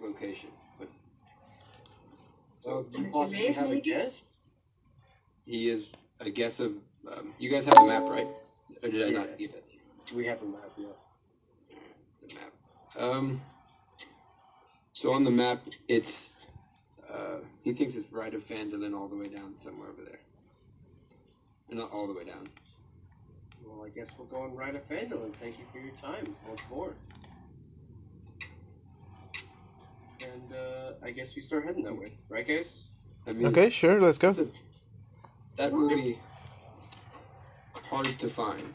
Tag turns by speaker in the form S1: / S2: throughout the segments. S1: location. But
S2: So if you possibly have a guest?
S1: he is a guess of. Um, you guys have the map, right? Or did I
S2: Yeah.
S1: not give that to
S2: We have a map, yeah.
S1: you? The map. Um, so on the map, it's. Uh, he thinks it's right of Fandolin all the way down somewhere over there. Uh, Not all the way down.
S2: Well, I guess we're going right at Fandolin. Thank you for your time once more. And uh, I guess we start heading that way, right, guys?
S1: I mean,
S3: Okay, sure, let's go.
S1: that will be hard to find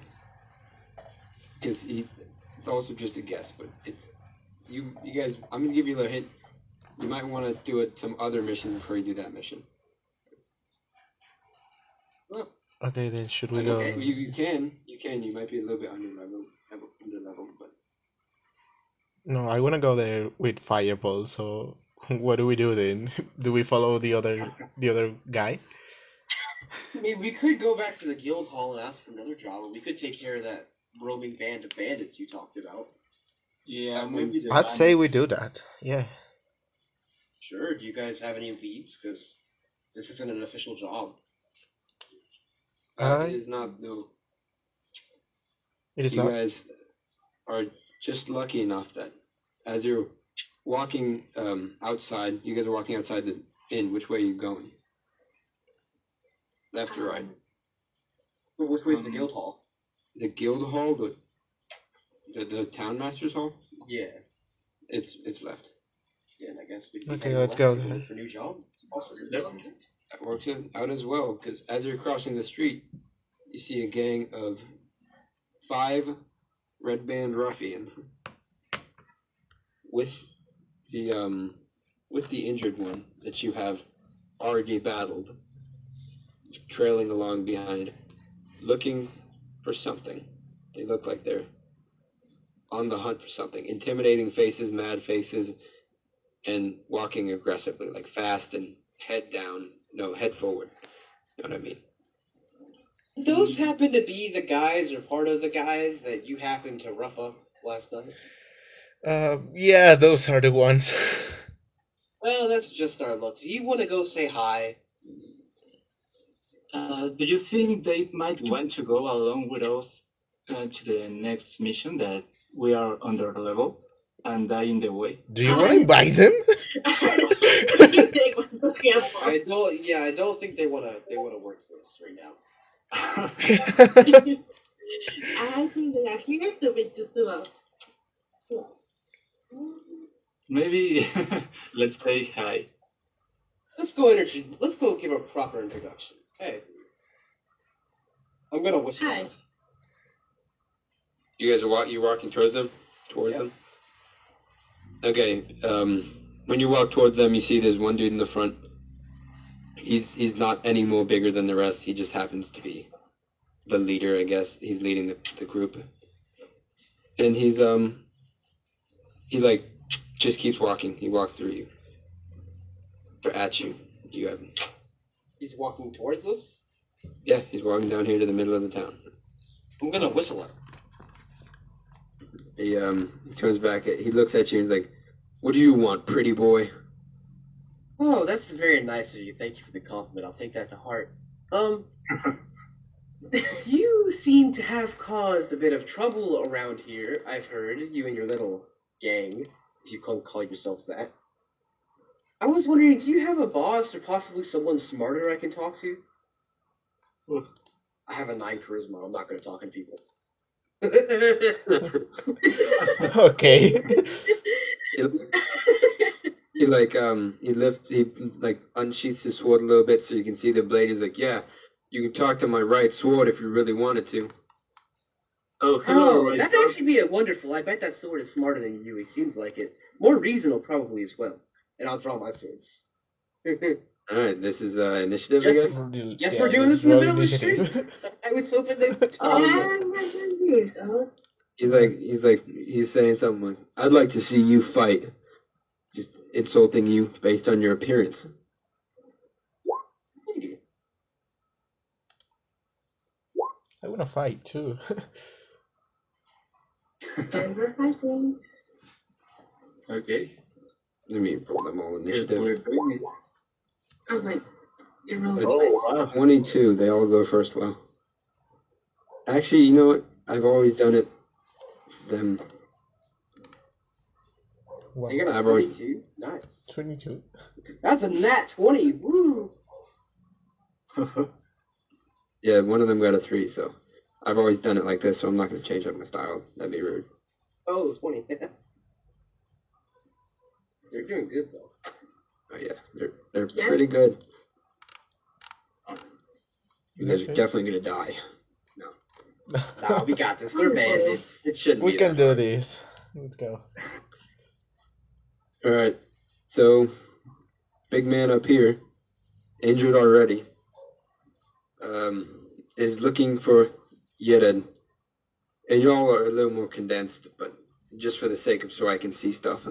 S1: because he. It's also just a guess, but it. You you guys, I'm gonna give you a little hint. You might want to do it some other mission before you do that mission.
S3: Okay, then should we
S1: I mean,
S3: go?
S1: eh, you, you can, you can. You might be a little bit under level, level- under level, but
S3: No, I want to go there with fireball. So what do we do then? do we follow the other the other guy?
S2: I mean, we could go back to the guild hall and ask for another job, and we could take care of that roaming band of bandits you talked about.
S4: Yeah,
S1: That
S4: maybe
S1: one's-
S4: the
S3: I'd say we
S4: bandits-
S3: do that. Yeah.
S2: Sure. Do you guys have any leads? Because this isn't an official job.
S1: uh,
S3: I-
S1: it is not. No,
S3: It is
S1: you
S3: not.
S1: guys are just lucky enough that as you're walking um, outside, you guys are walking outside the inn. Which way are you going? Left or right?
S2: But which way's the
S4: Um,
S2: guild hall?
S1: The guild hall, the the, the town master's hall.
S2: Yeah.
S1: It's it's left.
S2: Yeah, and I guess we.
S3: Okay, let's go then.
S2: For new jobs, it's possible.
S1: That works it out as well because as you're crossing the street, you see a gang of five red band ruffians with the um with the injured one that you have already battled trailing along behind looking for something they look like they're on the hunt for something intimidating faces mad faces and walking aggressively like fast and head down no head forward you know what i mean
S2: Those happen to be the guys or part of the guys that you happened to rough up last night.
S3: Uh, yeah, those are the ones.
S2: Well, that's just our luck. Do you want to go say hi?
S4: Uh, do you think they might want to go along with us uh, to the next mission that we are under level and die in the way?
S3: do you want to invite them?
S5: I don't think they would look at us.
S2: I don't. Yeah, I don't think they wanna. They wanna work for us right now.
S5: I think they are here to be to, to us. So,
S4: Maybe let's say hi.
S2: Let's go introduce. Let's go give a proper introduction. Hey, I'm gonna whistle.
S5: hi.
S1: You guys are walk. You're walking towards them. Towards
S2: Yep.
S1: them. Okay. Um, when you walk towards them, you see there's one dude in the front. He's he's not any more bigger than the rest. He just happens to be the leader, I guess. He's leading the, the group, and he's um he like just keeps walking. He walks through you or at you. You have
S2: He's walking towards us.
S1: yeah. He's walking down here to the middle of the town.
S2: I'm gonna whistle him.
S1: He um he turns back. At, he looks at you. and He's like, "What do you want, pretty boy?"
S2: Oh, that's very nice of you. Thank you for the compliment. I'll take that to heart. Um, you seem to have caused a bit of trouble around here. I've heard you and your little gang, if you can call yourselves that. I was wondering, do you have a boss or possibly someone smarter I can talk to?
S4: Oof.
S2: I have a nine charisma. I'm not going to talk to people.
S3: okay.
S1: He- he like um he lift he like unsheaths his sword a little bit so you can see the blade. He's like, yeah, you can talk to my right sword if you really wanted to.
S4: Oh, hello,
S2: oh,
S4: Ray
S2: that'd
S4: Star.
S2: actually be a wonderful. I bet that sword is smarter than you. He seems like it. More reasonable, probably as well. And I'll draw my swords. I
S1: All right, this is uh, initiative.
S2: Yes,
S1: I guess.
S2: Guess we're doing this in the middle of the was hoping they'd tell
S4: Um.
S5: Ah,
S2: me.
S5: my goodness. Oh,
S1: He's like he's like he's saying something like, I'd like to see you fight, just insulting you based on your appearance.
S3: I want to fight too.
S5: and we're fighting.
S4: Okay.
S1: Let me roll them all
S4: Yes,
S1: initiative.
S4: we're doing it.
S5: I'm like, Oh, it rolls
S1: That's-
S5: twice.
S4: Oh, wow.
S1: 22, they all go first. Wow. Actually, you know what? I've always done it. Them.
S3: Wow.
S2: I got a
S1: I've already-
S2: twenty-two. Nice.
S3: 22.
S2: That's a nat twenty. Woo!
S1: Yeah, one of them got a three, so I've always done it like this, so I'm not going to change up my style. That'd be rude.
S2: Oh, 20. They're doing good though.
S1: Oh, yeah. They're, they're
S5: Yeah.
S1: pretty good. You guys are
S3: Okay.
S1: definitely going to die.
S2: Nah, we got this. They're bandits.
S1: It shouldn't
S3: we
S1: be
S3: can
S1: that
S3: do
S1: hard.
S3: this. Let's go.
S1: All right. So, big man up here, injured already, um, is looking for Yeren. And y'all are a little more condensed, but just for the sake of so I can see stuff,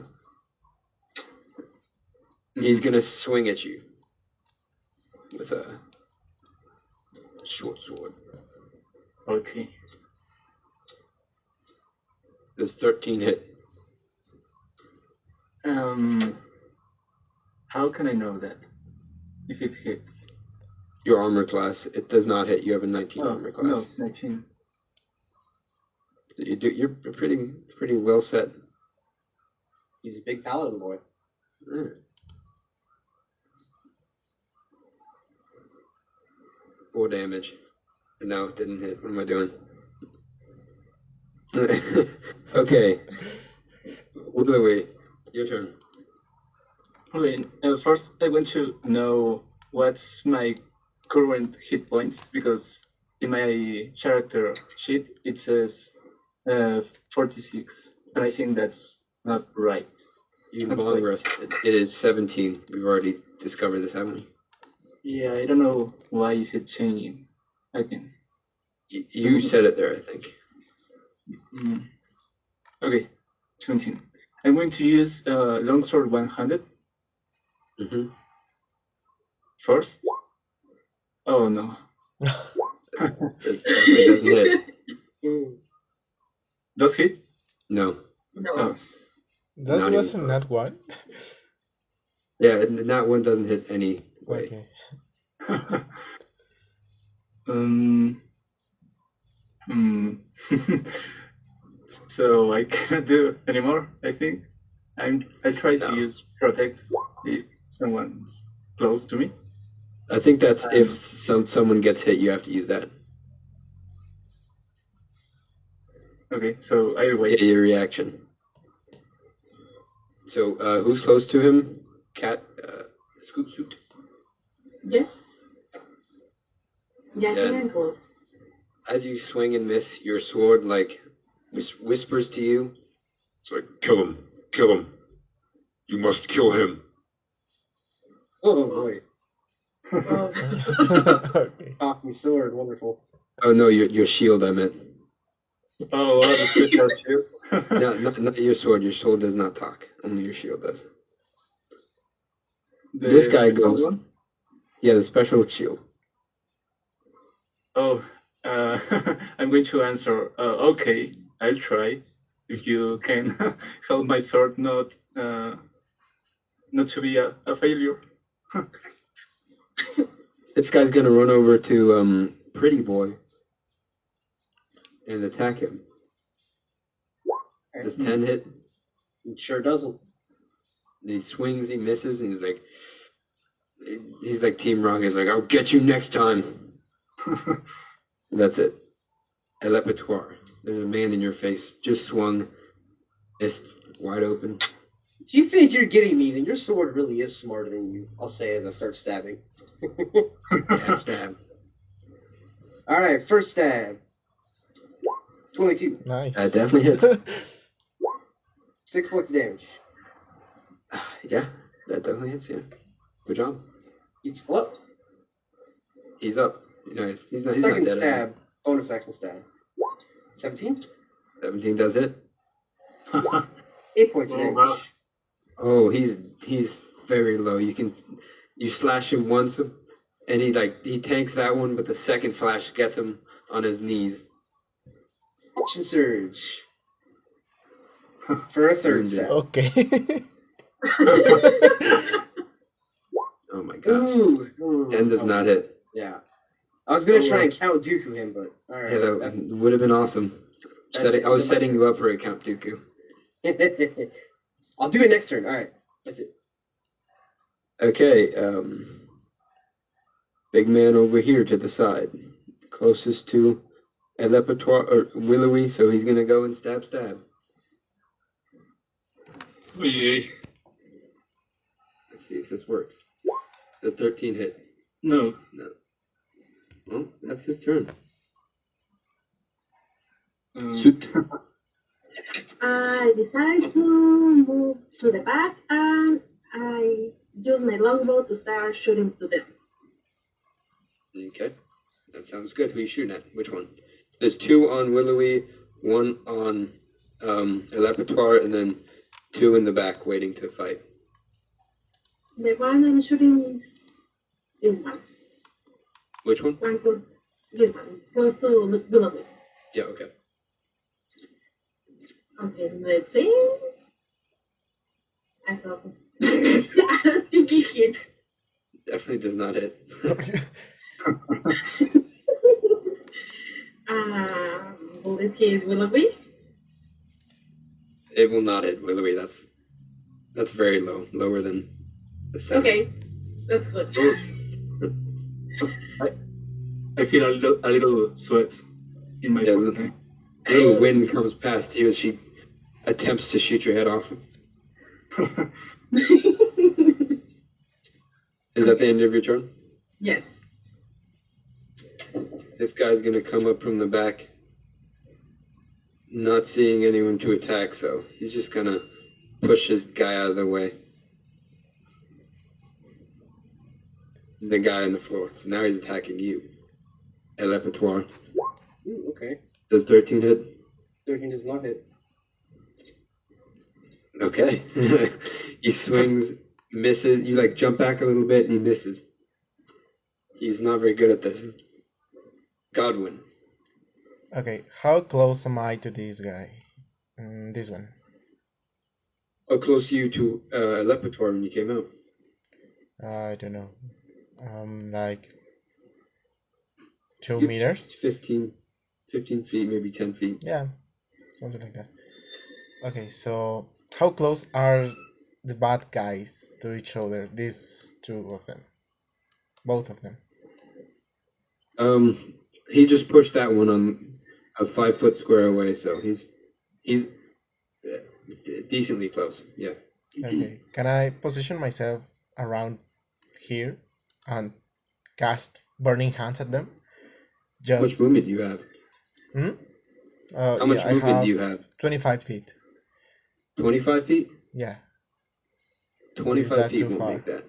S4: Mm-hmm.
S1: he's going to swing at you with a short sword.
S4: Okay.
S1: There's 13 hit.
S4: Um, how can I know that if it hits?
S1: Your armor class, it does not hit. You have a 19
S4: Oh,
S1: armor class.
S4: no, 19.
S1: You do, you're pretty pretty well set.
S2: He's a big paladin boy.
S1: Mm. 4 damage. No, it didn't hit. What am I doing? okay. Willowy, your turn.
S4: Okay, uh, first I want to know what's my current hit points because in my character sheet it says uh, 46, and I think that's not right.
S1: You
S4: Okay.
S1: long rest. It, it is 17. We've already discovered this, haven't we?
S4: Yeah, I don't know why is it changing again.
S1: You, you said it there, I think.
S4: Mm. Okay, 17. I'm going to use uh, longsword 100
S1: hmm
S4: first. Oh no.
S1: It definitely doesn't hit.
S2: Mm.
S4: Does hit?
S1: No.
S5: no.
S3: That
S1: Not
S3: was
S1: even
S3: not one.
S1: Yeah, and that one doesn't hit any way.
S3: Okay.
S4: Um, hmm. so I can't do anymore. I think I'm. I try to
S1: No.
S4: use protect if someone's close to me.
S1: I think that's if
S4: Um,
S1: some someone gets hit, you have to use that.
S4: Okay, so I'll
S1: Yeah,
S4: wait.
S1: your reaction. So, uh, who's close to him? Cat, uh, scoop suit.
S5: Yes. Yeah,
S1: Yeah.
S5: yeah. close.
S1: As you swing and miss, your sword like whis- whispers to you. It's like kill him, kill him. You must kill him.
S2: Oh boy.
S5: Oh,
S3: okay.
S2: Talking sword, wonderful.
S1: Oh no, your your shield. I meant
S4: Oh, wow, the squid has you.
S1: no, not, not your sword. Your sword does not talk. Only your shield does.
S4: The
S1: This guy
S4: special
S1: goes-
S4: one?
S1: Yeah, the special shield.
S4: Oh, uh, I'm going to answer. Uh, okay, I'll try. If you can help my sword not uh, not to be a, a failure.
S1: This guy's gonna run over to um, Pretty Boy and attack him. Does ten hit?
S2: It sure doesn't.
S1: And he swings, he misses, and he's like, he's like Team Rocket's like, I'll get you next time. And that's it. El Epitoire. There's a man in your face, just swung, missed, wide open.
S2: If you think you're getting me, then your sword really is smarter than you. I'll say as I start stabbing.
S1: Stab, stab.
S2: Alright, first stab. 22.
S3: Nice.
S1: That definitely hits.
S2: Six points of damage.
S1: yeah, that definitely hits. Yeah, good job.
S2: He's up.
S1: He's up. You know, he's, he's not. He's
S2: Second
S1: not dead anymore.
S2: stab. Bonus action stab. 17.
S1: Seventeen does hit.
S2: Eight points of
S4: Oh,
S2: damage.
S4: wow.
S1: Oh, he's he's very low. You can you slash him once, and he like he tanks that one, but the second slash gets him on his knees.
S2: Action surge. For a third
S1: Wounded.
S2: stab.
S3: okay.
S1: Oh my god.
S2: Ooh. ooh,
S1: Ten does
S2: oh,
S1: not hit.
S2: Yeah. I was gonna
S3: Oh,
S2: try
S3: well.
S2: and count Dooku him, but all right.
S1: Yeah,
S2: that's-
S1: that would have been awesome.
S2: that's
S1: Setting- I was
S2: the end
S1: setting you up for a Count Dooku.
S2: of my turn. I'll do it next turn. All right. That's it.
S1: Okay, um, big man over here to the side, closest to El Repertoire or Willowy, so he's gonna go and stab, stab. Let's see if this works. Does thirteen hit?
S4: No.
S1: Well, that's his turn.
S4: Um,
S1: Shoot.
S5: I decide to move to the back and I use my longbow to start shooting to them.
S1: Okay, that sounds good. Who you shooting at? Which one? There's two on Willowy, one on um, El Repertoire, and then two in the back waiting to fight.
S5: The one I'm shooting is this one.
S1: Which one?
S5: One goes, this one goes to Willoughby.
S1: Yeah. Okay.
S5: Okay, let's see. I hope. I don't think he hits.
S1: Definitely does not hit.
S5: Uh, bullet hits Willoughby.
S1: it will not hit Willowy. That's that's very low, lower than the seven.
S5: Okay, that's good.
S4: I feel a little, a little sweat in my
S1: Yeah,
S4: forehead.
S1: Little wind comes past you as she attempts to shoot your head off. Is that the end of your turn?
S5: yes.
S1: This guy's gonna come up from the back, not seeing anyone to attack, so he's just gonna push his guy out of the way. The guy on the floor. So now he's attacking you. El repertoire.
S2: Ooh, okay.
S1: Does 13 hit?
S2: Thirteen does not hit.
S1: Okay. he swings, misses. You like jump back a little bit and he misses. He's not very good at this. Godwin.
S3: okay, how close am I to this guy? Mm, this one.
S1: How close you to uh, Lepitor when you came out?
S3: I don't know. Um, like two
S1: You-
S3: meters.
S1: 15, 15 feet, maybe 10 feet.
S3: Yeah, something like that. Okay, so how close are the bad guys to each other? These two of them, both of them.
S1: Um, he just pushed that one on a five foot square away, so he's he's uh, d- decently close. Yeah.
S3: Okay, can I position myself around here and cast burning hands at them?
S1: How much
S3: Just
S1: movement do you have?
S3: hmm? uh,
S1: How much
S3: yeah, I
S1: movement
S3: have
S1: do you have?
S3: twenty-five feet.
S1: 25 feet?
S3: Yeah,
S1: 25
S3: that
S1: feet
S3: too
S1: won't
S3: far?
S1: make that.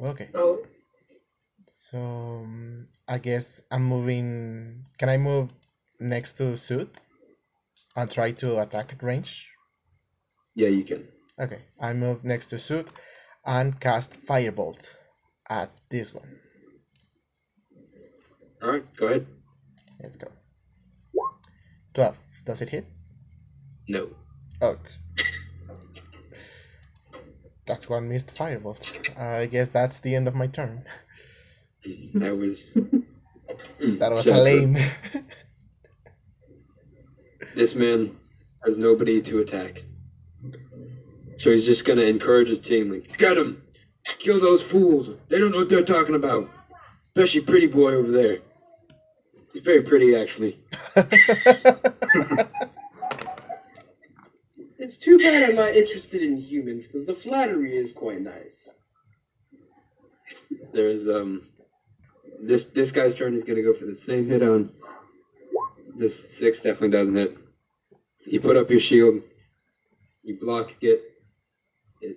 S3: okay.
S5: Oh,
S3: So um, I guess I'm moving. Can I move next to suit and try to attack at range?
S1: Yeah, you can.
S3: Okay, I move next to suit and cast firebolt at this one.
S1: All right, go ahead.
S3: Let's go. Twelve. Does it hit?
S1: No.
S3: Okay. That's one missed firebolt. I guess that's the end of my turn.
S1: That was.
S3: That was a
S1: Shepard.
S3: lame.
S1: This man has nobody to attack. So he's just going to encourage his team, like, get him! Kill those fools! They don't know what they're talking about! Especially Pretty Boy over there. He's very pretty, actually.
S2: It's too bad I'm not interested in humans because the flattery is quite nice.
S1: There's, um. This this guy's turn is going to go for the same hit on. This six definitely doesn't hit. You put up your shield, you block it. it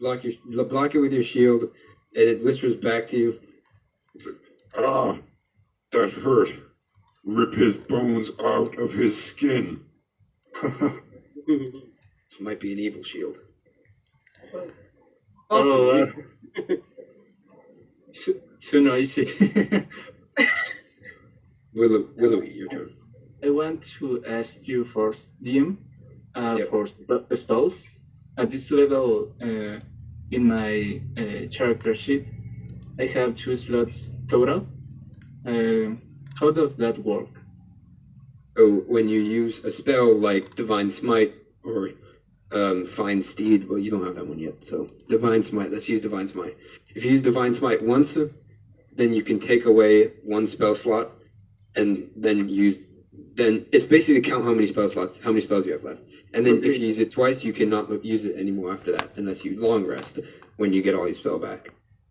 S1: block your block it with your shield, and it whispers back to you.
S6: Ah, that hurt. Rip his bones out of his skin.
S1: This might be an evil shield.
S4: oh,
S2: Also,
S4: uh, too, too noisy.
S1: Willow, Willowy, your turn.
S4: I want to ask you for DM uh,
S1: Yep.
S4: for sp- spells. At this level, uh, in my uh, character sheet, I have two slots total. Uh, how does that work?
S1: Oh, when you use a spell like Divine Smite or um, Fine Steed, well, you don't have that one yet. So Divine Smite. Let's use Divine Smite. If you use Divine Smite once, uh, then you can take away one spell slot, and then use. Then it's basically count how many spell slots, how many spells you have left. And then if
S4: Okay.
S1: you use it twice, you cannot mo- use it anymore after that, unless you long rest when you get all your spell back.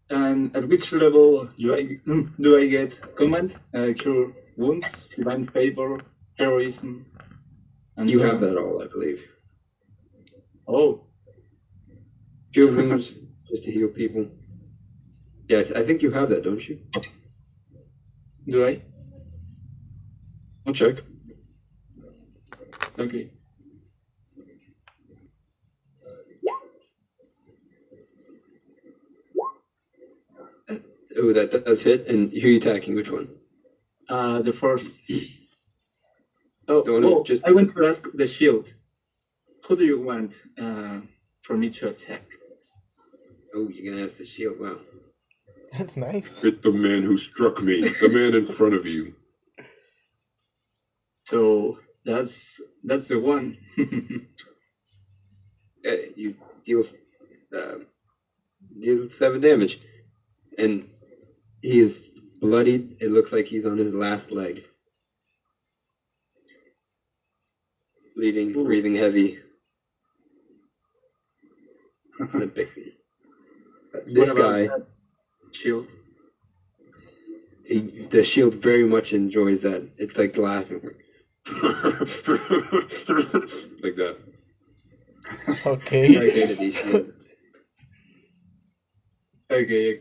S4: And at which level do I mm, do I get command, uh, cure wounds, divine favor, heroism, and
S1: You
S4: so
S1: have
S4: on?
S1: that all, I believe.
S4: Oh,
S1: Cure wounds just to heal people. Yeah, I, th- I think you have that, don't you?
S4: do I?
S1: I'll check.
S4: Okay.
S1: Oh, that does hit. And who are you attacking? Which one?
S4: Uh, the first. Oh,
S1: The one who
S4: oh
S1: just-
S4: I want to ask the shield. Who do you want uh, for me to attack?
S1: Oh, you're gonna ask the shield. Wow.
S3: That's nice.
S6: Hit the man who struck me, the man in front of you.
S4: So that's that's the one.
S1: Uh, you deal uh, deal seven damage, and he is bloodied. It looks like he's on his last leg, bleeding,
S4: Ooh.
S1: breathing heavy, limping. Uh, This
S4: What about
S1: guy,
S4: that shield?
S1: he, the shield very much enjoys that. It's like laughing.
S6: like that.
S3: Okay.
S4: Okay.
S1: Infinity shield.
S4: Okay.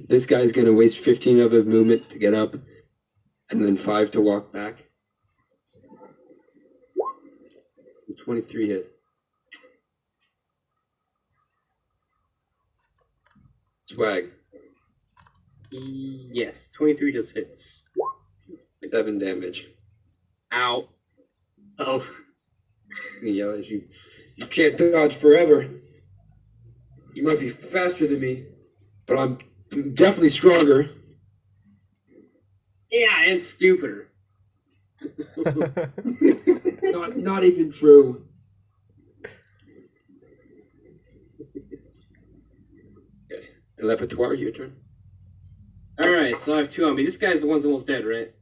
S1: this guy's gonna waste 15 of his movement to get up, and then five to walk back. The 23 hit. Swag.
S2: Yes, 23 just hits.
S1: Seven damage.
S2: Ow.
S4: Oh,
S1: He yells, "You, you can't dodge forever. You might be faster than me, but I'm definitely stronger."
S2: Yeah, and stupider.
S1: Not, not even true. okay, and Lepertoire, your turn.
S2: Alright, so I have two on me. This guy's the one's almost dead, right?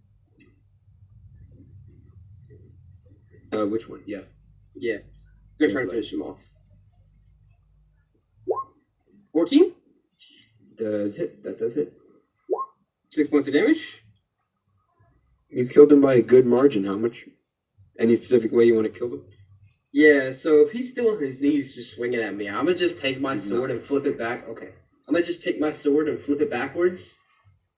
S1: Uh, which one? Yeah,
S2: Yeah. I'm gonna try and finish him off. 14?
S1: does hit. That does hit.
S2: Six points of damage?
S1: You killed him by a good margin. How much? Any specific way you want to kill him?
S2: Yeah, so if he's still on his knees just swinging at me, I'm gonna just take my
S1: No.
S2: sword and flip it back. Okay. I'm gonna just take my sword and flip it backwards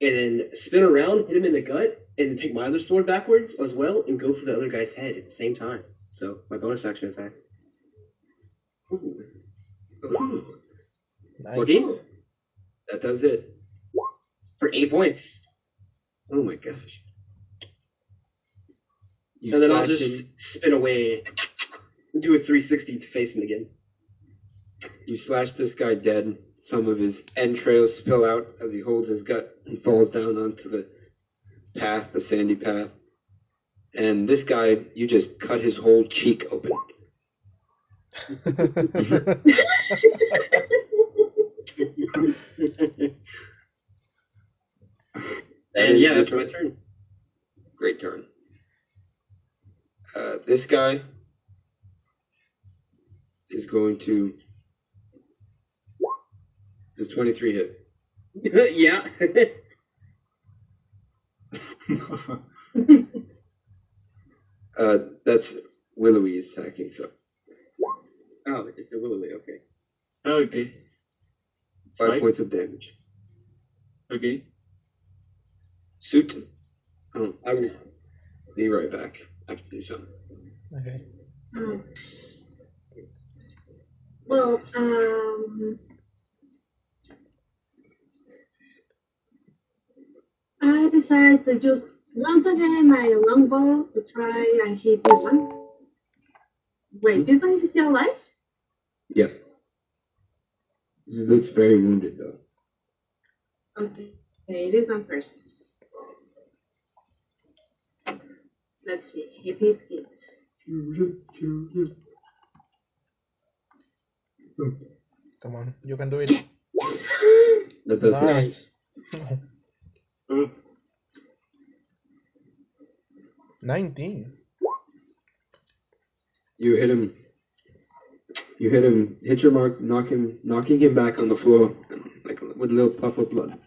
S2: and then spin around, hit him in the gut, and then take my other sword backwards as well and go for the other guy's head at the same time. So my bonus action attack.
S1: Ooh. Ooh.
S3: nice.
S2: 14?
S1: That does hit.
S2: For eight points.
S1: Oh my gosh. You
S2: and then I'll
S1: slash
S2: just
S1: him.
S2: spin away. Do a 360 to face him again.
S1: You slash this guy dead. Some of his entrails spill out as he holds his gut and falls down onto the path, the sandy path. And this guy, you just cut his whole cheek open.
S2: And
S1: is
S2: yeah,
S1: your
S2: that's my
S1: turn.
S2: turn.
S1: Great turn. Uh, this guy is going to. Does 23 hit?
S2: yeah.
S1: Uh, that's Willowy is attacking, so
S2: oh, it's the Willowy, okay.
S4: okay.
S1: five
S4: Right.
S1: points of damage.
S4: Okay.
S1: Suit. Oh, I will be right back. I have to do something.
S3: okay.
S5: Oh. Well, um, I decide to use once again my longbow to try and hit this one. Wait, this one is still alive?
S1: Yep. This looks very wounded though.
S5: Okay, okay this one first. Let's see if it hits.
S3: Come on, you can do it.
S5: Yes!
S1: That doesn't.
S3: Nice. Nineteen.
S1: You hit him. You hit him. Hit your mark. Knock him. Knocking him back on the floor, like with a little puff of blood,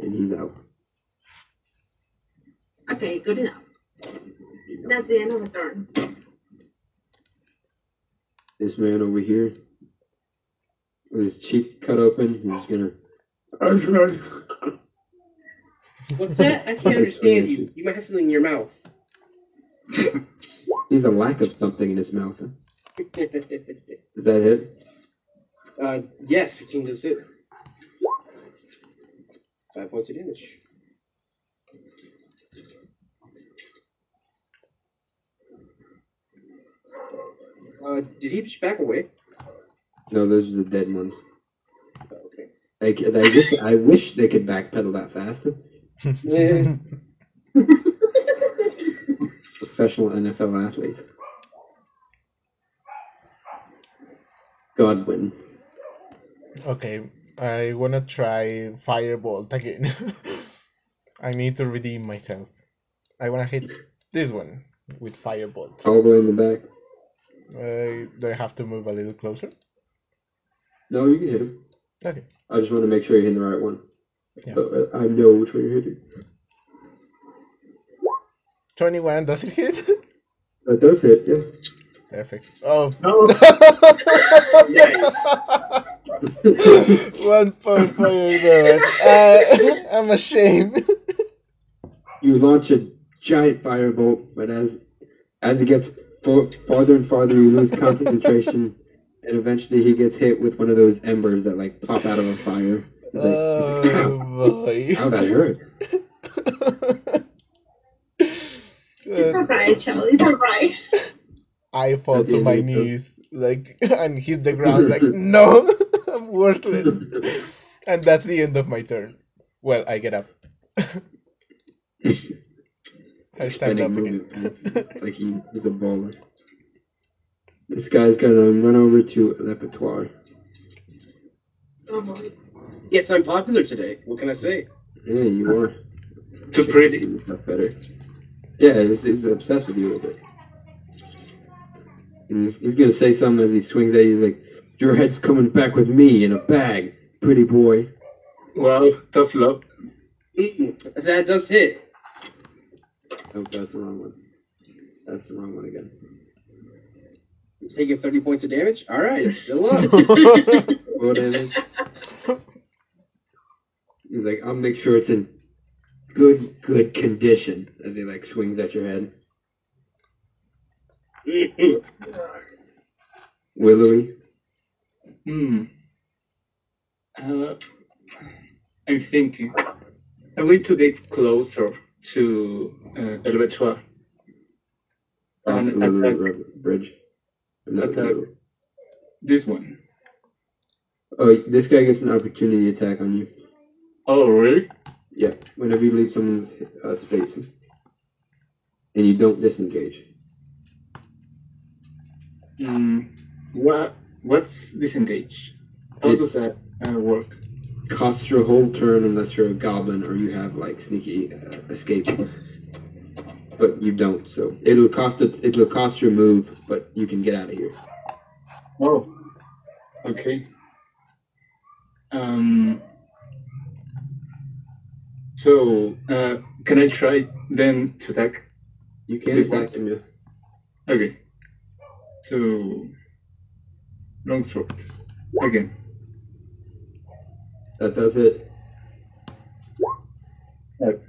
S1: and he's out.
S5: okay, good enough. That's the end of the turn.
S1: This man over here, with his cheek cut open, he's gonna.
S2: What's that? I can't understand you. You might have something in your mouth.
S1: He's a lack of something in his mouth. huh?
S2: uh,
S1: Is that it?
S2: yes, 15 does it. Five points of damage. Uh, did he just back away?
S1: No, those are the dead ones.
S2: Oh, okay.
S1: I, c- I wish I wish they could backpedal that fast.
S2: Eh,
S1: Professional NFL athletes. Godwin.
S3: Okay, I wanna try firebolt again. I need to redeem myself. I wanna hit this one with firebolt.
S1: All the way in the back.
S3: Uh, do I have to move a little closer?
S1: No, you can hit him.
S3: Okay.
S1: I just want to make sure you're hitting the right one.
S3: Yeah.
S1: But uh, I I know which one you're hitting.
S3: Twenty-one. Does it hit?
S1: That does hit, yeah.
S3: Perfect. Oh.
S4: No.
S2: nice!
S3: One point fire damage. Uh, I'm ashamed.
S1: You launch a giant firebolt, but as as it gets fa- farther and farther, you lose concentration, and eventually he gets hit with one of those embers that like pop out of a fire. He's like, he's like,
S3: Oh boy.
S1: ow, ow, that hurt.
S5: It's
S3: God,
S5: alright, child. It's alright.
S3: I fall
S1: At the
S3: to
S1: end
S3: my
S1: of the-
S3: knees, like, and hit the ground. Like, no, I'm worthless. And that's the end of my turn. Well, I get up. I stand
S1: Spending
S3: up again.
S1: movement points. It's Like he, he's a baller. This guy's gonna run over to Lepertoire.
S5: Oh boy.
S2: Yes, I'm popular today. What can I say?
S1: Yeah, you are.
S4: Too pretty.
S1: This stuff better. Yeah, he's, he's obsessed with you a little bit. And he's, he's gonna say something as he swings at you. He's like, "Your head's coming back with me in a bag, pretty boy."
S4: Wow, tough love.
S2: Mm, that does hit.
S1: Nope, Oh, that's the wrong one. That's the wrong one again.
S2: Taking 30 points of damage? Alright, it's still up.
S1: What is it? He's like, "I'll make sure it's in good, good condition." As he like swings at your head, willowy.
S4: Hmm. Uh, I'm thinking. I'm going to get closer to uh, El Bechoir
S1: Cross
S4: and
S1: the little
S4: attack
S1: rubber bridge. Another
S4: Attack.
S1: little-
S4: this one.
S1: Oh, this guy gets an opportunity attack on you.
S4: Oh, really?
S1: Yeah, whenever you leave someone's uh, space and you don't disengage.
S4: Hmm. What? What's disengage? How
S1: It-
S4: does that uh, work?
S1: costs your whole turn unless you're a goblin or you have like sneaky uh, escape. But you don't, so it'll cost it. It'll cost your move, but you can get out of here.
S4: Oh. Okay. Um. So, uh, can I try then to attack?
S1: You can
S4: This
S1: attack him. yeah.
S4: Okay. So, long sword again.
S1: That does it.
S4: Yep.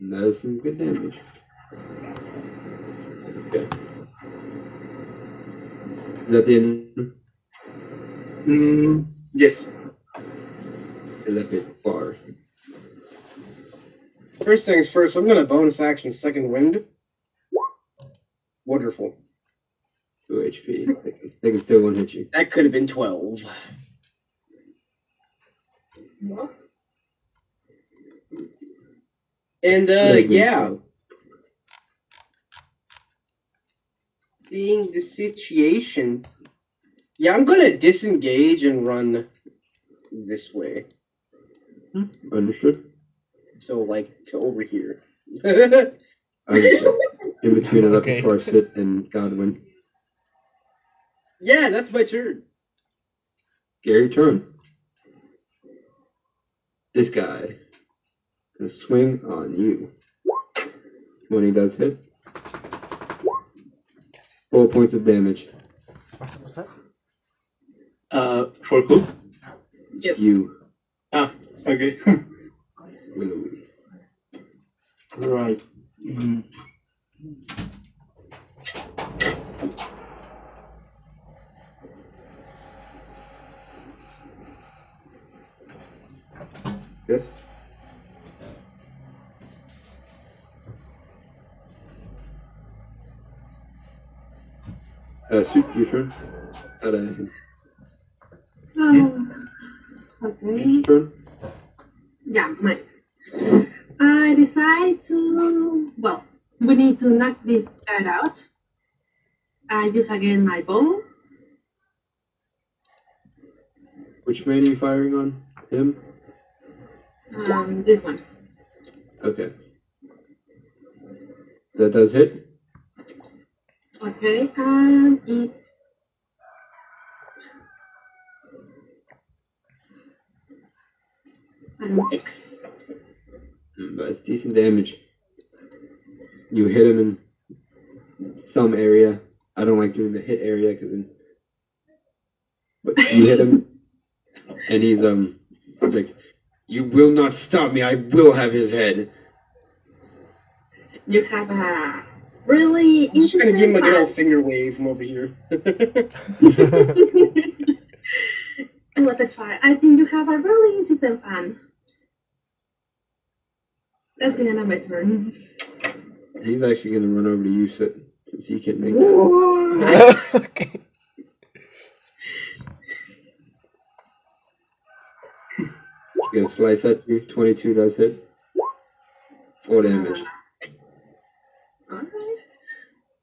S1: And that is some good damage. Okay. Is that the end?
S4: Mm, yes.
S1: Elepid bar.
S2: First things first, I'm gonna bonus action second wind. Wonderful.
S1: Two HP. They can- They can still one hit you.
S2: That could have been twelve.
S5: What?
S2: And uh
S1: Maybe.
S2: yeah. Seeing the situation. Yeah, I'm gonna disengage and run this way.
S1: Understood.
S2: So like to over here.
S1: Understood. In between, I left
S3: Okay.
S1: before I sit and Godwin.
S2: yeah, that's my turn.
S1: Gary, turn. This guy. The swing on you. When he does hit. Four points of damage.
S3: ¿Vas a pasar?
S4: Uh, for who?
S1: You,
S4: Ah, okay.
S1: Willowy.
S4: right. Mm.
S1: Yes? Uh, soup, your turn. At uh,
S5: Oh,
S1: Peach's
S5: okay.
S1: turn.
S5: Yeah, mine. I decide to. Well, we need to knock this guy out. I use again my bow.
S1: Which man are you firing on? Him?
S5: Um, this one.
S1: Okay. That does hit.
S5: Okay, and it's and six.
S1: Mm, But it's decent damage. You hit him in some area. I don't like doing the hit area because then. But you hit him, and he's um, he's like, "You will not stop me. I will have his head."
S5: You have a really
S2: I'm just gonna give him a good old
S5: interesting
S2: finger wave from over here.
S5: plan. I love it, try. I think you have a really interesting plan. That's the end of my turn.
S1: He's actually gonna run over to you so, since he can make that.
S5: What?
S3: okay.
S1: He's gonna slice at you. Twenty-two does hit. Four damage,
S5: Alright.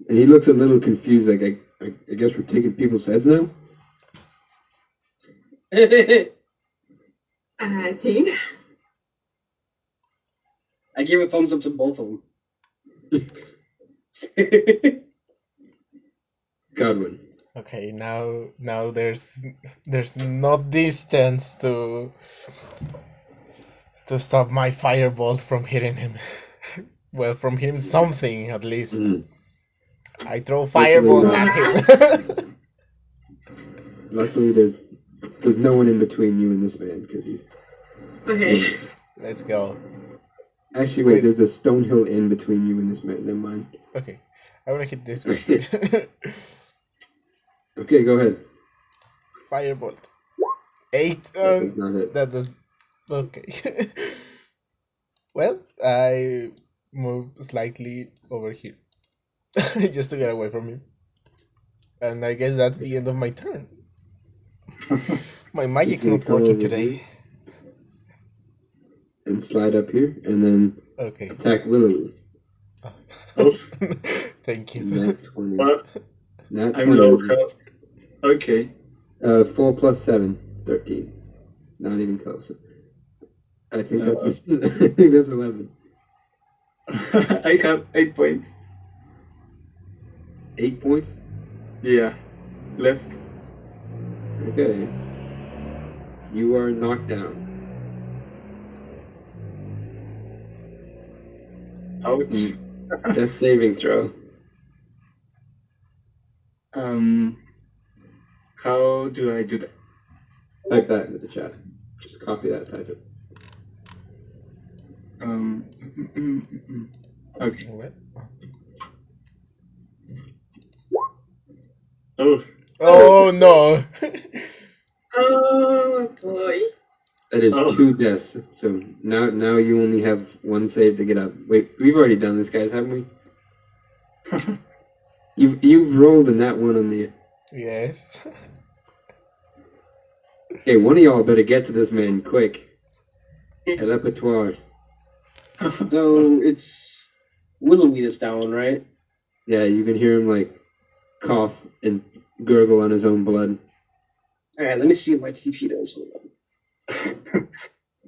S1: and he looks a little confused. Like I, I, I guess we're taking people's heads now.
S2: I
S5: I think.
S2: give a thumbs up to both of them.
S1: Godwin.
S3: Okay, now now there's there's no distance to to stop my firebolt from hitting him. well, from hitting something at least.
S1: Mm.
S3: I throw
S1: Luckily
S3: firebolt
S1: not.
S3: at him.
S1: Luckily, there's there's no one in between you and this man because he's
S5: Okay.
S3: Let's go.
S1: actually wait.
S3: Wait.
S1: There's a stone hill in between you and this man. Never mind.
S3: Okay, I wanna hit this guy.
S1: Okay, go ahead.
S3: firebolt. Eight.
S4: Uh,
S1: That
S3: Um,
S1: does not hit.
S3: that does. Okay. well, I move slightly over here just to get away from you. And I guess that's the end of my turn. My
S1: He's
S3: magic's
S1: gonna
S3: not
S1: come
S3: working
S1: over
S3: today.
S1: here and slide up here, and then
S3: Okay.
S1: attack Willowy.
S4: Oof.
S3: Thank you.
S1: Nat twenty.
S4: Well,
S1: Nat
S4: I'm low
S1: twenty.
S4: health. Okay.
S1: Uh, four plus seven. Thirteen. Not even close. I
S4: Uh,
S1: think that's I think that's eleven.
S4: I have eight points.
S1: Eight points.
S4: Yeah. Left.
S1: Okay. You are knocked down.
S4: Ouch.
S1: Mm. That's saving throw.
S4: Um. How do I do that?
S1: Type that into the chat. Just copy that. Type it.
S4: Um. Okay.
S3: What?
S4: Oh.
S3: Oh no!
S5: Oh boy.
S1: That is
S4: Oh.
S1: two deaths. So now now you only have one save to get up. Wait, we've already done this, guys, haven't we? you've you've rolled in that one on the.
S3: Yes.
S1: Hey, one of y'all better get to this man quick. El repertoire.
S2: So it's Willowy that's down, right?
S1: Yeah, you can hear him like cough and gurgle on his own blood.
S2: All right, let me see what my TP does. Hold on.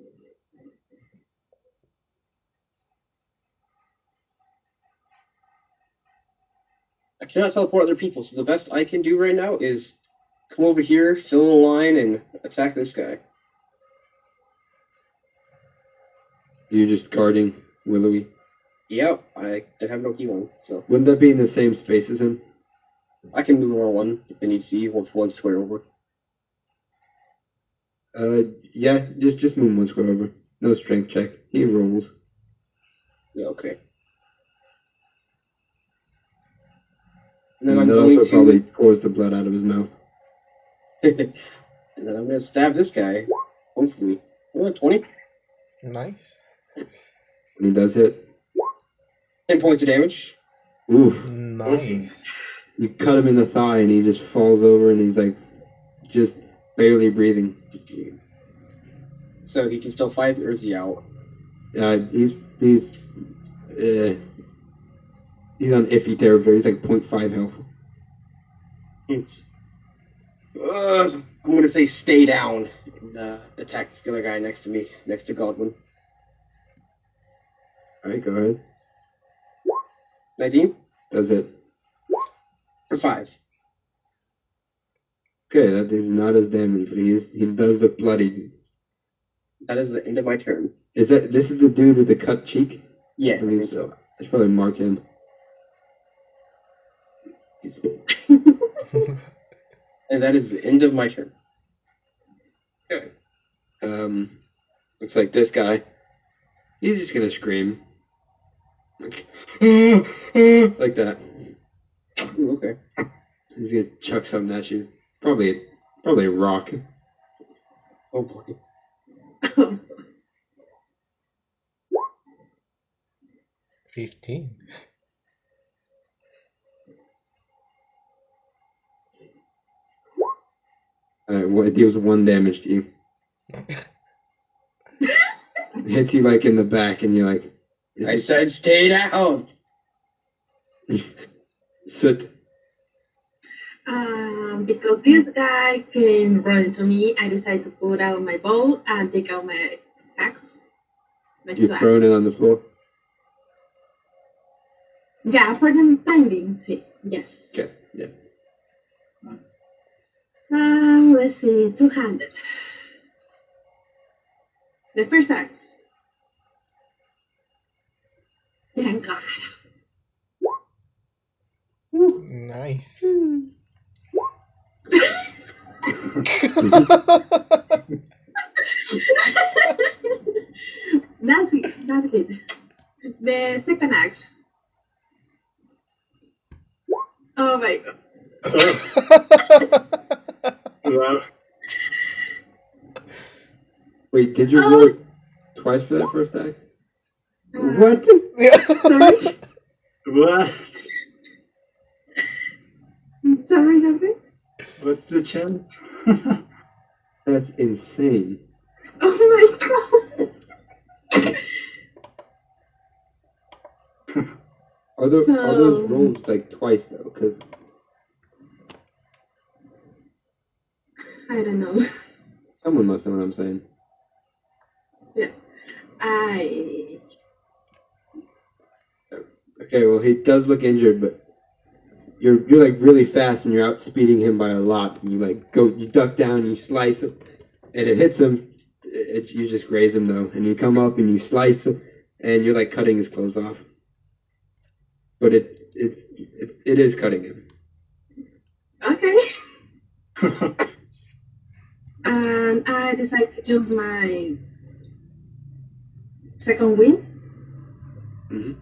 S2: I cannot teleport other people, so the best I can do right now is come over here, fill in a line, and attack this guy.
S1: You're just guarding Willowy.
S2: Yep, I have no healing, so
S1: Wouldn't that be in the same space as him?
S2: I can move over one if I need to, or one square over.
S1: Uh, yeah, just just move him one square over. No strength check. He rolls.
S2: Yeah, okay. And then I'm
S1: that
S2: going
S1: also
S2: to
S1: probably pours the blood out of his mouth.
S2: and then I'm gonna stab this guy. Hopefully. What, 20?
S3: Nice.
S1: And he does hit.
S2: 10 points of damage.
S1: Oof.
S3: Nice.
S1: you cut him in the thigh and he just falls over and he's like just barely breathing
S2: So he can still fight, or is he out?
S1: uh, he's he's uh, he's on iffy territory he's like 0.5 health
S2: Uh, I'm gonna say stay down and uh, attack this other guy next to me, next to Godwin.
S1: all right go ahead
S2: 19
S1: does it
S2: for 5.
S1: okay that is not as damage but he's he does look bloodied
S2: That is the end of my turn.
S1: is that this is the dude with the cut cheek
S2: Yeah, I
S1: I believe
S2: think so.
S1: so. I should probably mark him He's-
S2: And that is the end of my turn.
S1: um looks like this guy he's just gonna scream like, like that
S2: Ooh, okay.
S1: He's gonna chuck something at you. Probably, probably a rock.
S2: Oh boy.
S3: Fifteen.
S1: Uh, well, it deals one damage to you. It hits you like in the back, and you're like,
S2: I said stay down!
S1: soot.
S5: Um, because this guy came running to me, I decided to put out my bow and take out my axe. My two
S1: You're prone
S5: axes.
S1: and on the floor.
S5: Yeah, for the time being, sí, yes.
S1: Okay, yeah.
S5: Uh, let's see, two handed. The first axe. Thank God.
S3: Nice.
S5: That's it, that's it. The second axe. Oh my god.
S4: Oh, wow.
S1: Wait, did
S2: Oh.
S1: you roll twice for that first axe?
S2: Uh-huh.
S5: Uh,
S1: What?
S5: Sorry,
S4: What?
S5: sorry, sorry.
S7: What's the chance?
S1: That's insane.
S5: Oh my god.
S1: Are those are
S5: So-
S1: those rolls like twice though? Because
S5: I don't know.
S1: someone must know what I'm saying.
S5: I
S1: Okay, well he does look injured, but you're you're like really fast and you're outspeeding him by a lot. And you like go, you duck down, you slice him, and it hits him. It, it- you just graze him though, and you come up and you slice him, and you're like cutting his clothes off. But it it's it, it is cutting him.
S5: okay. and I decide to use my second wind.
S1: Mhm.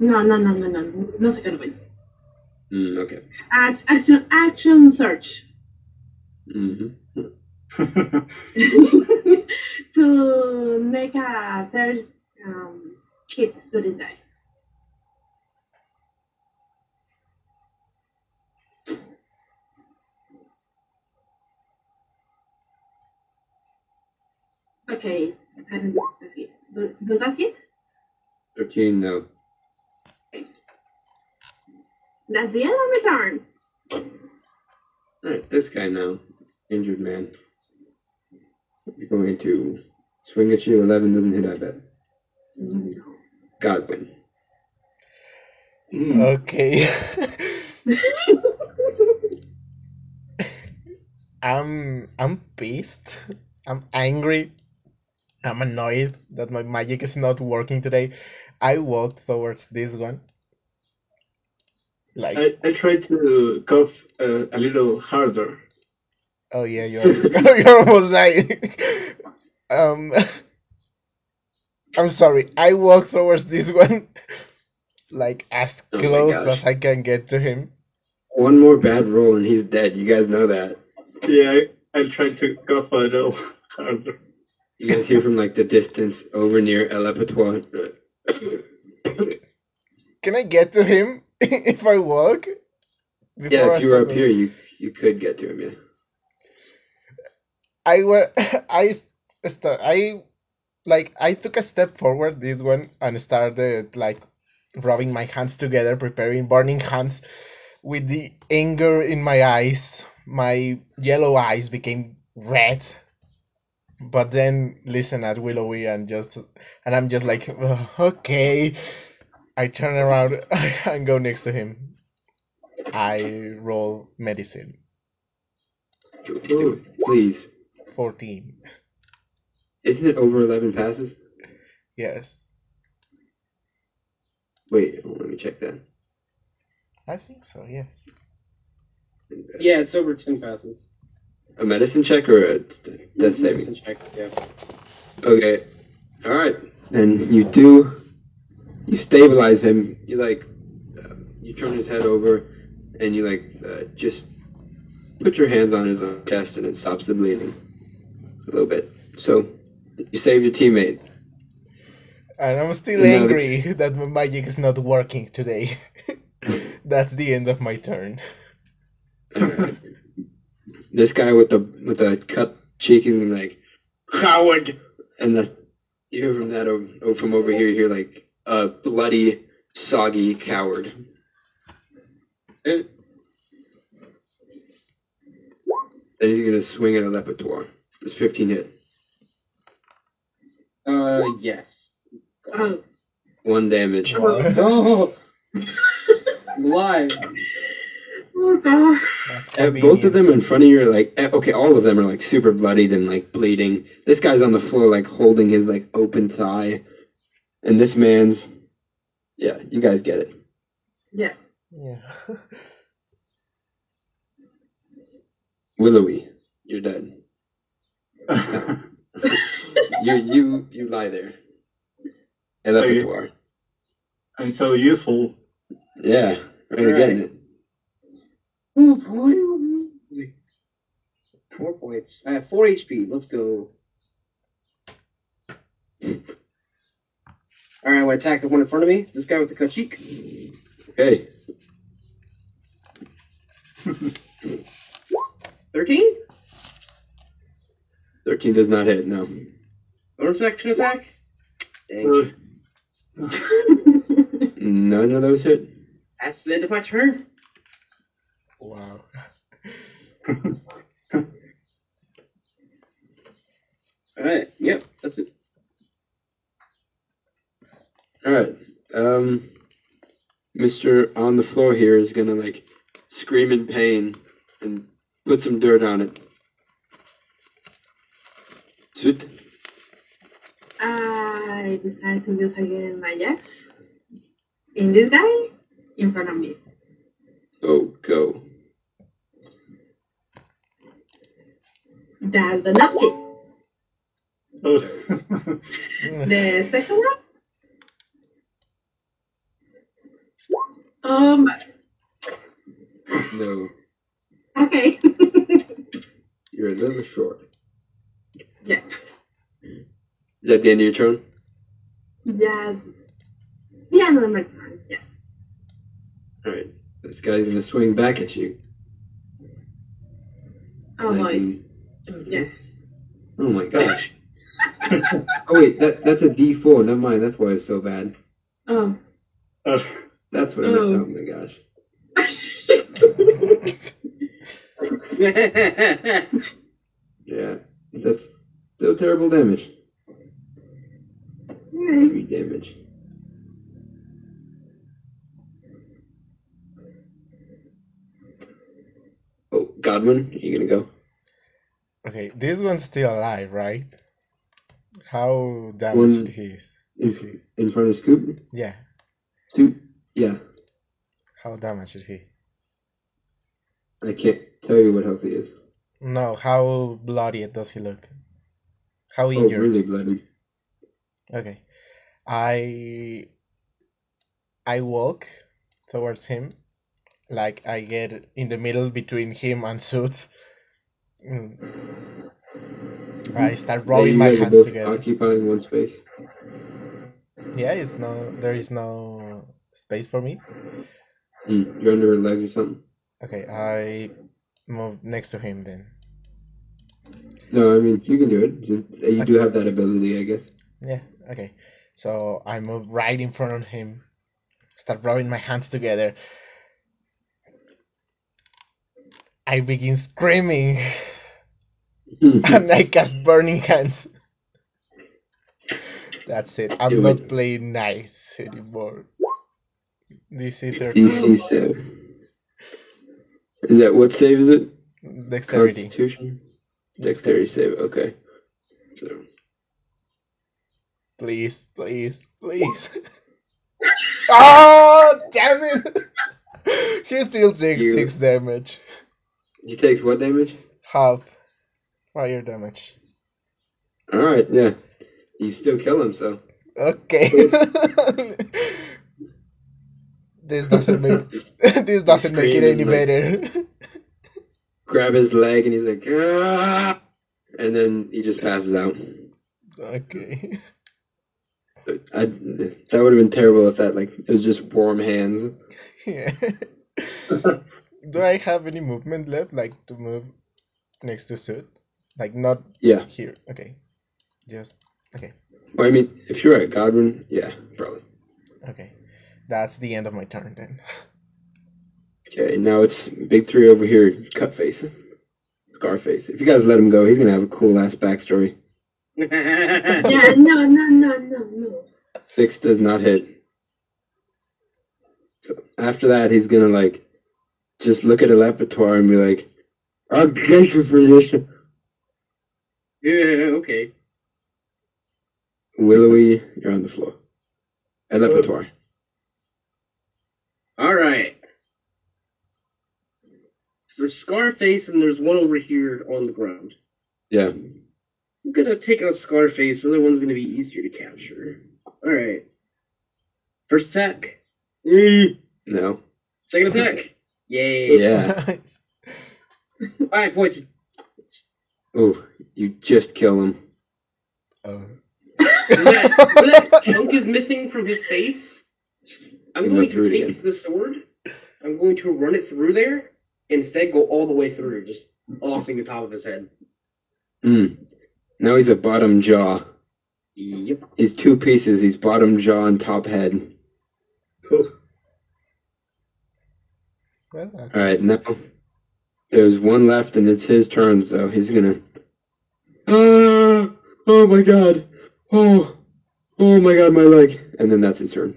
S5: No, no, no, no, no, no second wind.
S1: Mm, okay.
S5: Act, action, action, search.
S1: hmm
S5: to make a third um, hit to this guy. Okay, I don't think that's it. Do- Does that hit?
S1: 13, no.
S5: That's the end of my turn.
S1: Alright, this guy now. Injured man. He's going to swing at you. 11 doesn't hit, I bet. Godwin.
S3: Hmm.
S4: Mm.
S3: Okay. I'm I'm pissed. I'm angry. I'm annoyed that my magic is not working today. I walked towards this one. Like
S4: I, I tried to cough uh, a little harder.
S3: oh yeah,
S4: Sixty.
S3: you're you're almost dying. um I'm sorry, I walked towards this one like as
S1: Oh my
S3: close
S1: gosh.
S3: as I can get to him.
S1: One more bad roll and he's dead. You guys know that.
S4: Yeah, I, I tried to cough a little harder.
S1: You guys hear from like the distance over near El Abattoir.
S3: Can I get to him if I walk?
S1: Yeah,
S3: Before I
S1: if you were
S3: stop
S1: up
S3: moving?
S1: here, you you could get to him. Yeah.
S3: I wa I start I like I took a step forward this one and started like rubbing my hands together, preparing burning hands with the anger in my eyes. My yellow eyes became red. But then listen at Willowy and just and I'm just like "Ugh, okay. I turn around and go next to him. I roll medicine.
S1: Do it, do it, please.
S3: Fourteen.
S1: Isn't it over eleven passes?
S3: Yes.
S1: Wait, hold on, let me check that.
S3: I think so, yes.
S2: Yeah, it's over ten passes.
S1: A medicine check or a d- death saving?
S2: Medicine check. Yeah.
S1: Okay. All right. Then you do. You stabilize him. You like. Uh, you turn his head over, and you like uh, just put your hands on his chest, and it stops the bleeding a little bit. So you saved your teammate.
S3: And I'm still
S1: And now it's-
S3: angry that my magic is not working today. That's the end of my turn.
S1: All right. this guy with the with the cut cheek is gonna be like coward, and the, you hear from that over, from over here. You hear like a bloody, soggy coward. Eh, Then he's gonna swing at a lepitor. It's fifteen hit.
S2: Uh, yes.
S5: Oh,
S1: One damage.
S3: Wow.
S2: No. Live.
S5: oh god.
S3: That's
S1: Eh, both of
S3: convenient.
S1: them in front of you are like eh, okay. All of them are like super bloodied and like bleeding. This guy's on the floor like holding his like open thigh, and this man's yeah. You guys get it.
S5: Yeah.
S3: Yeah.
S1: Willowy, you're dead. You you you lie there. El
S4: Okay.
S1: Abattoir.
S4: I'm so useful.
S1: Yeah, right
S2: All
S1: again.
S2: Oh boy. oh boy. Four points. I have four HP. Let's go. All right, I want to attack the one in front of me. This guy with the cut cheek.
S1: Okay,
S2: Thirteen.
S1: thirteen does not hit. No.
S2: Bonus action attack. Dang.
S4: Uh,
S1: None of those hit.
S2: That's the end of my turn.
S3: Wow.
S2: All right. Yep. That's it.
S1: All right. Um, Mister on the floor here is gonna like scream in pain and put some dirt on it. Sweet.
S5: I decided to use again my axe in this guy in front of me.
S1: Go go.
S5: That's the last hit.
S4: oh.
S5: The second one. Oh my.
S1: No,
S5: Okay.
S1: you're a little short.
S5: Yeah.
S1: Is that the end of your turn?
S5: Yes. The end of my turn. Yes.
S1: All right. This guy's gonna swing back at you.
S5: Oh boy.
S1: 19.
S5: Yes.
S1: Oh my gosh. oh wait, that that's a D four. Never mind. That's why it's so bad.
S5: Oh.
S1: That's what. I meant.
S5: Oh.
S1: Oh my gosh. Yeah. That's still terrible damage.
S5: Alright.
S1: Three damage. Oh, Godwin, are you gonna go?
S3: Okay, this one's still alive, right? How damaged
S1: One-
S3: he is?
S1: In,
S3: is he?
S1: in front of Scoop?
S3: Yeah,
S1: Scoop? Yeah.
S3: how damaged is he?
S1: I can't tell you what health he is.
S3: No, how bloody does he look? How
S1: Oh,
S3: injured?
S1: really bloody.
S3: Okay, I I walk towards him, like I get in the middle between him and Suit. I start
S1: Yeah,
S3: rubbing
S1: you
S3: my
S1: guys are
S3: hands
S1: both
S3: together.
S1: Occupying one space.
S3: Yeah, it's no, there is no space for me.
S1: Mm, you're under her leg or something.
S3: Okay, I move next to him then.
S1: No, I mean, you can do it. You, you do have that ability, I guess.
S3: Yeah, okay. So I move right in front of him, start rubbing my hands together. I begin screaming and I cast burning hands. That's it. I'm
S1: Do
S3: not
S1: it.
S3: playing nice anymore. DC 13
S1: DC save. Is that what save is it?
S3: dexterity.
S1: Constitution? Dexterity save, okay. So,
S3: Please, please, please. oh, damn it! he still takes
S1: You-
S3: 6 damage.
S1: he takes what damage?
S3: Half fire damage.
S1: Alright, yeah. You still kill him, so.
S3: Okay. this doesn't make this doesn't make it any
S1: Screaming, like-
S3: better.
S1: Grab his leg and he's like, ah! And then he just passes out.
S3: okay.
S1: So I, that would have been terrible if that, like, it was just warm hands.
S3: Yeah. Do I have any movement left, like to move next to suit? Like not
S1: Yeah.
S3: here. Okay. Just okay.
S1: Well, I mean, if you're at Godwin, yeah, probably.
S3: Okay. That's the end of my turn then.
S1: Okay, now it's big three over here. Cutface, Scarface. If you guys let him go, he's gonna have a cool ass backstory.
S5: Yeah. No. No. No. No. No.
S1: Six does not hit. So after that, he's gonna like just look at a Lepitor and be like, "I'll get you for this."
S2: yeah, okay.
S1: Willowy, you're on the floor. A Lepitor.
S2: All right. There's Scarface, and there's one over here on the ground.
S1: Yeah.
S2: I'm gonna take out Scarface. The other one's gonna be easier to capture. All right. First attack. Mm.
S1: No.
S2: Second attack. Yay!
S1: Yeah.
S2: Five points.
S1: Ooh, you just kill him.
S3: oh.
S2: that, that chunk is missing from his face. I'm
S1: You
S2: going
S1: went through
S2: to
S1: it
S2: take
S1: again.
S2: the sword. I'm going to run it through there. Instead, go all the way through, just offing the top of his head.
S1: Mm. Now he's a bottom jaw.
S2: Yep.
S1: He's two pieces. He's bottom jaw and top head.
S3: Well, that's
S1: All right, now there's one left, and it's his turn, so he's gonna. Ah! Oh my god! Oh! Oh my god, my leg! And then that's his turn.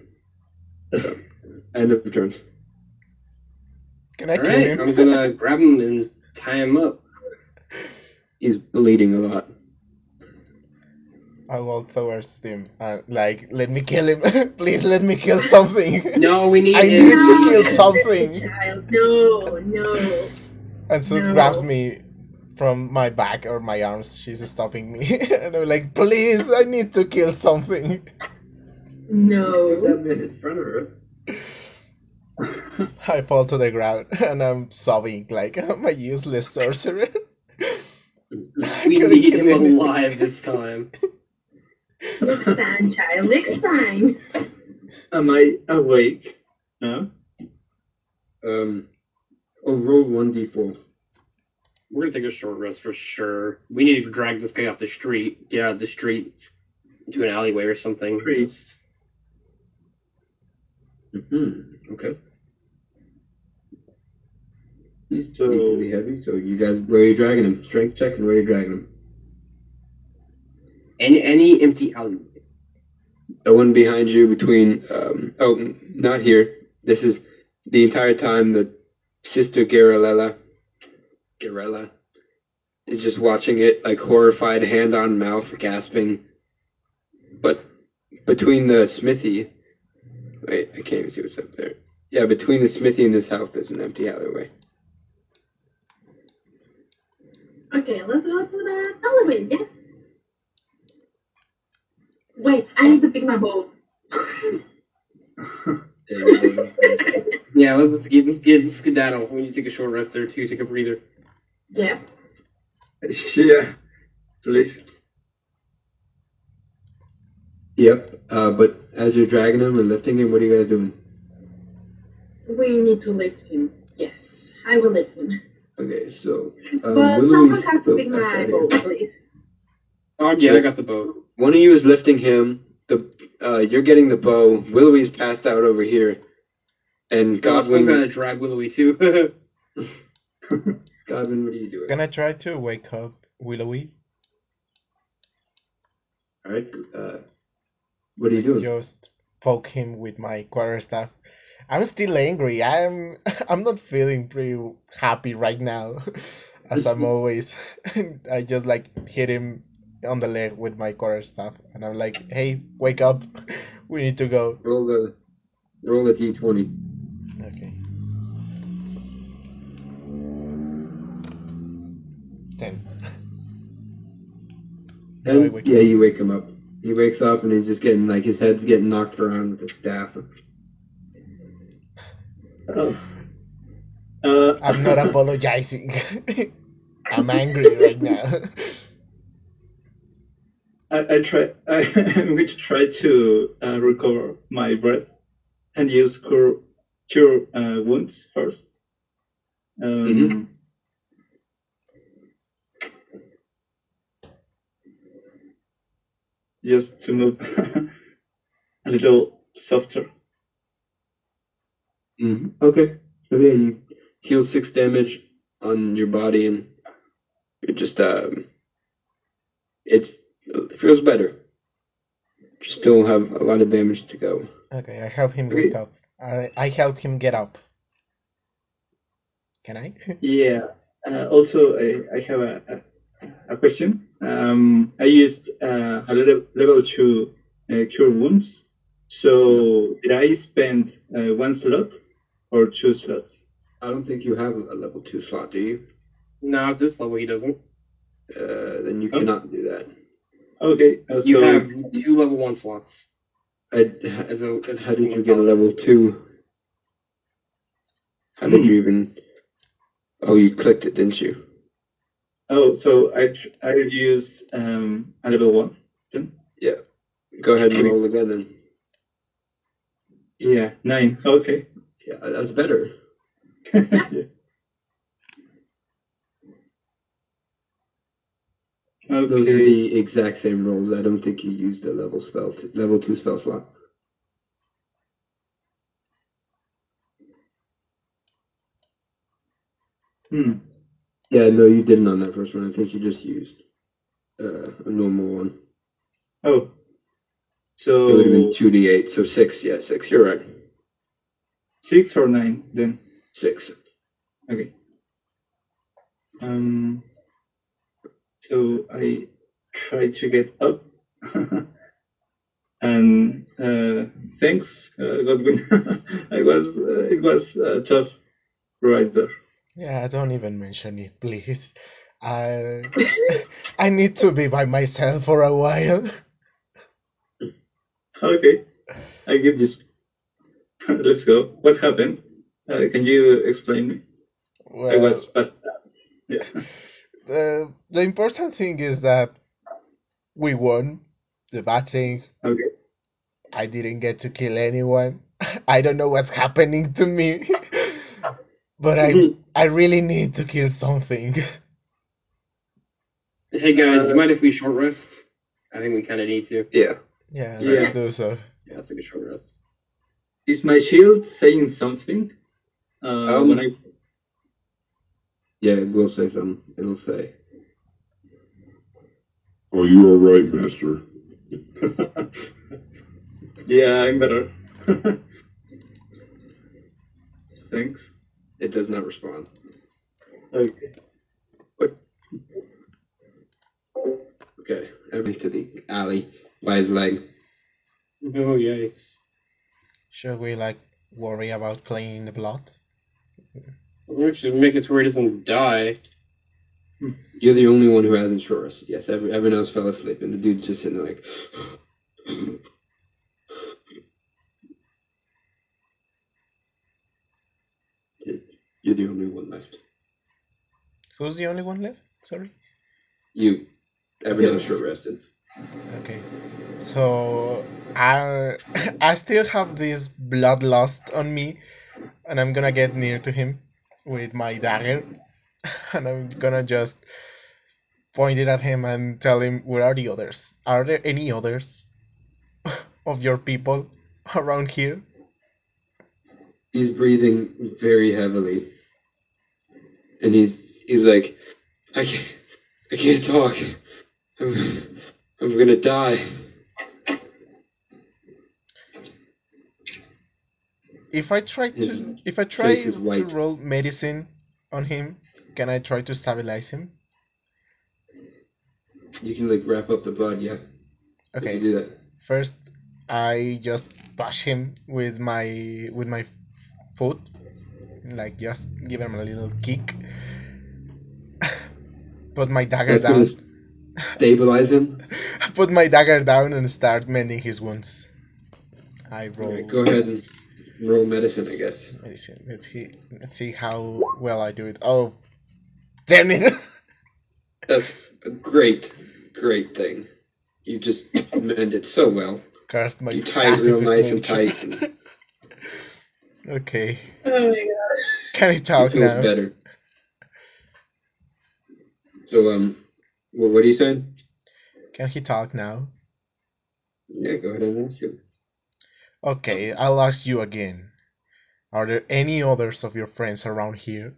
S1: So, end of turns.
S3: Can I
S2: All
S3: kill
S2: right,
S3: him?
S2: I'm gonna grab him and tie him up.
S1: He's bleeding a lot.
S3: I walk towards him. Uh, like, let me kill him. Please let me kill something.
S2: No, we need
S3: I
S2: him.
S3: need to
S5: No,
S3: kill
S5: this is a
S3: something.
S5: Child. No. No.
S3: And so
S5: No.
S3: grabs me from my back or my arms. She's stopping me. and I'm like, please, I need to kill something.
S5: No.
S1: man in front of her.
S3: I fall to the ground and I'm sobbing like I'm a useless sorcerer.
S2: We
S3: Couldn't
S2: need
S3: get
S2: him
S3: anything.
S2: alive this time.
S5: Next time, child. Next time.
S4: Am I awake? No.
S1: Um, oh, roll one d4.
S2: We're gonna take a short rest for sure. We need to drag this guy off the street, get out of the street, to an alleyway or something.
S4: Great.
S2: Just-
S1: Mm-hmm. Okay. He's
S4: So-
S1: decently heavy, so you guys, where are you dragging him? Strength check and where are you dragging him?
S2: any any empty alleyway.
S1: The one behind you between, um, oh, n- not here. This is the entire time that Sister Garalella, Garella, is just watching it, like horrified, hand on mouth, gasping. But between the smithy, wait, I can't even see what's up there. Yeah, between the smithy and this house, there's an empty alleyway.
S5: Okay, let's go to the alleyway. Yes. Wait, I need to pick my bow.
S2: Yeah, let's get let's get let's skedaddle. We need to take a short rest there too. Take a breather.
S5: Yep.
S4: yeah. Please.
S1: Yep. Uh, but as you're dragging him and lifting him, what are you guys doing?
S5: We need to lift him. Yes, I will lift him.
S1: Okay, so um,
S5: but
S1: Willow
S5: someone
S1: is
S5: has to
S1: still
S5: pick
S1: passed
S5: my
S1: out
S5: bow,
S1: here.
S5: please.
S2: Oh yeah, I got the boat.
S1: One of you is lifting him. The uh, you're getting the bow. Willoughby's passed out over here, and
S2: God, someone's
S1: Godwin.
S2: gonna drag Willowy too.
S1: Godwin, what are you doing?
S3: Gonna try to wake up Willowy.
S1: All right. Uh, what are you doing?
S3: Just poke him with my quarterstaff. I'm still angry. I'm I'm not feeling pretty happy right now, as I'm always. And I just like hit him on the leg with my quarterstaff, and I'm like, "Hey, wake up! We need to go."
S1: Roll the roll a d twenty.
S3: Okay. Ten. Do I
S1: And
S3: wake
S1: yeah,
S3: him up?
S1: you wake him up. He wakes up and he's just getting like his head's getting knocked around with the staff.
S4: Oh. Uh,
S3: I'm not apologizing. I'm angry right now.
S4: I, I try. I, I'm going to try to uh, recover my breath and use cure cure uh, wounds first. Um,
S1: Mhm.
S4: Just to move a little softer.
S1: hmm Okay. So yeah, you heal six damage on your body, and it just um, it's it feels better. Just still have a lot of damage to go.
S3: okay, I help him wake up. I I help him get up. Can I?
S4: Yeah. Uh, also, I, I have a, a, a question. Um, I used uh, a level, level two uh, cure wounds. So did I spend uh, one slot or two slots?
S1: I don't think you have a level two slot, do you?
S2: no, at this level he doesn't.
S1: Uh, then you
S4: Oh.
S1: cannot do that.
S4: Okay. Uh,
S2: You
S4: so
S2: have two level one slots.
S1: I,
S2: As a as a
S1: how did
S2: senior
S1: you get a
S2: paladin.
S1: level two? How did you even? Oh, you clicked it, didn't you?
S4: oh, so I tr- I will use um, a level one. Then
S1: Go ahead and roll again. Then
S4: yeah, nine. Okay.
S1: yeah, that's better. Those are
S4: Okay.
S1: the exact same rolls. I don't think you used a level spell, t- level two spell slot.
S4: Hmm.
S1: Yeah, no, you didn't on that first one. I think you just used uh, a normal one.
S4: Oh.
S1: It would have been
S4: So
S1: two d eight, so six. Yeah, six. You're right.
S4: six or nine then.
S1: Six.
S4: Okay. Um, so I try to get up. and uh, thanks, uh, Godwin. I was uh, it was uh, tough right there.
S3: Yeah, don't even mention it, please. I I need to be by myself for a while.
S4: Okay, I give this. Let's go. What happened? Uh, can you explain me? I
S3: Well,
S4: was passed out. Yeah.
S3: uh, the important thing is that we won. The bad thing,
S1: Okay.
S3: I didn't get to kill anyone. I don't know what's happening to me, but I I really need to kill something.
S2: Hey guys, you mind if we short rest? I think we kind of need to.
S1: Yeah.
S3: Yeah,
S4: Yeah.
S3: let's do so.
S2: Yeah, let's take a short rest.
S4: Is my shield saying something? Uh,
S1: Um,
S4: when I
S1: Yeah, it will say something. It'll say.
S6: Oh, you are right, Master.
S4: yeah, I'm better. Thanks.
S1: It does not respond.
S4: Okay.
S1: Okay. Over to the alley by his leg.
S2: Oh yikes!
S3: Should we like worry about cleaning the blood?
S2: We should make it to where he doesn't die.
S1: You're the only one who hasn't short rested. Yes, every, everyone else fell asleep, and the dude's just sitting there like, "You're the only one left."
S3: Who's the only one left? Sorry.
S1: You, everyone
S3: Yeah.
S1: else short rested.
S3: Okay. So I I still have this bloodlust on me, and I'm gonna get near to him with my dagger, and I'm gonna just point it at him and tell him, "Where are the others? Are there any others of your people around here?"
S1: He's breathing very heavily, and he's he's like, "I can't, I can't talk. I'm, I'm gonna die."
S3: If I try
S1: His
S3: to if I try
S1: is
S3: to
S1: white.
S3: roll medicine on him, can I try to stabilize him?
S1: You can like wrap up the blood, yeah. If
S3: Okay.
S1: you do that.
S3: First, I just bash him with my with my f- foot, like just give him a little kick. Put my dagger
S1: That's gonna
S3: down.
S1: s- stabilize him.
S3: Put my dagger down and start mending his wounds. I roll
S1: Alright, go ahead and roll medicine, I guess.
S3: medicine. Let's see. Let's see how well I do it. Oh, damn it!
S1: That's a great, great thing. You just mend it so well.
S3: Cursed my
S1: You tie it real
S3: pacifist
S1: nice and
S3: nature.
S1: tight. And it
S3: okay.
S5: Oh my god.
S3: Can I talk
S1: feels
S3: now?
S1: better. So, um, wha- what are you saying?
S3: Can he talk now?
S1: Yeah, go ahead and ask him.
S3: Okay, I'll ask you again. Are there any others of your friends around here?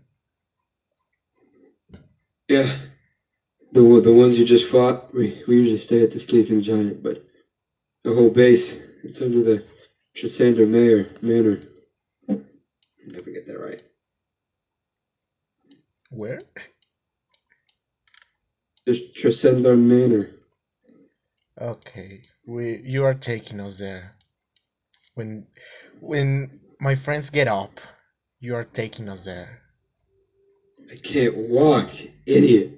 S1: Yeah, the one- the ones you just fought. We we usually stay at the Sleeping Giant, but the whole base it's under the Trisander Mayor Manor. Never get that right.
S3: Where?
S1: There's Trisander Manor.
S3: Okay, we you are taking us there. When when my friends get up, you are taking us there.
S1: I can't walk, idiot.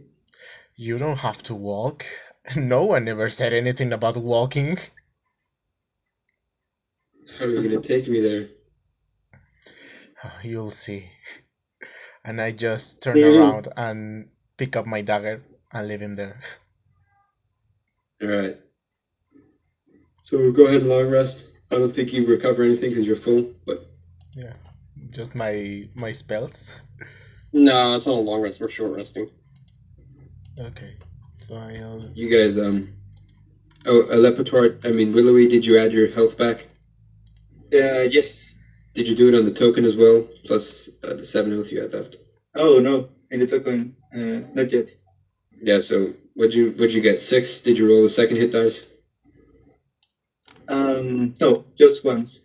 S3: You don't have to walk. No one ever said anything about walking.
S1: How are you gonna take me there?
S3: Oh, You'll see. And I just turn
S1: Mhm.
S3: around and pick up my dagger and leave him there.
S1: All right. So we'll go ahead and long rest. I don't think you recover anything because you're full, but
S3: Yeah. Just my my spells.
S2: No, it's not a long rest. We're short resting.
S3: Okay. So I'll
S1: you guys, um, oh, Alepatort, I mean, Willowy, did you add your health back?
S4: Uh, yes.
S1: Did you do it on the token as well? Plus uh, the seven health you had left.
S4: Oh no, in the token, uh, not yet.
S1: Yeah. So what'd you what'd you get? Six? Did you roll a second hit dice?
S4: Um, no, just once.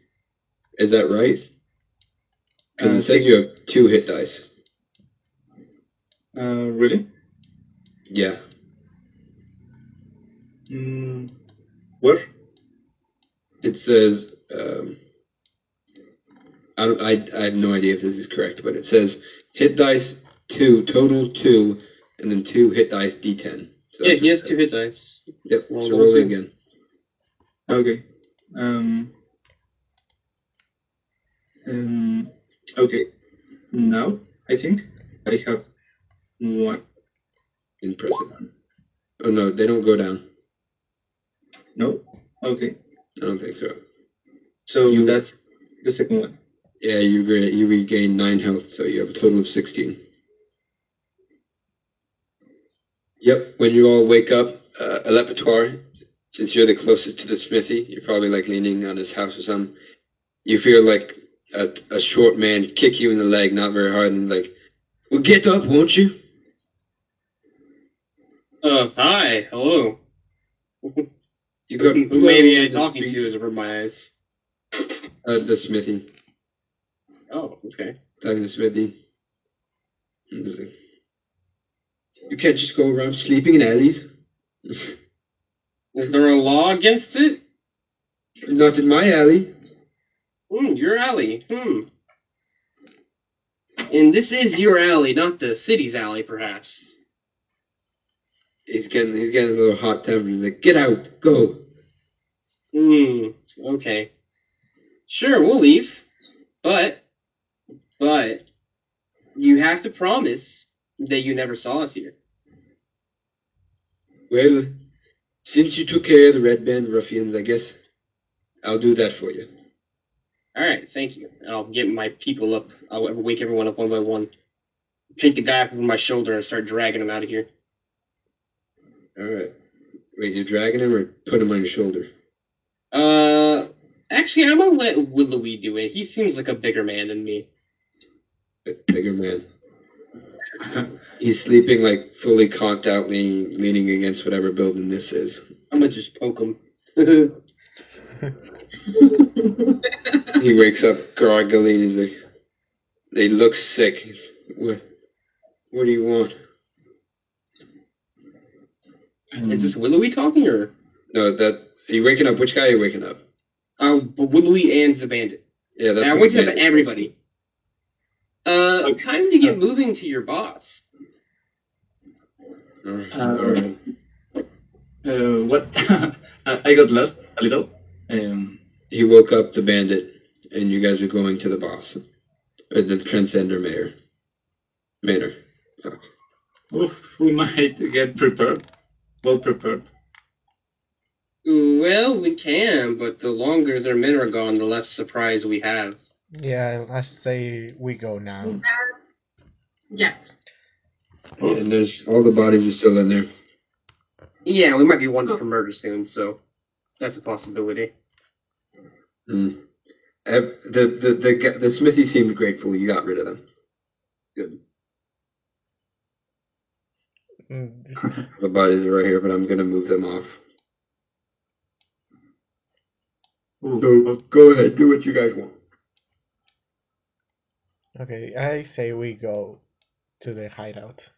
S1: Is that right? 'Cause
S4: Uh,
S1: it says
S4: six-
S1: you have two hit dice.
S4: uh, really?
S1: Yeah.
S4: Mm, where?
S1: It says um, I don't I, I have no idea if this is correct, but it says hit dice two total two, and then two hit dice d10. So
S2: Yeah,
S1: that's
S2: he
S1: what
S2: has
S1: it
S2: two hit dice.
S1: Yep.
S2: Roll
S1: so
S2: one,
S1: roll
S2: two.
S1: it again.
S4: Okay. Um, um, okay. Now I think I have one.
S1: in prison. Oh no, they don't go down.
S4: No? Okay.
S1: I don't think so.
S4: So
S1: You-
S4: that's the second one.
S1: Yeah, you re- you regain nine health, so you have a total of sixteen. Yep. When you all wake up, uh, Elepitor, since you're the closest to the smithy, you're probably like leaning on his house or something. You feel like a, a short man kick you in the leg, not very hard, and like, well, get up, won't you?
S2: Uh, hi, hello.
S1: You go.
S2: Who,
S1: whoever
S2: who maybe I'm
S1: wanted
S2: talking
S1: speak-
S2: to is over my eyes.
S1: Uh, the smithy.
S2: Oh, okay.
S1: Talking to smithy. And he's like, You can't just go around sleeping in alleys.
S2: Is there a law against it?
S1: Not in my alley.
S2: Hmm, your alley. Hmm. And this is your alley, not the city's alley, perhaps.
S1: He's getting he's getting a little hot tempered. He's like, get out, go.
S2: Hmm. Okay. Sure, we'll leave, but but you have to promise that you never saw us here.
S1: Well, since you took care of the red band ruffians, I guess I'll do that for you.
S2: All right, thank you. I'll get my people up. I'll wake everyone up one by one. Pick the guy up over my shoulder and start dragging him out of here.
S1: All right. Wait, you're dragging him or putting him on your shoulder?
S2: Uh, actually, I'm gonna let Willowy do it. He seems like a bigger man than me.
S1: A bigger man. He's sleeping like fully conked out, leaning, leaning against whatever building this is.
S2: I'm gonna just poke him. All
S1: He wakes up groggily and he's like, "They look sick." He's, What? What do you want?
S4: Mm.
S2: Is this Willowy talking or?
S1: No, that are you waking up? Which guy are you waking up?
S2: Oh, but Willowy and the bandit.
S1: Yeah, that's.
S2: I
S1: what
S2: wake up
S1: bandits- that's-
S2: everybody. Uh, time to get moving to your boss.
S1: All right.
S4: Uh,
S1: all right.
S4: Uh, what? I I got lost a little. Um,
S1: he woke up the bandit, and you guys are going to the boss, or the transcender mayor, manor.
S4: oof, we might get prepared, well prepared.
S2: Well, we can, but the longer their men are gone, the less surprise we have.
S3: Yeah, I say we go now.
S5: Yeah.
S1: And there's all the bodies are still in there.
S2: Yeah, we might be wanted for murder soon, so that's a possibility.
S1: Mm. Ev- The, the the g- the smithy seemed grateful you got rid of them.
S3: Mm,
S1: The bodies are right here, but I'm gonna move them off. So go ahead, do what you guys want.
S3: Okay, I say we go to the hideout.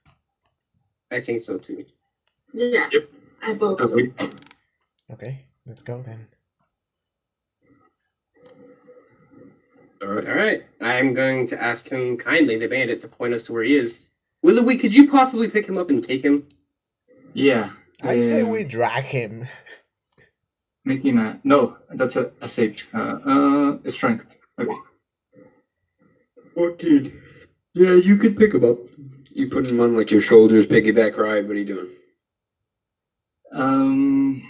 S2: I think so too.
S5: Yeah.
S4: Yep.
S5: I vote.
S4: Uh, we-
S3: Okay, let's go then.
S1: All right.
S2: All right, I'm going to ask him kindly, the bandit, to point us to where he is. Willowy, could you possibly pick him up and take him?
S4: yeah.
S3: I say
S4: um,
S3: we drag him.
S4: Making a no. That's a, a save. Uh, uh, strength. Okay.
S1: Fourteen. Yeah, you could pick him up. You put him on like your shoulders, piggyback ride. What are you doing?
S4: Um,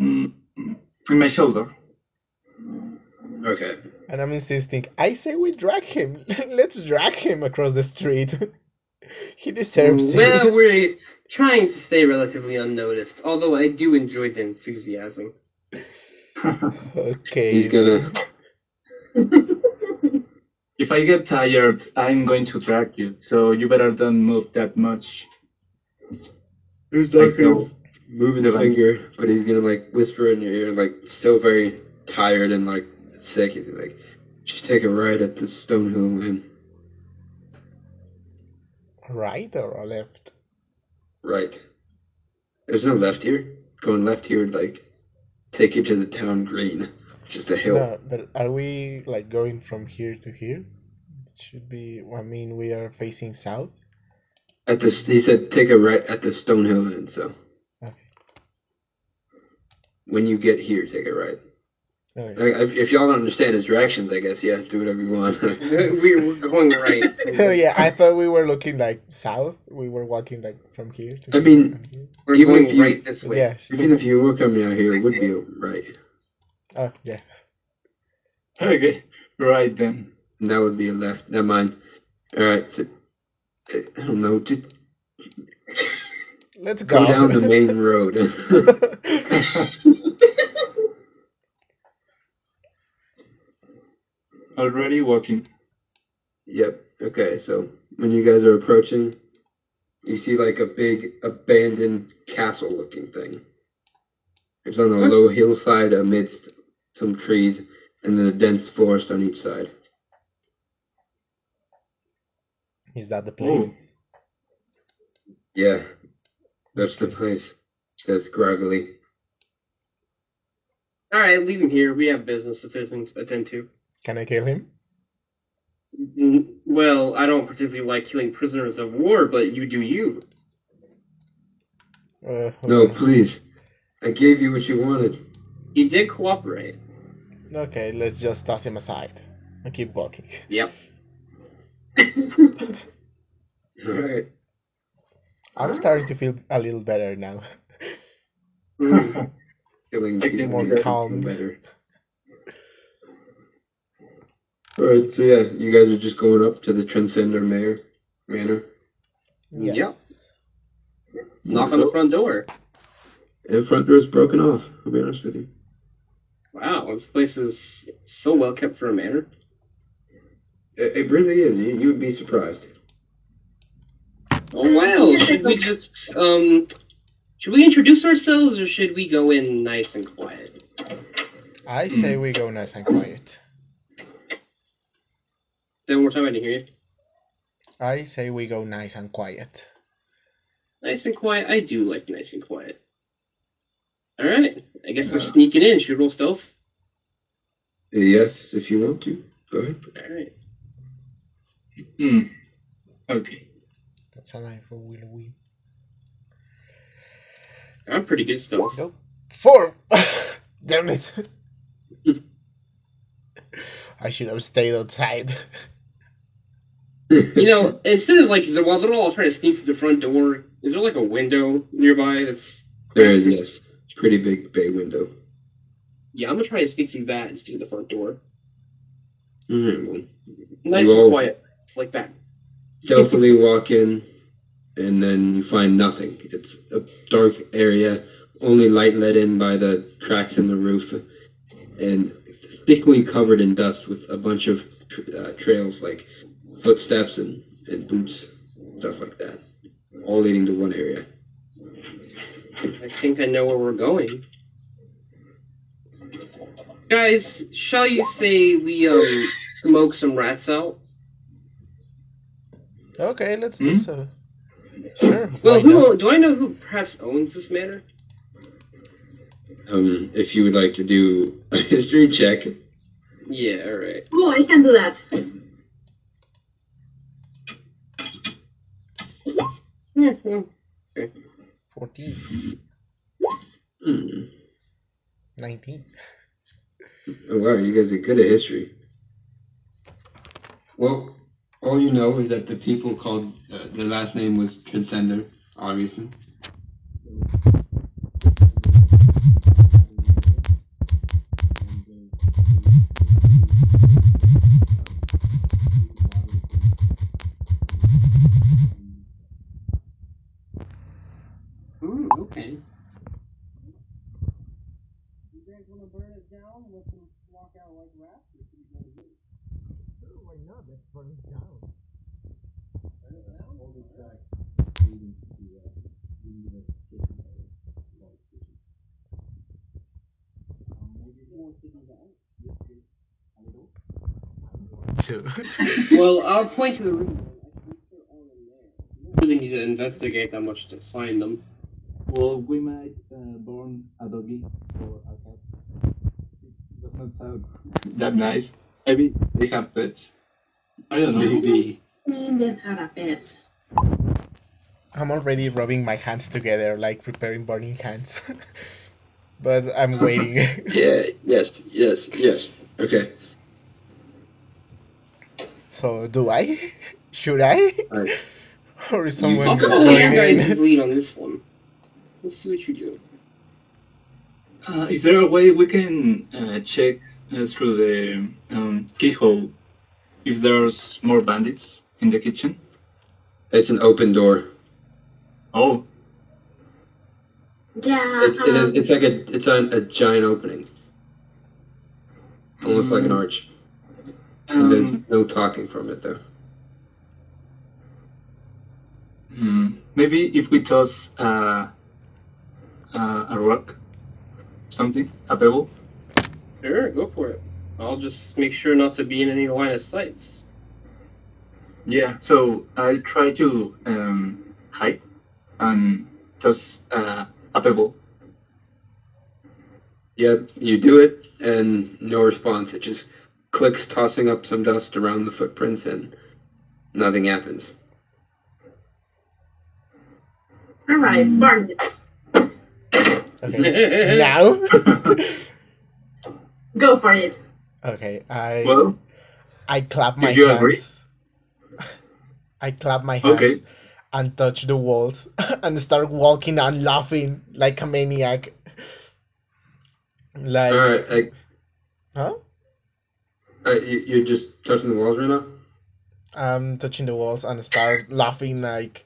S4: mm, in my shoulder.
S1: Okay.
S3: And I'm insisting, I say we drag him. Let's drag him across the street. he deserves
S2: Well,
S3: it.
S2: we're trying to stay relatively unnoticed, although I do enjoy the enthusiasm.
S3: Okay.
S1: He's gonna.
S4: If I get tired, I'm going to drag you. So you better don't move that much.
S1: He's
S4: I
S1: not gonna
S4: know.
S1: move his
S4: Divine.
S1: finger, but he's gonna like whisper in your ear, like still very tired and like sick. He's like, just take a ride at the stone hill and
S3: Right or left?
S1: right. There's no left here. Going left here would like take you to the town green, just a hill.
S3: No, but are we like going from here to here? It should be. I mean, we are facing south.
S1: At the he said, take a right at the stone hill inn. So
S3: Okay.
S1: when you get here, take a right.
S3: Okay.
S1: I- If, if y'all don't understand his directions, I guess yeah, do whatever you want.
S2: we were going right.
S3: Oh yeah, I thought we were looking like south. We were walking like from here to
S1: I mean,
S3: here, and here.
S2: We're
S1: Even if
S2: going
S1: you-
S2: right this way.
S3: yeah, sh-
S1: Even if you were coming out here, it would be right.
S3: oh yeah,
S4: Okay. Right then.
S1: And That would be a left. Never mind. All right. So, I don't know. Just
S3: let's
S1: go
S3: go.
S1: down the main road.
S4: Already walking.
S1: yep. Okay. So when you guys are approaching, you see like a big abandoned castle-looking thing. It's on a low hillside amidst some trees and then a dense forest on each side.
S3: Is that the place?
S1: Yeah, that's the
S3: Okay.
S1: place. Says groggily.
S2: All right, leave him here. We have business to attend- attend to.
S3: Can I kill him?
S2: N- Well, I don't particularly like killing prisoners of war, but you do you.
S3: Uh,
S1: No,
S3: okay.
S1: please. I gave you what you wanted.
S2: You did cooperate.
S3: Okay, let's just toss him aside and keep walking.
S2: Yep.
S1: All right.
S3: I'm starting to feel a little better now.
S2: Mm.
S1: Killing
S4: Like
S1: people
S4: this
S1: makes
S4: more
S1: you
S3: calm.
S1: feel better. All right. So yeah, you guys are just going up to the Transcender Mayor Manor.
S2: Yep.
S3: Yes.
S2: Knock on the front door.
S1: And front door is broken off. I'll be honest with you.
S2: Wow, this place is so well kept for a manor.
S1: It, it really is. You, you would be surprised.
S2: Oh wow! Should we just um? Should we introduce ourselves, or should we go in nice and quiet?
S3: I say we go nice and quiet.
S2: Say one more time, I didn't hear you.
S3: I say we go nice and quiet.
S2: Nice and quiet. I do like nice and quiet. All right. I guess we're
S4: Yeah.
S2: sneaking in. Should we roll stealth?
S1: Yes, if you want to. Go ahead.
S2: All right.
S4: Hmm. Okay.
S3: That's a nine for will we?
S2: I'm pretty good at stealth.
S3: Nope. Four. Damn it. I should have stayed outside.
S2: You know, instead of like the, while they're all trying to sneak through the front door, is there like a window nearby? That's
S1: there is yes. Pretty big bay window.
S2: yeah. I'm gonna try to sneak through that and sneak in the front door.
S1: All right. Well,
S2: Nice
S1: You
S2: and
S1: all-
S2: quiet, like that.
S1: stealthily walk in, and then you find nothing. It's a dark area, only light let in by the cracks in the roof, and thickly covered in dust with a bunch of tr- uh, trails like footsteps and, and boots, stuff like that, all leading to one area.
S2: I think I know where we're going. Guys, shall you say we um smoke some rats out?
S3: Okay, let's
S4: Hmm?
S3: do so. Sure.
S2: Well,
S3: why
S2: who
S3: not?
S2: own- do I know who perhaps owns this manor?
S1: Um, if you would like to do a history check,
S2: Yeah, all right.
S5: Oh, I can do that.
S2: Yeah, well,
S3: 14,
S1: hmm.
S3: 19.
S1: Oh, wow, you guys are good at history. Well, all you know is that the people called uh, their last name was Transcender, obviously.
S2: Ooh, okay.
S3: Two.
S2: Well, I'll point to the room. Really need to investigate that much to find them.
S4: Well, we might uh, burn a doggy or a cat. It does not sound that nice. Maybe they have pets. I don't know.
S1: Maybe.
S5: Me, let's have a pet.
S3: I'm already rubbing my hands together, like preparing burning hands. but I'm waiting.
S1: Yeah, yes, yes, yes. Okay.
S3: so do I? Should I?
S1: Alright.
S3: or is someone
S2: I'll
S3: just
S2: follow
S3: going
S2: your
S3: in?
S2: guys' lead on this one. Let's see what you do.
S4: Uh, is there a way we can uh, check uh, through the um, keyhole if there's more bandits in the kitchen?
S1: It's an open door.
S4: Oh,
S5: Yeah.
S1: It's, it is,
S5: um,
S1: it's like a it's on a giant opening, almost like an
S4: Mm.
S1: arch, and there's
S4: um,
S1: no talking from it though.
S4: hmm, maybe if we toss uh, uh, a rock, something, a pebble.
S2: Sure, go for it. I'll just make sure not to be in any line of sights.
S4: Yeah. So I try to um, hide and toss uh, a pebble.
S1: Yep, you do it, and no response. It just clicks, tossing up some dust around the footprints, and nothing happens.
S5: all right,
S1: Mm.
S5: burn it.
S3: Okay.
S2: yeah,
S3: Now?
S5: Go for it.
S3: okay, I
S4: well,
S3: I clap my
S4: you agree?
S3: hands. I clap my
S4: okay.
S3: hands and touch the walls and start walking and laughing like a maniac.
S1: All
S3: Like,
S1: right, like
S3: huh?
S1: uh, you, you're just touching the walls right now.
S3: I'm touching the walls and start laughing like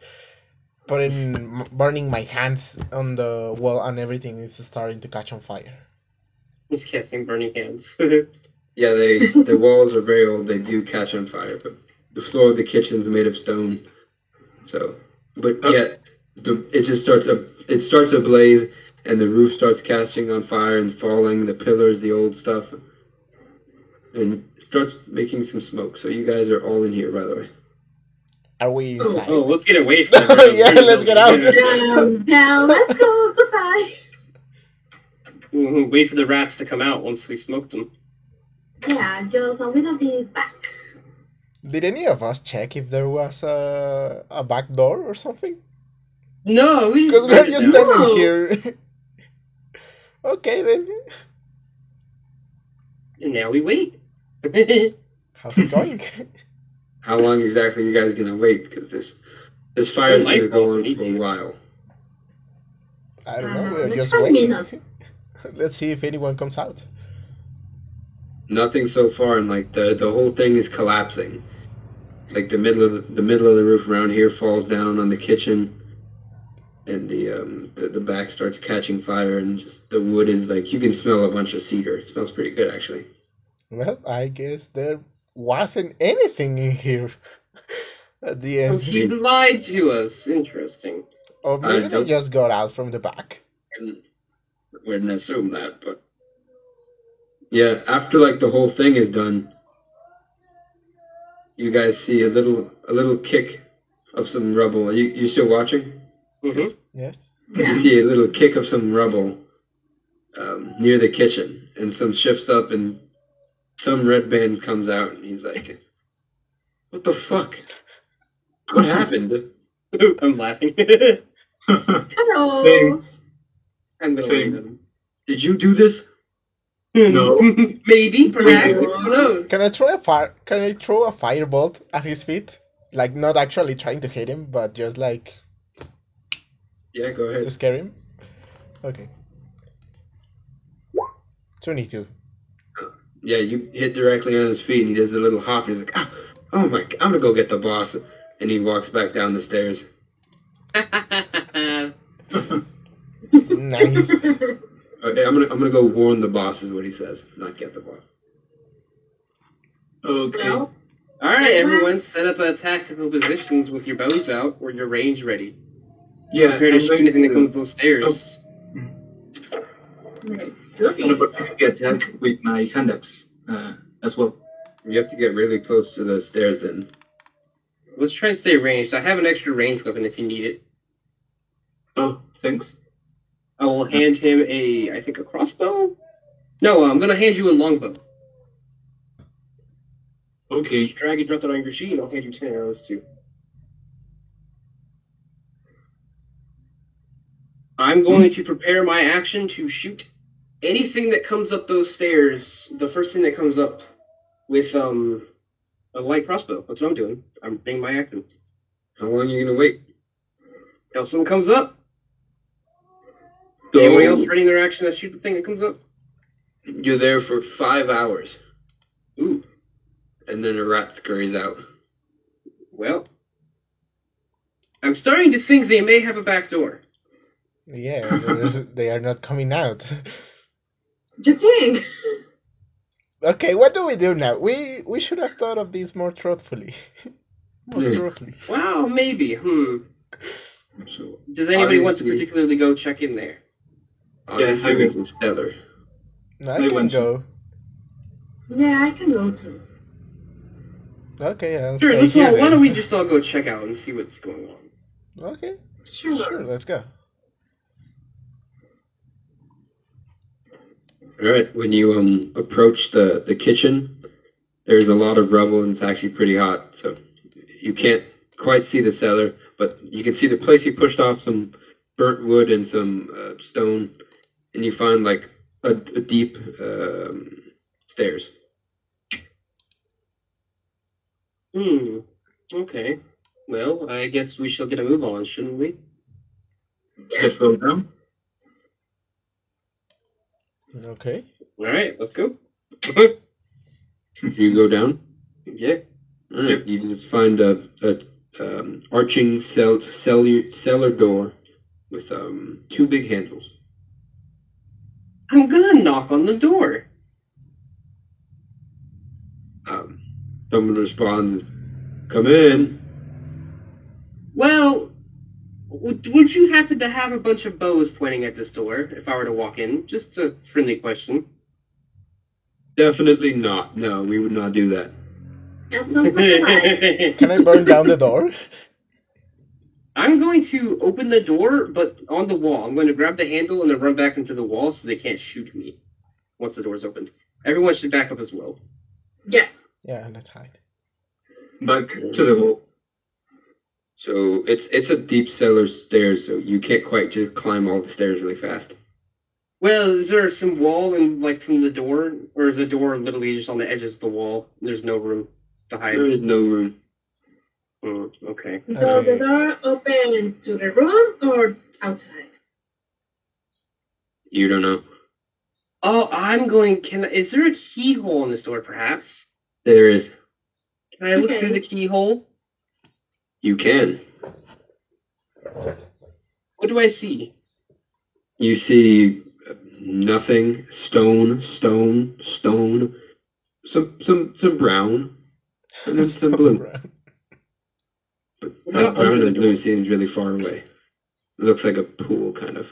S3: putting burning my hands on the wall and everything is starting to catch on fire.
S2: he's casting burning hands.
S1: Yeah, they the walls are very old. They do catch on fire, but the floor of the kitchen's made of stone. So, but
S4: Uh,
S1: yeah, the, it just starts a it starts ablaze, and the roof starts catching on fire and falling. The pillars, the old stuff, and it starts making some smoke. So you guys are all in here, by the way.
S3: Are we
S2: oh, oh,
S3: inside?
S2: let's get away from everyone.
S3: yeah,
S2: Burn the
S3: let's get out.
S2: building.
S5: Um, yeah, let's go. Goodbye.
S2: Mhm, Wait for the rats to come out once we smoke them.
S5: Yeah, just a little bit back.
S3: Did any of us check if there was a a back door or something?
S2: No, we just
S3: Because we're
S2: burned it
S3: just
S2: down.
S3: standing
S5: No.
S3: here. okay then.
S2: And now we wait.
S3: How's it going?
S1: How long exactly are you guys gonna wait? Because this this fire
S2: Turn
S1: is gonna
S2: lights off
S1: go
S2: if we
S1: on
S2: need
S1: for a
S2: to.
S1: while.
S3: I don't know.
S5: Uh,
S3: We're
S5: like
S3: just
S5: five
S3: waiting.
S5: minutes.
S3: Let's see if anyone comes out.
S1: Nothing so far, and like the the whole thing is collapsing. Like the middle of the, the middle of the roof around here falls down on the kitchen. and the um the, the back starts catching fire and just the wood is like you can smell a bunch of cedar it smells pretty good actually
S3: Well, I guess there wasn't anything in here at the
S2: Oh,
S3: end.
S2: he
S1: They-
S2: lied to us. Interesting.
S3: Or
S1: i
S3: maybe they
S1: don't
S3: just got out from the back.
S1: wouldn't assume that but yeah after like the whole thing is done you guys see a little a little kick of some rubble you, you still watching
S2: hmm
S1: yes
S3: Yes.
S1: you
S5: Yeah.
S1: see a little kick of some rubble um, near the kitchen and some shifts up and some red band comes out and he's like what the fuck what happened
S2: I'm laughing.
S5: Hello.
S4: Same,
S2: I'm gonna wave
S4: same.
S2: at him.
S1: did you do this
S4: No.
S2: Maybe, perhaps,
S5: No.
S2: who
S3: Can
S2: knows?
S3: I throw a fire? Can I throw a firebolt at his feet? Like not actually trying to hit him, but just like
S1: yeah go ahead
S3: to scare him. Okay. Twenty-two.
S1: Yeah, you hit directly on his feet, and he does a little hop, and he's like, ah, "Oh my! g- I'm gonna go get the boss," and he walks back down the stairs.
S3: Nice.
S1: Okay, Uh, I'm gonna I'm gonna go warn the boss, is what he says, not get the boss.
S4: Okay.
S5: well,
S2: All right,
S5: good luck.
S2: everyone, set up uh, tactical positions with your bows out or your range ready.
S4: Yeah,
S2: Prepare to
S4: I'm
S2: shoot
S4: going
S2: anything that
S4: to.
S2: comes those
S4: Oh,
S2: stairs.
S5: Let's do
S4: an
S5: this.
S4: opportunity attack with my hand axe uh, as well.
S1: You have to get really close to the stairs, then.
S2: Let's try and stay ranged. I have an extra ranged weapon if you need it.
S4: Oh, thanks.
S2: I will
S4: Uh,
S2: hand him a, I think, a crossbow? No, uh, I'm gonna hand you a longbow.
S4: okay.
S2: Drag and drop that on your sheet, and I'll hand you 10 arrows too. Hmm. I'm going to prepare my action to shoot anything that comes up those stairs, the first thing that comes up with um a light crossbow. That's what I'm doing. I'm being my action.
S1: How long are you gonna wait?
S2: If someone comes up,
S1: So,
S2: anyone else ready in their action to shoot the thing that comes up?
S1: You're there for five hours,
S2: Ooh,
S1: and then a rat scurries out.
S2: well. I'm starting to think they may have a back door.
S3: Yeah, there's- they are not coming out.
S5: You think?
S3: Okay, what do we do now? We we should have thought of this more thoughtfully. more
S1: Yeah.
S3: thoroughly.
S2: Wow, maybe. Hmm.
S1: So
S2: Does anybody want to
S1: Obviously-
S2: particularly go check in there?
S1: obviously
S4: I
S1: there's a cellar.
S3: No, I
S4: They
S3: can
S4: want you.
S3: go.
S5: Yeah, I can go too.
S3: Okay, I'll
S2: Sure,
S3: stay
S2: let's
S3: here
S2: all. Why
S3: then.
S2: don't we just all go check out and see what's going on?
S3: Okay,
S5: Sure.
S3: sure, let's go.
S1: All right. When you um approach the the kitchen, there's a lot of rubble and it's actually pretty hot, so you can't quite see the cellar, but you can see the place he pushed off some burnt wood and some uh, stone, and you find like a, a deep um, stairs.
S2: Hmm. Okay. Well, I guess we shall get a move on, shouldn't we?
S4: Let's go down.
S3: Okay.
S2: All right, let's go.
S1: You go down.
S2: yeah.
S1: All right. You just find a, a um, arching cell, cellar cellar door with um, two big handles.
S2: I'm gonna knock on the door.
S1: Um, someone responds, "Come in."
S2: Well, would, would you happen to have a bunch of bows pointing at this door if I were to walk in? Just a friendly question.
S1: Definitely not. No, we would not do that.
S5: That sounds like a lie.
S3: Can I burn down the door?
S2: I'm going to open the door, but on the wall. I'm going to grab the handle and then run back into the wall so they can't shoot me once the door's opened. Everyone should back up as well.
S5: Yeah.
S3: Yeah, let's hide.
S4: Back to the wall.
S1: So it's it's a deep cellar stairs, so you can't quite just climb all the stairs really fast.
S2: Well, is there some wall in like from the door, or is the door literally just on the edges of the wall? There's no room to hide.
S1: There is no room.
S2: Mm, okay.
S5: So the
S3: Okay.
S5: door open to the room or outside?
S1: You don't know.
S2: Oh, I'm going. Can is there a keyhole in this door? Perhaps.
S1: There is.
S2: Can I look through
S5: Okay.
S2: the keyhole?
S1: You can.
S2: What do I see?
S1: You see nothing. Stone, stone, stone. Some some some brown, and then some blue.
S3: Brown.
S1: But
S2: What
S1: uh,
S2: about
S1: brown
S2: under the
S1: and blue
S2: door?
S1: seems really far away. It looks like a pool, kind of.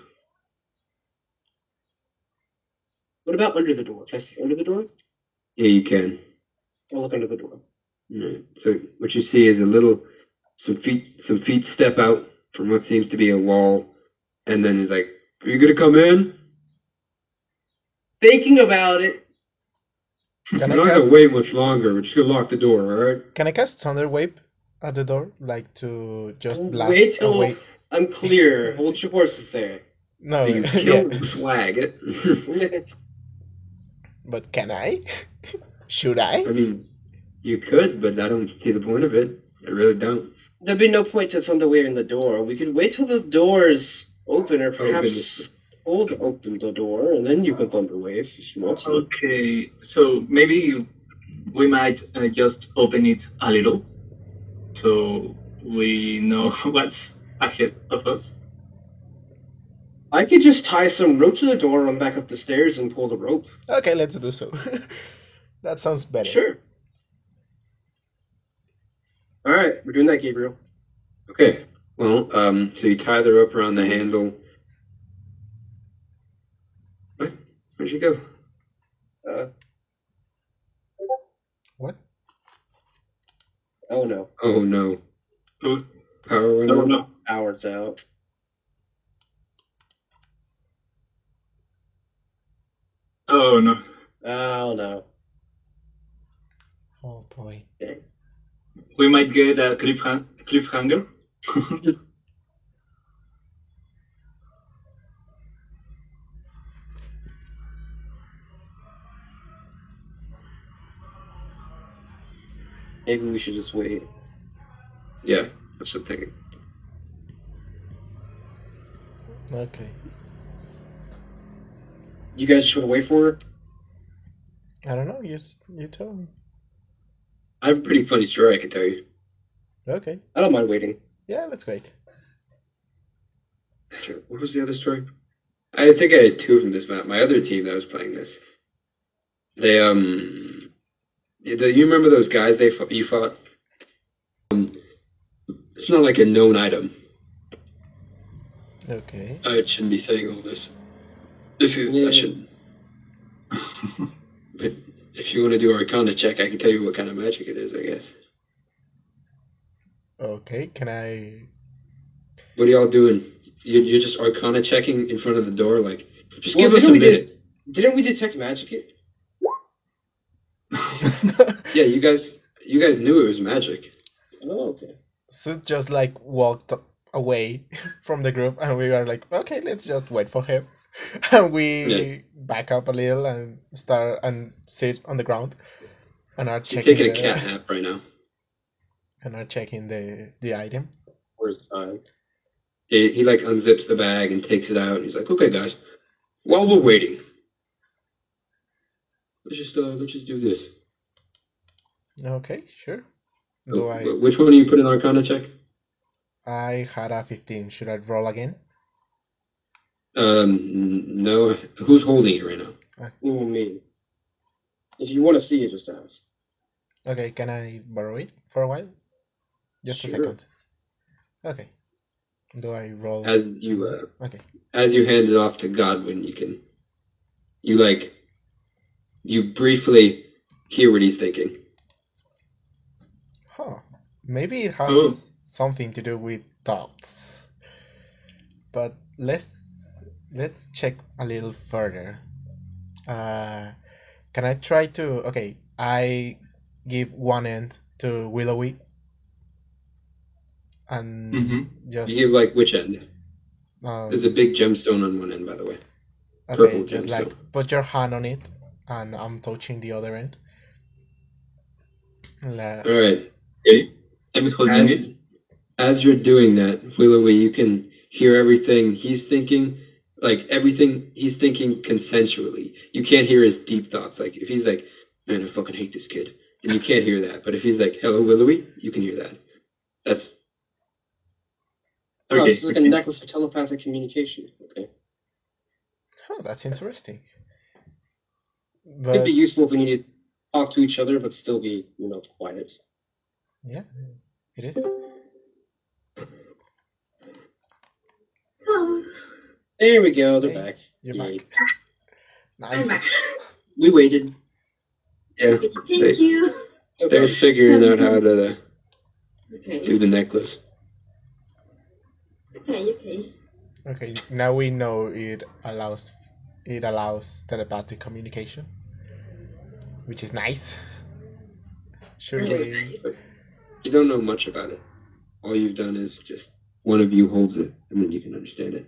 S2: What about under the door? Can I see under the door?
S1: Yeah, you can.
S2: I'll look under the door.
S1: Right. So what you see is a little some feet some feet step out from what seems to be a wall, and then is like, "Are you gonna come in?"
S2: Thinking about it.
S3: Can
S1: We're
S3: I
S1: not gonna
S3: cast
S1: wait much longer. We're just gonna lock the door, all right?
S3: can I cast Thunder Wave at the door? Like to just blast
S2: Wait oh. till
S3: away.
S2: I'm clear. Hold your horses there.
S3: No,
S1: You
S3: Oh, yeah.
S1: kill the flag. It.
S3: But can I? Should I?
S1: I mean, you could, but I don't see the point of it. I really don't.
S2: There'd be no point to Thunderwave in the door. We could wait till the door's open, or perhaps hold open the door, and then you can Thunderwave if you want to.
S4: Okay, so maybe we might uh, just open it a little so we know what's ahead of us.
S2: I could just tie some rope to the door, run back up the stairs, and pull the rope.
S3: Okay, let's do so. that sounds better.
S2: Sure. All right, we're doing that, Gabriel.
S1: Okay. Well, um, so you tie the rope around the handle. What? Where'd you go?
S2: Uh,
S3: What?
S2: oh no,
S1: Oh no.
S4: Oh.
S1: Power went
S4: No,
S1: out.
S4: no.
S2: hours out.
S4: Oh no.
S2: Oh no.
S3: Oh boy.
S4: We might get a cliffhan- cliffhanger.
S2: Maybe we should just wait.
S1: Yeah, I was just thinking.
S3: Okay.
S2: You guys just want to wait for her?
S3: I don't know. You s- you tell me.
S1: I have a pretty funny story I can tell you.
S3: Okay.
S2: I don't mind waiting.
S3: Yeah, let's wait.
S1: Sure. What was the other story? I think I had two from this map. My other team that was playing this, they um, the, you remember those guys they fought, you fought? Um, it's not like a known item.
S3: Okay.
S1: I shouldn't be saying all this. This is
S2: Yeah.
S1: I shouldn't. but if you want to do Arcana check, I can tell you what kind of magic it is. I guess.
S3: Okay. Can I?
S1: What are y'all doing? You're, you're just Arcana checking in front of the door, like just
S2: Well,
S1: give us a
S2: didn't we
S1: minute.
S2: Didn't we detect magic? It?
S1: Yeah, you guys, you guys knew it was magic.
S2: Oh, okay.
S3: Sid just like walked away from the group, and we were like, okay, let's just wait for him. And we back up a little and start and sit on the ground, and are
S1: She's
S3: checking
S1: taking
S3: the
S1: a cat nap right now.
S3: and are checking the the item.
S2: Where's time?
S1: He, he like unzips the bag and takes it out. And he's like, "Okay, guys, while we're waiting, let's just uh, let's just do this."
S3: Okay, sure. Do
S1: Oh,
S3: I?
S1: wh- Which one do you put in Arcana check?
S3: I had a fifteen. Should I roll again?
S1: Um, n- no. Who's holding it right now?
S2: Ooh, me. If you want to see it, just ask.
S3: Okay, can I borrow it for a while? Just a
S2: Sure.
S3: second. Okay. Do I roll?
S1: As you uh,
S3: Okay.
S1: as you hand it off to Godwin, you can you like you briefly hear what he's thinking.
S3: Huh. Maybe it has
S4: Oh.
S3: something to do with thoughts. But let's let's check a little further. Uh, can I try to? Okay, I give one end to Willowy, and
S4: Mm-hmm.
S3: just
S1: Hmm. You give like which end?
S3: um,
S1: There's a big gemstone on one end, by the way.
S3: okay,
S1: purple
S3: just like put your hand on it, and I'm touching the other end. La-
S1: All right.
S4: I'm holding it.
S1: As, as you're doing that, Willowy, you can hear everything he's thinking. Like everything he's thinking consensually. You can't hear his deep thoughts. Like if he's like, "Man, I fucking hate this kid," and you can't hear that. But if he's like, "Hello, Willowy," you can hear that. That's
S2: Oh,
S4: Okay.
S2: it's like
S4: okay.
S2: a necklace of telepathic communication. Okay.
S3: Huh, that's interesting.
S2: Could
S3: But
S2: be useful if we need to talk to each other, but still be, you know, quiet.
S3: yeah, it is.
S5: Oh,
S2: There we go. They're
S3: Hey.
S2: back.
S3: You're
S2: Yay.
S3: back.
S5: I'm
S3: Nice.
S5: back.
S2: We waited.
S1: yeah.
S5: Thank you.
S2: No
S1: They're
S2: problem.
S1: figuring out how to do
S5: Okay.
S1: the necklace.
S5: Okay. Okay.
S3: Okay, now we know it allows it allows telepathic communication, which is nice.
S5: Really
S3: Surely,
S5: nice.
S1: You don't know much about it. All you've done is just one of you holds it, and then you can understand it.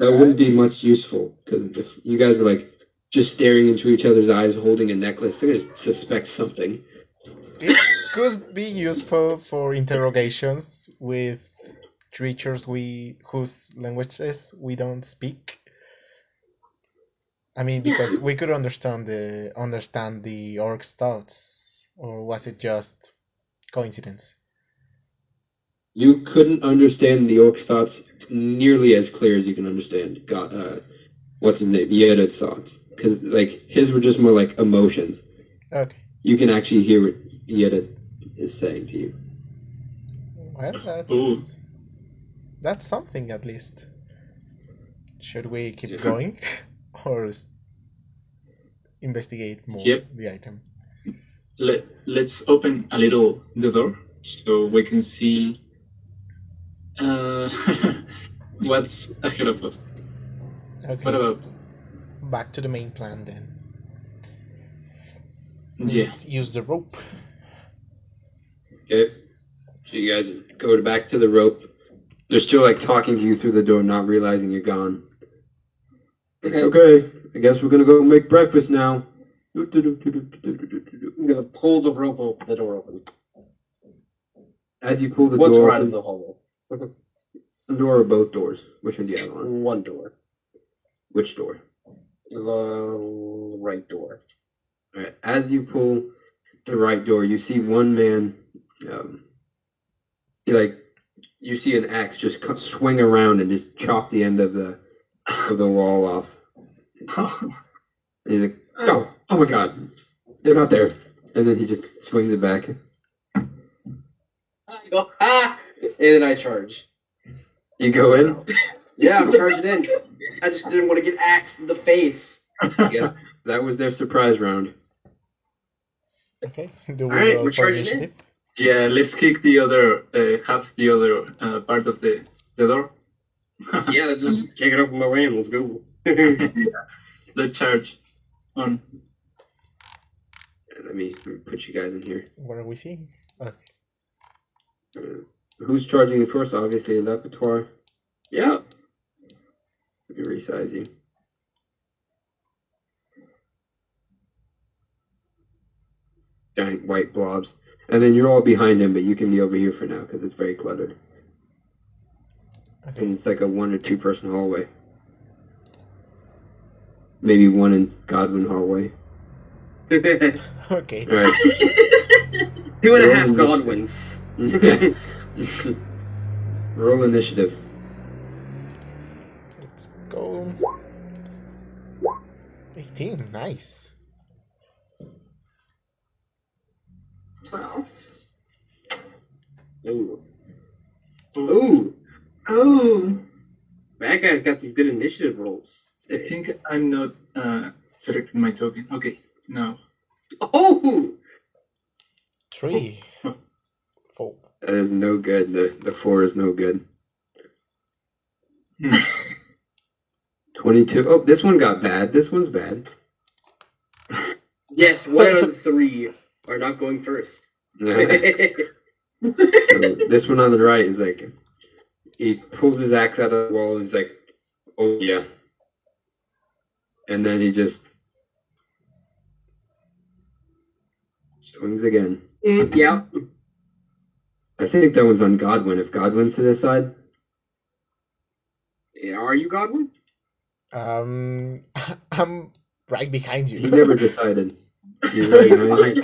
S1: That wouldn't be much useful because if you guys were like just staring into each other's eyes, holding a necklace, they're gonna suspect something.
S3: it could be useful for interrogations with creatures we whose languages we don't speak. I mean, because we could understand the understand the orc's thoughts, or was it just coincidence?
S1: You couldn't understand the orc's thoughts nearly as clear as you can understand God, uh, what's his name, Yeda's thoughts, because like his were just more like emotions.
S3: Okay,
S1: You can actually hear what Yeda is saying to you.
S3: well that's
S4: Ooh.
S3: that's something at least. Should we keep
S1: Yeah.
S3: going or s- investigate more
S4: Yep.
S3: the item?
S4: Let Let's open a little the door so we can see uh, what's ahead of us.
S3: Okay.
S4: What about?
S3: Back to the main plan then.
S4: Yeah.
S3: Let's use the rope.
S1: Okay, so you guys go to- back to the rope. They're still like talking to you through the door, not realizing you're gone. Like, okay, I guess we're gonna go make breakfast now.
S2: I'm gonna pull the rope open, the door open.
S1: As you pull the
S2: What's
S1: door,
S2: right of
S1: open,
S2: the hallway?
S1: the door or both doors? Which one do you have on?
S2: One door.
S1: Which door?
S2: The right door.
S1: All right. As you pull the right door, you see one man. Um, he like you see an axe just cut, swing around and just chop the end of the of the wall off. And he's like,
S5: Oh,
S1: "Oh, oh my God, they're not there!" And then he just swings it back.
S2: I go, ah! And then I charge.
S1: You go in.
S2: Yeah, I'm charging in. I just didn't want to get axed in the face.
S1: Yes, that was their surprise round.
S3: Okay. Do we
S2: All right,
S3: roll
S2: we're
S3: for
S2: charging in.
S3: initiative?
S4: Yeah, let's kick the other uh, half, the other uh, part of the, the door.
S2: Yeah, just kick it up with my ram. Let's go.
S4: Let's charge on.
S1: Let me put you guys in here.
S3: What are we seeing?
S1: Uh, who's charging first? Obviously, Lepitoire. Yeah. Let me resize you. Giant white blobs. And then you're all behind him, but you can be over here for now because it's very cluttered.
S3: Okay.
S1: And it's like a one or two person hallway. Maybe one in Godwin hallway.
S2: Two and
S3: Okay.
S1: All right.
S2: a
S1: Roll
S2: half
S1: initiative.
S2: Godwins.
S1: Roll initiative.
S3: Let's go. 18. Nice.
S5: 12.
S2: Ooh.
S1: Ooh.
S5: Oh,
S2: That guy's got these good initiative rolls.
S4: I think I'm not uh, selecting my token. Okay, now.
S2: Oh!
S3: 3. 4.
S1: That is no good. The, the four is no good.
S4: Hmm.
S1: 22. Oh, this one got bad. This one's bad.
S2: Yes, one out of the three are not going first.
S1: So this one on the right is like, he pulls his axe out of the wall and he's like, oh yeah. And then he just swings again.
S2: Mm, yeah.
S1: I think that one's on Godwin. If Godwin's to this side,
S2: Yeah, Are you Godwin?
S3: Um, I'm right behind
S1: he
S3: you.
S1: never decided. He's right behind.
S2: Behind you.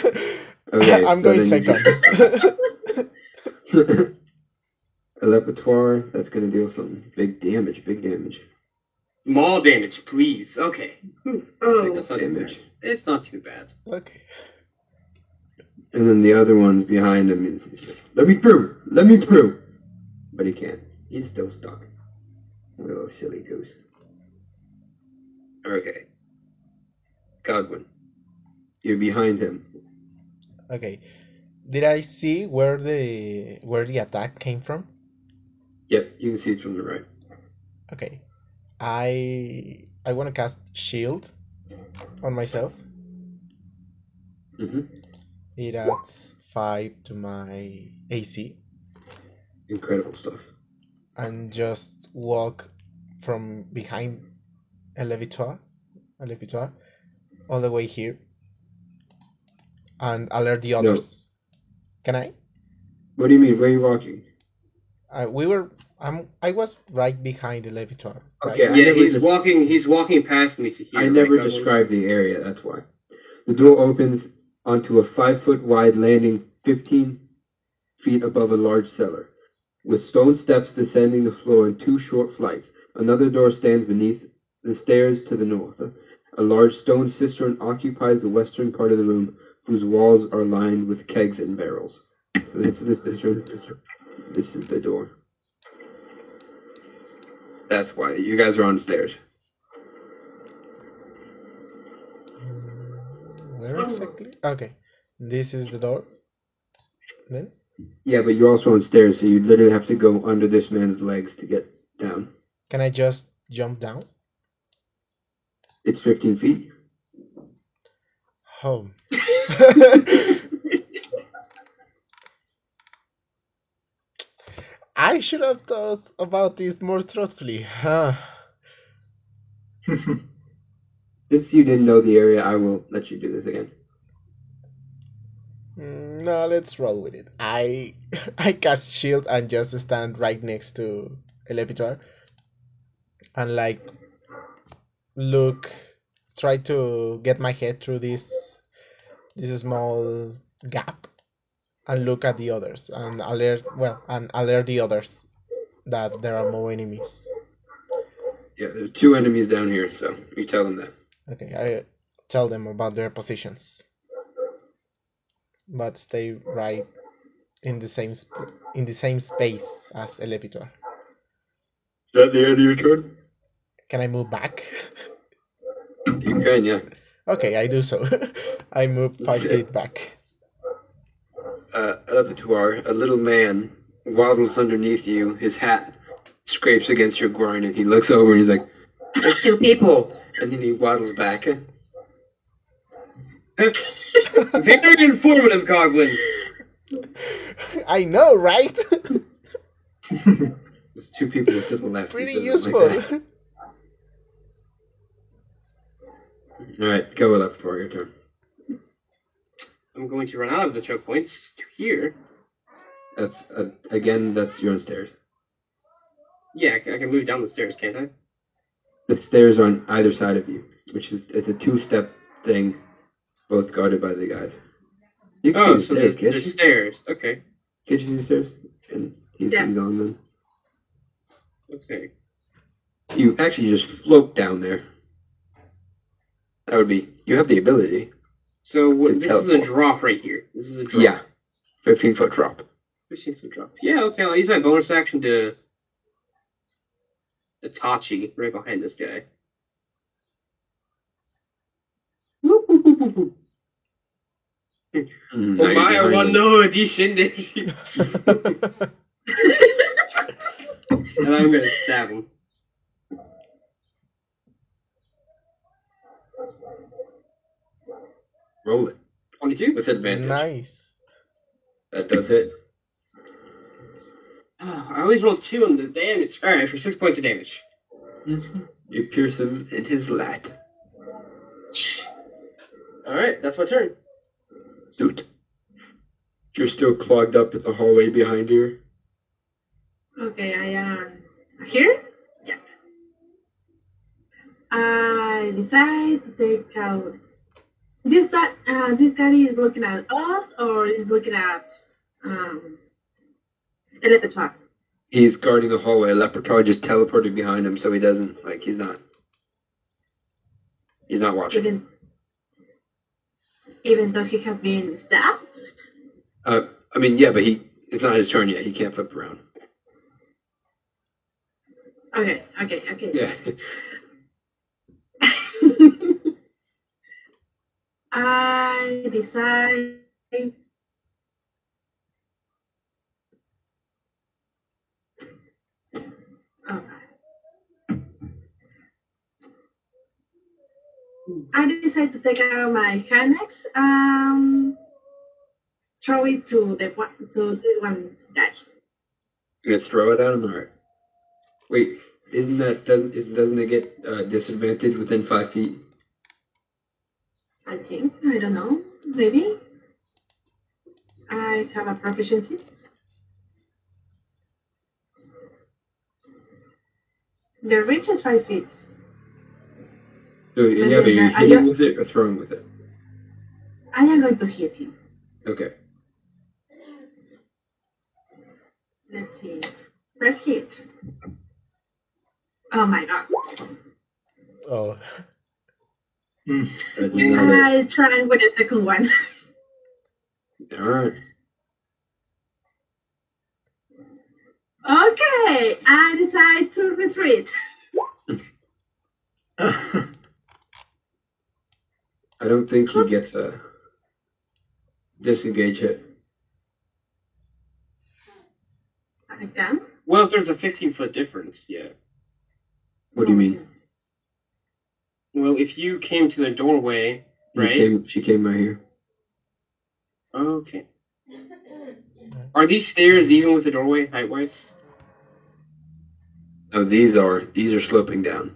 S1: Okay,
S3: I'm
S1: so
S3: going
S1: then you
S3: second.
S1: just- A repertoire, that's going to deal some big damage, big damage.
S2: Small damage, please. Okay. Like,
S5: oh,
S2: that's not too bad.
S1: Damage.
S2: It's not too bad.
S3: okay.
S1: And then the other one's behind him. He's, he's like, let me through! Let me through! But he can't. He's still stuck. What a little silly goose. Okay. Godwin. You're behind him.
S3: Okay. Did I see where the where the attack came from?
S1: Yep, you can see it from the right.
S3: Okay. I I want to cast shield on myself.
S1: hmm
S3: It adds 5 to my AC
S1: Incredible stuff.
S3: and just walk from behind a levitoire, a levitoire all the way here and alert the others. Can I?
S1: What do you mean? Where are you walking?
S3: I we were I'm I was right behind the levitoire, right?
S1: Okay, I
S2: Yeah,
S1: never
S2: he's
S1: dis-
S2: walking. He's walking past me to here.
S1: I
S2: right,
S1: never
S2: Godwin?
S1: described the area, that's why. The door opens onto a five foot wide landing 15 feet above a large cellar, with stone steps descending the floor in two short flights. Another door stands beneath the stairs to the north. A large stone cistern occupies the western part of the room, whose walls are lined with kegs and barrels. So this is the cistern. This is the door. That's why you guys are on the stairs.
S3: Where exactly? Okay. This is the door. Then
S1: Yeah, but you're also on stairs, so you literally have to go under this man's legs to get down.
S3: can I just jump down?
S1: It's 15 feet.
S3: Home. I should have thought about this more thoughtfully. Huh.
S8: Since you didn't know the area, I will let you do this again.
S3: Mm, No, let's roll with it. I I cast shield and just stand right next to Elepitar and like look try to get my head through this this small gap and look at the others and alert well and alert the others that there are more enemies.
S1: Yeah, there are two enemies down here, so you tell them that.
S3: Okay, I tell them about their positions. But stay right in the same sp- in the same space as Elepitor.
S1: Is that the end of your turn?
S3: Can I move back?
S1: You can, yeah.
S3: okay, I do so. I move five
S1: Sit.
S3: feet back.
S1: Uh, Elepitor, a little man, waddles underneath you. His hat scrapes against your groin, and he looks over and he's like, "There's two people," and then he waddles back.
S2: Very informative, Goblin.
S3: I know, right?
S1: There's two people to the left. He
S3: Pretty
S1: says it
S3: useful.
S1: Like that. All right, go Elepitor. Your turn.
S2: I'm going to run out of the choke points to here.
S1: That's uh, again. That's your own stairs.
S2: Yeah, I c- I can move down the stairs, can't I?
S1: The stairs are on either side of you, which is it's a two-step thing, both guarded by the guys. You can see
S2: Oh,
S1: the
S2: so
S1: stairs,
S2: there's,
S1: can't
S2: there's
S1: you?
S2: stairs. Okay,
S1: Can't you see the stairs? And he's,
S5: Yeah.
S1: he's on them.
S2: okay.
S1: You actually just float down there. That would be. You have the ability.
S2: So
S1: To
S2: what, this is a
S1: teleport.
S2: drop right here. This is a drop.
S1: Yeah, fifteen foot drop.
S2: Fifteen foot drop. Yeah, okay. I'll use my bonus action to Itachi right behind this guy. Whoop, whoop, whoop, whoop, whoop. Oh
S1: Mm, now you're
S2: Omae
S1: behind
S2: wa
S1: them.
S2: no dishinde. and I'm gonna stab him.
S1: Roll it
S2: Twenty-two.
S1: with advantage.
S3: nice.
S1: That does hit.
S2: Oh, I always roll two on the damage. All right, for six points of damage.
S1: You pierce him in his lat.
S2: All right, that's my turn.
S1: Dude, you're still clogged up in the hallway behind here.
S5: Okay, I am here. Yep. I decide to take out this guy. Uh, this guy is looking at us, or is looking at um, a repertoire.
S1: He's guarding the hallway. Leprechaun just teleported behind him, so he doesn't like. He's not. He's not watching.
S5: Even even though he has been stabbed.
S1: Uh, I mean, yeah, but he. It's not his turn yet. He can't flip around.
S5: Okay, okay, okay.
S1: Yeah.
S5: I decide. Okay. I decide to take out my Hanex, um, throw it to the one- to this one guy.
S1: You're gonna throw it at him. All right. Wait. Isn't that doesn't isn't, doesn't it get uh, disadvantage within five feet?
S5: I think I don't know, maybe. I have a proficiency. The reach is five feet.
S1: So yeah,
S5: then
S1: but you're
S5: I- I
S1: hitting
S5: don't-
S1: with it or throwing with it.
S5: I am going to hit him.
S1: Okay.
S5: Let's see. First hit. Oh my god.
S3: Oh,
S1: That does not hit.
S5: I try with the second one.
S1: All right.
S5: Okay, I decide to retreat.
S1: I don't think he gets uh, a disengage hit.
S5: I can.
S2: Well, if there's a fifteen foot difference, yeah.
S1: What do you
S5: Hmm.
S1: mean?
S2: Well, if you came to the doorway,
S1: He
S2: Right.
S1: came, she came right here.
S2: okay. Are these stairs even with the doorway height wise?
S1: Oh, these are these are sloping down.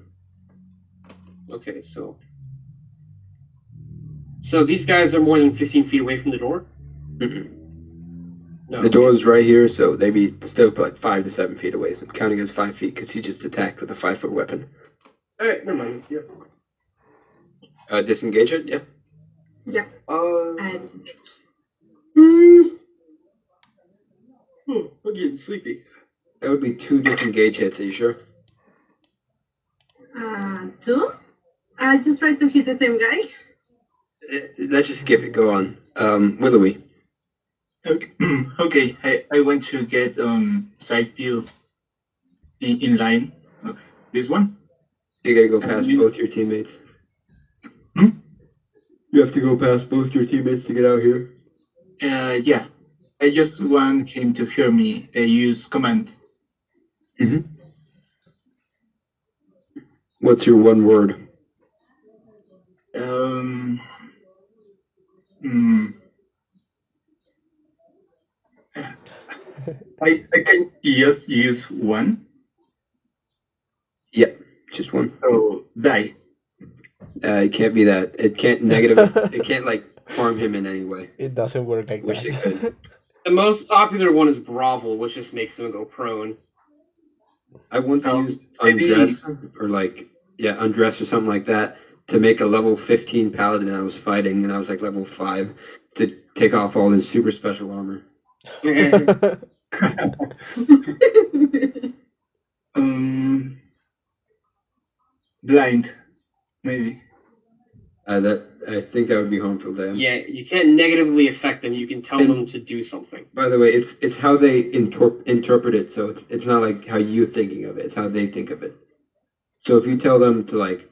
S2: Okay, so So these guys are more than 15 feet away from the door?
S1: Mm-mm.
S2: No. Oh.
S1: The door is right here, so they'd be still like five to seven feet away. So I'm counting as five feet because he just attacked with a five foot weapon.
S2: Alright, never mind. Yeah.
S1: Uh, disengage it, yeah.
S5: Yeah, I
S2: Uh,
S5: disengage.
S2: hmm. Oh, I'm getting sleepy.
S1: That would be two disengage hits. Are you sure?
S5: Uh, two? I just tried to hit the same guy.
S1: Eh, Let's just skip it. Go on. Um, Willowy.
S4: Okay, okay, I, I want to get um side view in, in line of this one.
S1: You gotta go
S4: And
S1: past
S4: use-
S1: both your teammates.
S4: Hmm?
S1: You have to go past both your teammates to get out here.
S4: Uh, yeah, I just want him to hear me uh, use command.
S1: What's your one word?
S4: Um, hmm. I, I can just use one,
S1: Yep, just one.
S4: so Oh, die.
S1: Uh, it can't be that. It can't negative. it can't like harm him in any way.
S3: It doesn't work like
S1: Wish it
S3: that.
S1: could.
S2: The most popular one is grovel, which just makes them go prone.
S1: I once
S4: Um,
S1: used
S4: maybe-
S1: undress or like yeah undress or something like that to make a level 15 paladin I was fighting, and I was like level five to take off all his super special armor.
S4: Um, blind, maybe.
S1: Uh, that I think that would be harmful to him.
S2: yeah, you can't negatively affect them. You can tell
S1: And-
S2: them to do something.
S1: By the way, it's it's how they interp- interpret it. So it's, it's not like how you thinking of it. It's how they think of it. So if you tell them to like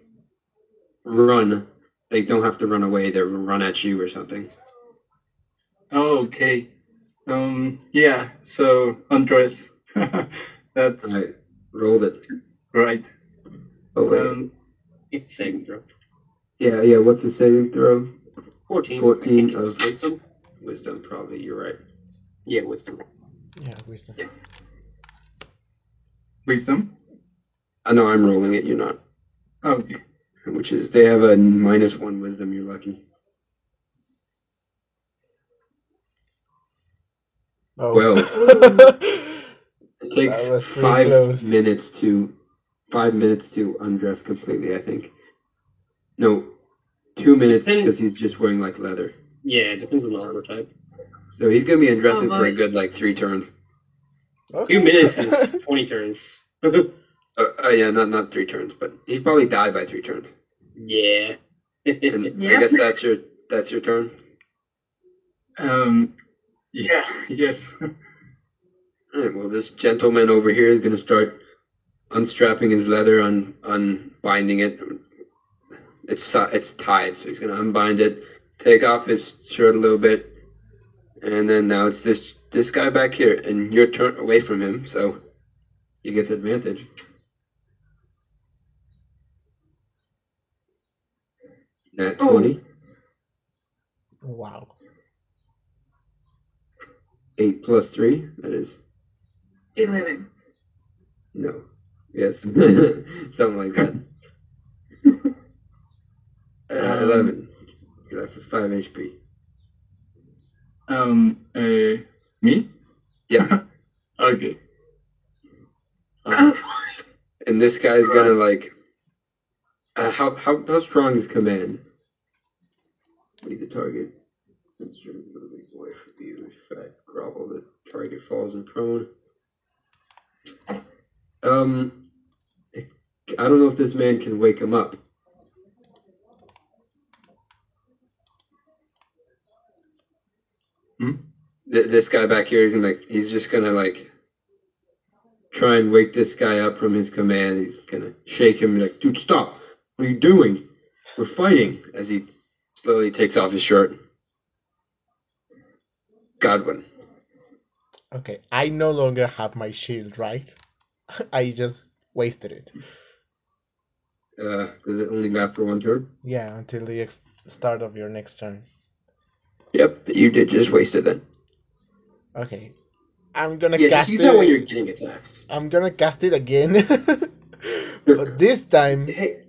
S1: run, they don't have to run away. They run at you or something.
S4: Oh, okay. Um, yeah. So undress. That's
S1: All right, rolled it.
S4: right.
S1: Oh wait,
S4: Um,
S2: It's a saving throw.
S1: yeah, yeah. What's the saving throw?
S2: 14. I
S1: 14
S2: think it was
S1: of-
S2: wisdom.
S1: Wisdom, probably. You're right.
S2: Yeah, wisdom.
S3: yeah, wisdom.
S4: wisdom. Oh,
S1: I know I'm rolling it. You're not.
S4: Okay.
S1: Which is they have a minus one wisdom. You're lucky.
S3: Oh.
S1: Well. It
S3: That was
S1: takes
S3: pretty
S1: five
S3: close.
S1: minutes to five minutes to undress completely. I think. No, two minutes
S2: Then-
S1: because he's just wearing like leather.
S2: Yeah, it depends on the armor type.
S1: So he's gonna be undressing
S5: Oh,
S1: for a
S5: boy.
S1: good like three turns.
S3: okay.
S2: Two minutes is 20 turns.
S1: Uh, uh, yeah, not not three turns, but he'd probably die by three turns.
S2: yeah.
S1: And I
S5: Yep.
S1: guess that's your that's your turn.
S4: Um, yeah. Yes.
S1: All right. Well, this gentleman over here is gonna start unstrapping his leather, un unbinding it. It's si- it's tied, so he's gonna unbind it, take off his shirt a little bit, And then now it's this this guy back here, and you're turned away from him, so you get the advantage. Nat
S5: Oh.
S1: 20,
S3: Wow.
S1: 8 plus 3, that is,
S5: Eleven.
S1: no, yes, something like that. Uh, 11, you're left with 5 HP.
S4: Um, uh, me.
S1: Yeah.
S4: okay. Uh,
S5: Oh,
S1: And this guy's gonna like, uh, how, how, how strong is command? Leave the target. Since you're moving away from you, fat grovel, the target falls in prone. Um, I don't know if this man can wake him up.
S4: Hmm?
S1: Th- this guy back here, he's gonna, he's just gonna like try and wake this guy up from his command. He's gonna shake him, be like, dude, stop! What are you doing? We're fighting! As he slowly takes off his shirt. Godwin.
S3: Okay. I no longer have my shield, right? I just wasted it.
S1: Uh, does it only last for one turn?
S3: Yeah, until the ex- start of your next turn.
S1: Yep, you did just waste it then.
S3: Okay. I'm gonna
S2: Yeah, just
S3: cast
S2: use
S3: it.
S2: that when you're getting attacked.
S3: I'm gonna cast it again. but this time
S2: Hey,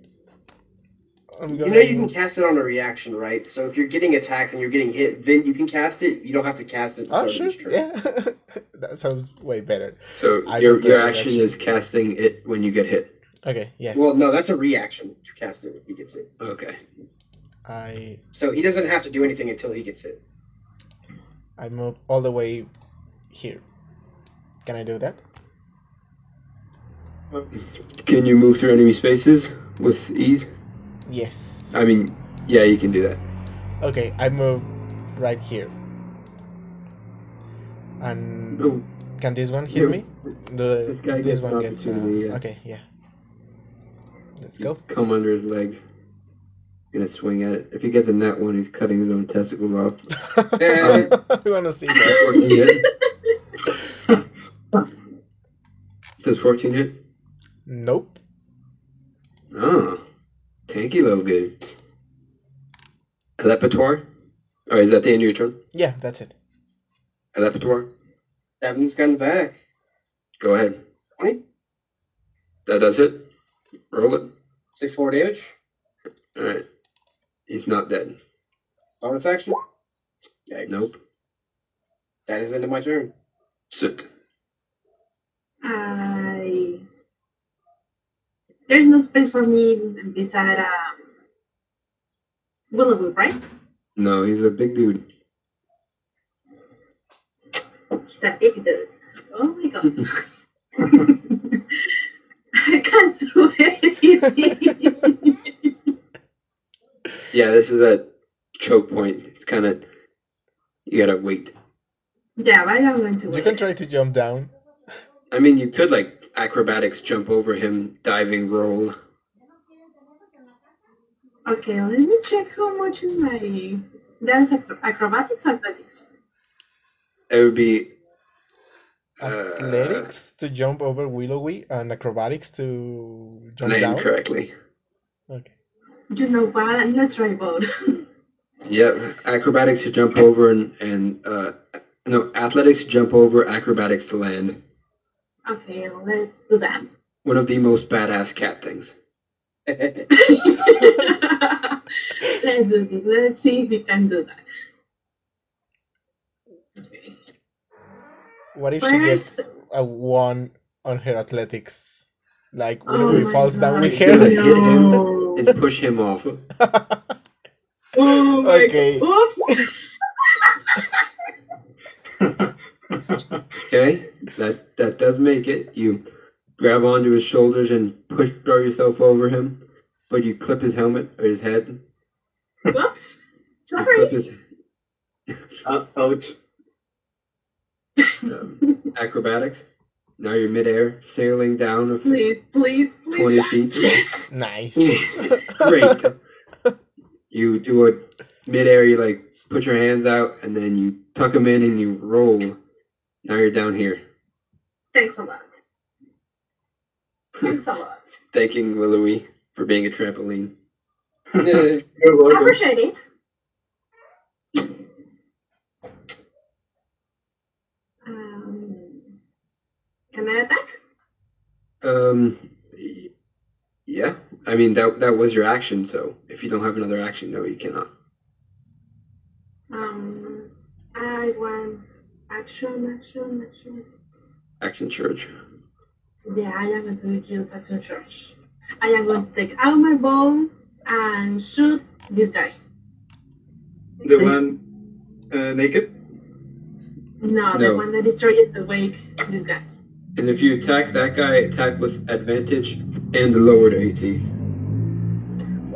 S3: I'm
S9: You
S3: gonna.
S9: know you can cast it on a reaction, right? So if you're getting attacked and you're getting hit, then you can cast it. You don't have to cast it at the start
S3: oh
S9: of
S3: sure,
S9: each turn.
S3: yeah. that sounds way better.
S1: So
S3: I
S1: your
S3: prefer
S1: your
S3: an
S1: action
S3: action.
S1: is casting it when you get hit.
S3: Okay, yeah.
S9: Well, no, that's a reaction to cast it when he gets hit.
S1: Okay.
S3: I
S9: So he doesn't have to do anything until he gets hit.
S3: I move all the way here. Can I do that?
S1: Can you move through enemy spaces with ease?
S3: Yes.
S1: I mean, yeah, you can do that.
S3: Okay, I move right here. And
S1: No,
S3: can this one
S1: no,
S3: hit me? The
S1: This guy gets
S3: this one
S1: an
S3: gets. uh,
S1: opportunity, yeah.
S3: Okay, yeah. Let's go.
S1: Come under his legs. Gonna swing at it. If he gets in that one, he's cutting his own testicles off.
S3: I want to see that.
S1: 14 hit. Does 14 hit?
S3: Nope.
S1: Oh, tanky little dude. Elepitor? Oh, is that the end of your turn?
S3: Yeah, that's it.
S1: Elepitor?
S9: Devin's gun back.
S1: Go ahead.
S9: 20?
S1: That does it. Roll it.
S9: Six more damage.
S1: All right. He's not dead.
S9: Bonus action. Yikes.
S1: Nope.
S9: That is the end of my turn.
S1: Soot.
S5: I there's no space for me beside um Willowwood, right?
S1: No, he's a big dude.
S5: She's a big dude. Oh my god. I can't do anything.
S1: Yeah, this is a choke point. It's kind of. You gotta wait.
S5: yeah, but I'm going to
S3: You
S5: wait.
S3: can try to jump down.
S1: I mean, you could, like, acrobatics jump over him, diving roll.
S5: Okay, let me check how much is my that's acro- acrobatics or athletics.
S1: It would be. Uh,
S3: Athletics to jump over Willowy and acrobatics to jump
S1: land
S3: down.
S1: correctly.
S3: Okay.
S5: You know what? Let's try both.
S1: Yeah, acrobatics to jump over and and uh, no, athletics to jump over, acrobatics to land.
S5: okay, let's do that.
S1: One of the most badass cat things.
S5: let's do this. Let's see if we can do that. Okay.
S3: What if she
S5: Where is
S3: gets a one on her athletics? Like
S5: Oh
S3: Willowy
S5: my
S3: falls down
S5: God.
S3: with
S1: She's gonna
S3: her.
S1: hit him
S5: No.
S1: and push him off.
S5: Oh my
S3: Okay.
S5: Oops.
S1: Okay, that that does make it. You grab onto his shoulders and push throw yourself over him, but you clip his helmet or his head.
S5: Whoops.
S1: You clip
S5: Sorry.
S1: his
S9: uh, ouch.
S1: um, acrobatics. Now you're midair, sailing down a f-
S5: Please, please, please.
S1: twenty feet.
S5: Yes.
S3: Nice.
S5: Yes.
S1: Great. you do a midair, you like put your hands out and then you tuck them in and you roll. Now you're down here,
S5: Thanks a lot. Thanks a lot.
S1: thanking Willowy for being a trampoline.
S9: Eh,
S4: You're
S5: I
S4: welcome.
S5: appreciate it. Um, can I attack?
S1: Um, y- yeah, I mean that that was your action. So if you don't have another action, no, you cannot.
S5: Um, I want action, action, action.
S1: Action church.
S5: Yeah, I am going to use action search. I am going to take out my bow and shoot this guy.
S4: The one uh, naked?
S5: No, the
S1: No.
S5: one that destroyed the wake. This guy.
S1: And if you attack that guy, attack with advantage and lowered AC.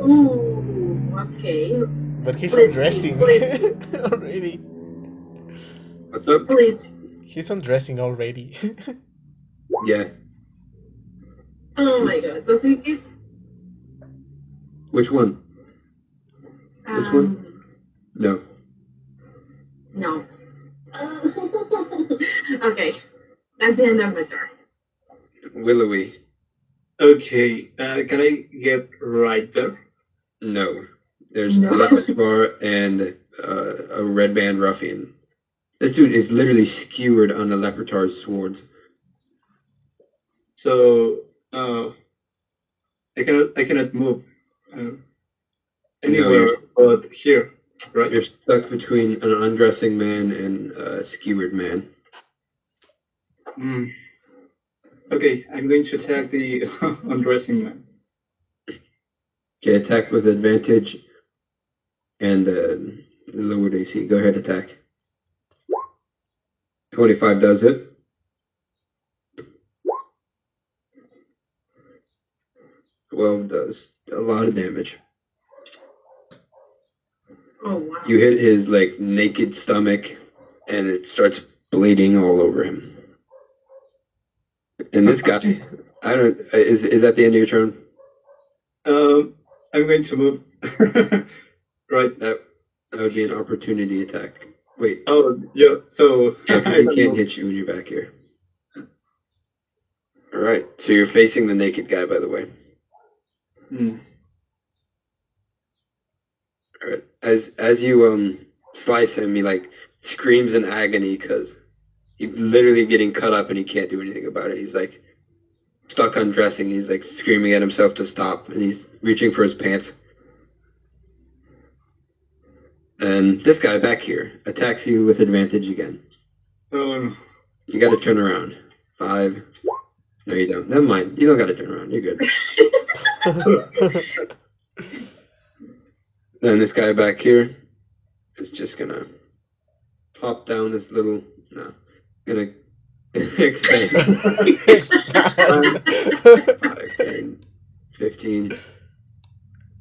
S5: Ooh, okay.
S3: But
S5: Let's
S3: he's
S5: see,
S3: undressing
S5: please.
S3: already.
S1: What's up?
S5: Please.
S3: He's undressing already.
S1: Yeah.
S5: Oh my god. Does it get
S1: Which one?
S5: um,
S1: This one? No.
S5: No. okay. That's the end of my turn.
S1: Willowy.
S4: Okay. Uh, can I get right there?
S1: No. There's
S5: No.
S1: a leopard bar and uh, a red band ruffian. This dude is literally skewered on the leopard's swords.
S4: So uh, I cannot I cannot move. Uh, anywhere but here, right?
S1: You're stuck between an undressing man and a skewered man.
S4: Hmm. Okay, I'm going to attack the undressing man.
S1: Okay, attack with advantage and uh, lowered AC. Go ahead, attack. 25 does it. Twelve does a lot of damage.
S5: Oh wow.
S1: You hit his like naked stomach, and it starts bleeding all over him. And this guy, I don't. Is is that the end of your turn?
S4: Um, I'm going to move. right.
S1: That that would be an opportunity attack. Wait,
S4: Oh, yeah. So
S1: yeah,
S4: I
S1: 'cause he
S4: don't
S1: can't
S4: know.
S1: hit you when you're back here. All right, so you're facing the naked guy, by the way.
S4: Hmm.
S1: All right, Uh, as as you um slice him, he like screams in agony because he's literally getting cut up and he can't do anything about it. He's like stuck undressing. He's like screaming at himself to stop, and he's reaching for his pants. And this guy back here attacks you with advantage again.
S4: Oh, no.
S1: You got to turn around. Five. No, you don't. Never mind. You don't got to turn around. You're good. Then this guy back here is just gonna pop down this little. No, gonna expand.
S3: Expand.
S1: 5, 10, 15,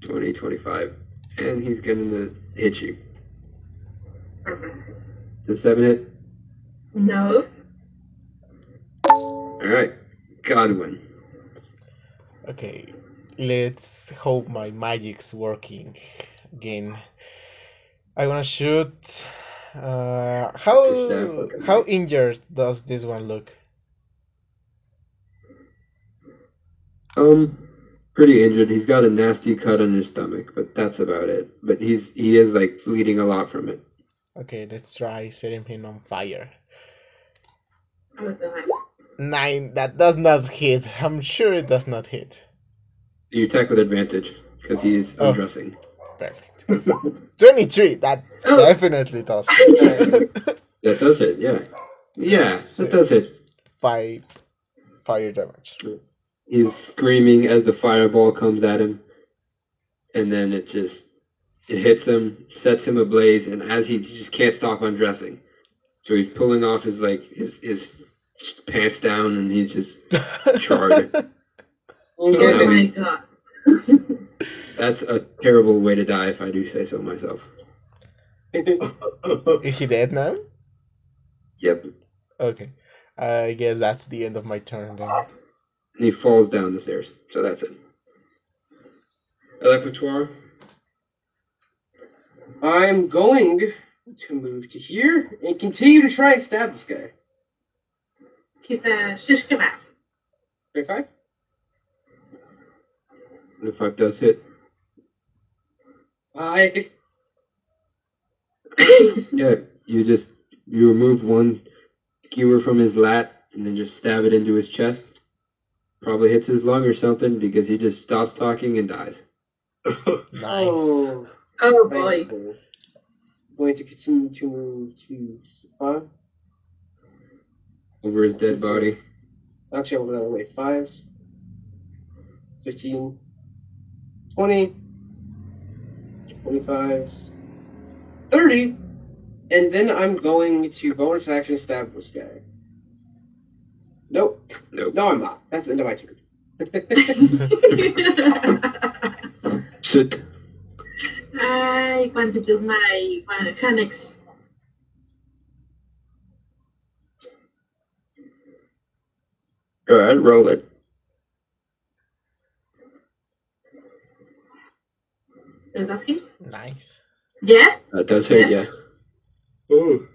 S1: 20, 25. And he's gonna hit you.
S5: Perfect.
S1: Does seven hit?
S5: No.
S1: All right. Godwin.
S3: okay, let's hope my magic's working again. I wanna shoot.
S1: Your
S3: Uh,
S1: stab
S3: how
S1: fucking
S3: how
S1: might.
S3: injured does this one look?
S1: Um, pretty injured. He's got a nasty cut on his stomach, but that's about it. But he's he is like bleeding a lot from it.
S3: Okay, let's try setting him on fire.
S5: Oh god.
S3: Nine. That does not hit. I'm sure it does not hit.
S1: You attack with advantage because he is
S3: Oh.
S1: undressing.
S3: Perfect. Twenty-three. That
S5: Oh.
S3: definitely does
S5: Yeah.
S3: hit.
S1: That does hit. Yeah, yeah, that
S3: Sick.
S1: does hit.
S3: Five fire damage.
S1: He's screaming as the fireball comes at him, and then it just it hits him, sets him ablaze, and as he, he just can't stop undressing, so he's pulling off his like his his pants down, and he's just charred. So
S5: Oh
S1: now
S5: my
S1: he's
S5: god.
S1: That's a terrible way to die, if I do say so myself.
S4: Oh,
S3: Is he dead now?
S1: Yep. And
S3: Okay. I guess that's the end of my turn then.
S1: he falls down the stairs. So that's it. Electrotoire.
S2: I'm going to move to here and continue to try and stab this guy.
S5: He's a shish kebab.
S2: 25?
S1: And if I does hit,
S2: I
S1: yeah, you just you remove one skewer from his lat and then just stab it into his chest. Probably hits his lung or something because he just stops talking and dies.
S3: Nice.
S2: Oh,
S5: Oh boy.
S2: painful. Going to continue to move to five.
S1: Over his dead body.
S2: Actually, I'll go another way. 5, 15, 20, 25, 30. And then I'm going to bonus action stab this guy. Nope.
S1: Nope.
S2: No, I'm not. That's the end of my turn.
S1: Sit.
S5: I want to use my uh, Hanex.
S1: Alright, roll it.
S5: Does that hit?
S3: Nice.
S5: Yes.
S1: That does hit, yeah.
S5: Yes.
S4: oh,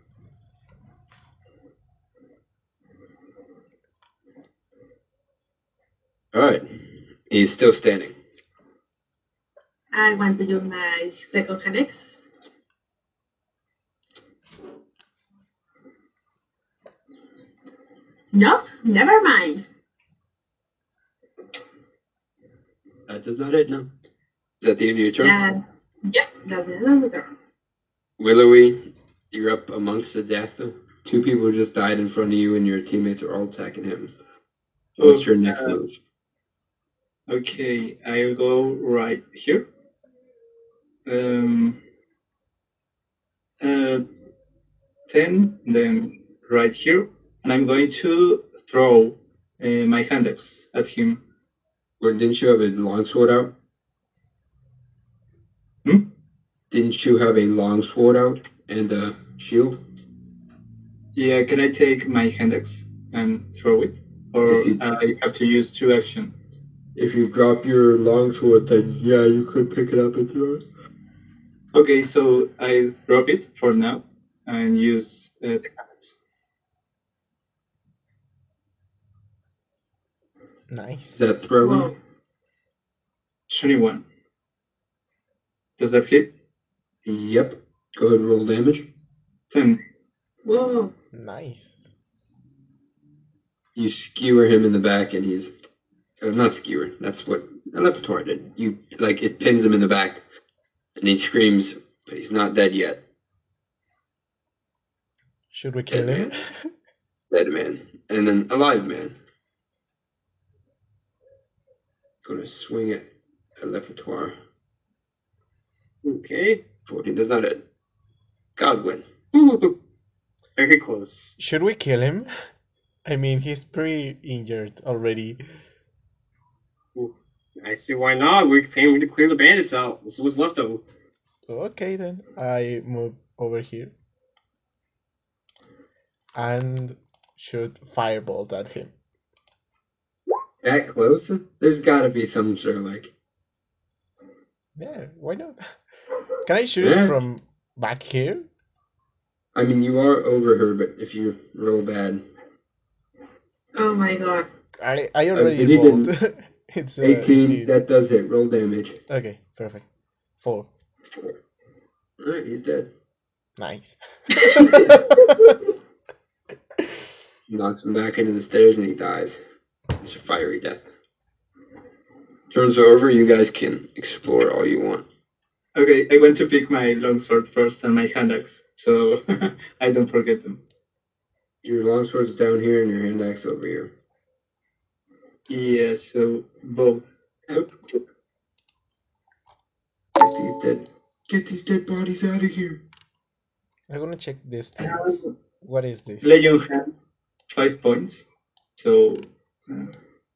S1: Alright. He's still standing.
S5: I want to use my second Hanex. Nope. Never mind.
S1: That does not hit, no. Is that the end of your turn?
S5: Yeah. Uh, Yep, that's the end of the turn.
S1: Willowy, you're up amongst the death. Two people just died in front of you, and your teammates are all attacking him.
S4: oh,
S1: What's your next move?
S4: Okay, I'll go right here. Um, uh, 10, then right here. And I'm going to throw uh, my hand axe at him.
S1: Well, didn't you have a long sword out?
S4: Hmm?
S1: Didn't you have a long sword out and a shield?
S4: Yeah, can I take my hand axe and throw it? Or
S1: If you-
S4: I have to use two action.
S1: If you drop your long sword, then yeah, you could pick it up and throw it.
S4: Okay, so I drop it for now and use uh, the hand axe.
S1: Is
S3: Nice.
S1: that throwing?
S5: Well,
S4: 21. Does that hit?
S1: Yep. Go ahead and roll damage.
S4: 10.
S5: whoa.
S3: Nice.
S1: You skewer him in the back, and he's uh, not skewer. That's what Eleptor did. You like it pins him in the back, and he screams, but he's not dead yet.
S3: Should we kill
S1: Dead
S3: him?
S1: man. Dead man, and then alive man. Gonna swing at Eleptor.
S2: Okay.
S1: Fourteen does not hit. Godwin.
S2: Ooh, Very close.
S3: Should we kill him? I mean, he's pretty injured already.
S2: I see why not. We're claiming to clear the bandits out. This is what's left of them.
S3: Okay then, I move over here and shoot firebolt at him.
S1: That close? There's got to be some sort of like
S3: Yeah, why not? Can I shoot
S1: Yeah.
S3: it from back here?
S1: I mean, you are over her, but if you roll bad,
S5: Oh my god.
S3: I I already
S1: but he
S3: rolled. it's uh,
S1: 18,
S3: 18.
S1: that does hit. Roll damage.
S3: Okay, perfect. Four.
S1: All right, he's dead.
S3: Nice.
S1: Knocks him back into the stairs and he dies. It's a fiery death. Turns over. You guys can explore all you want.
S4: Okay, I went to pick my longsword first and my hand axe, so I don't forget them.
S1: Your longsword's down here and your hand axe over here.
S4: Yeah, so both. Oop, oop.
S1: Get these dead. Get these dead bodies out of here.
S3: I'm gonna check this thing. What is this?
S4: Legion hands, five points, so uh,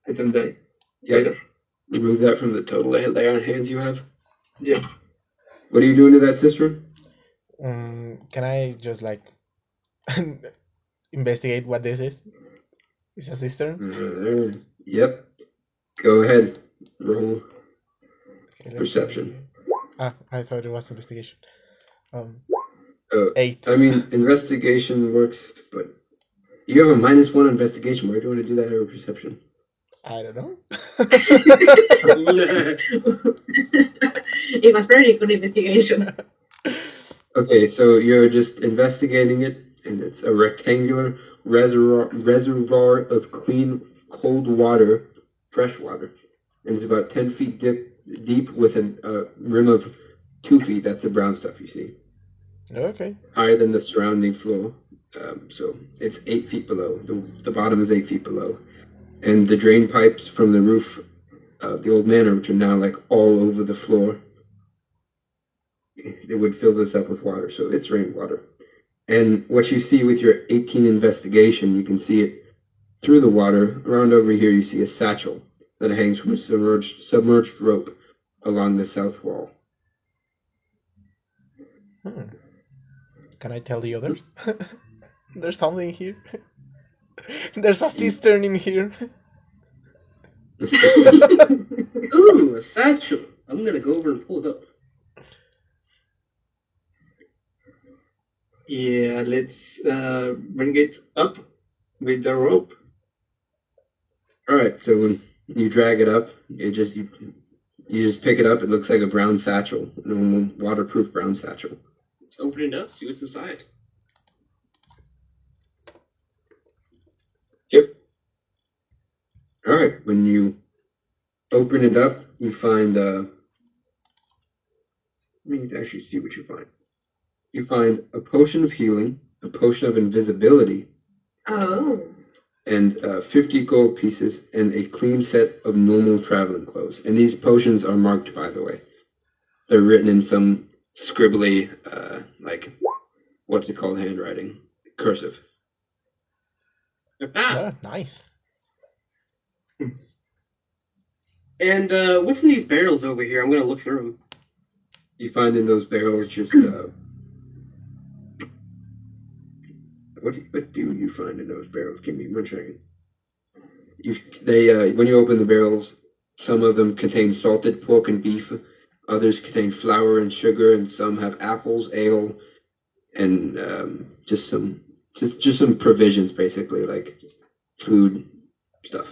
S4: I don't die.
S1: Yep. Remove that from the total lay on hands you have.
S4: Yeah.
S1: What are you doing to that cistern?
S3: Um, can I just like investigate what this is? It's a
S2: Mm,
S3: cistern.
S1: Uh, Yep. Go ahead. Roll
S3: Okay, let's
S1: perception.
S3: see. Ah, I thought it was investigation. Um,
S1: Oh,
S2: Uh,
S3: eight.
S1: I mean, investigation works, but you have a minus one investigation. Why do you want to do that over perception?
S3: I don't know.
S5: it was very good investigation.
S1: Okay, so you're just investigating it, and it's a rectangular reservoir, reservoir of clean, cold water, fresh water, and it's about 10 feet dip, deep with a uh, rim of two feet. That's the brown stuff you see.
S3: okay.
S1: Higher than the surrounding floor. Um, so it's eight feet below. The, the bottom is eight feet below. And the drain pipes from the roof of the old manor, which are now like all over the floor, it would fill this up with water. So it's rainwater. And what you see with your 18 investigation, you can see it through the water. Around over here, you see a satchel that hangs from a submerged, submerged rope along the south wall.
S3: Hmm. Can I tell the others? There's something here. There's a cistern in here.
S2: Ooh, a satchel. I'm gonna go over and pull it up.
S4: Yeah, let's uh, bring it up with the rope.
S1: All right, so when you drag it up, it just you, you just pick it up. It looks like a brown satchel, a normal waterproof brown satchel.
S2: Let's open it up, see what's inside.
S1: All right, when you open it up, you find uh, Let me actually see what you find. You find a potion of healing, a potion of invisibility,
S5: Oh.
S1: and uh, 50 gold pieces, and a clean set of normal traveling clothes. And these potions are marked, by the way. They're written in some scribbly, uh, like, what's it called, handwriting? Cursive.
S2: Ah,
S3: Oh, nice.
S2: and uh, what's in these barrels over here? I'm gonna look through them.
S1: You find in those barrels just, uh, what, do- what do you find in those barrels? Give me one second. you they uh, when you open the barrels, some of them contain salted pork and beef, others contain flour and sugar, and some have apples, ale, and um, just some just just some provisions basically like food stuff.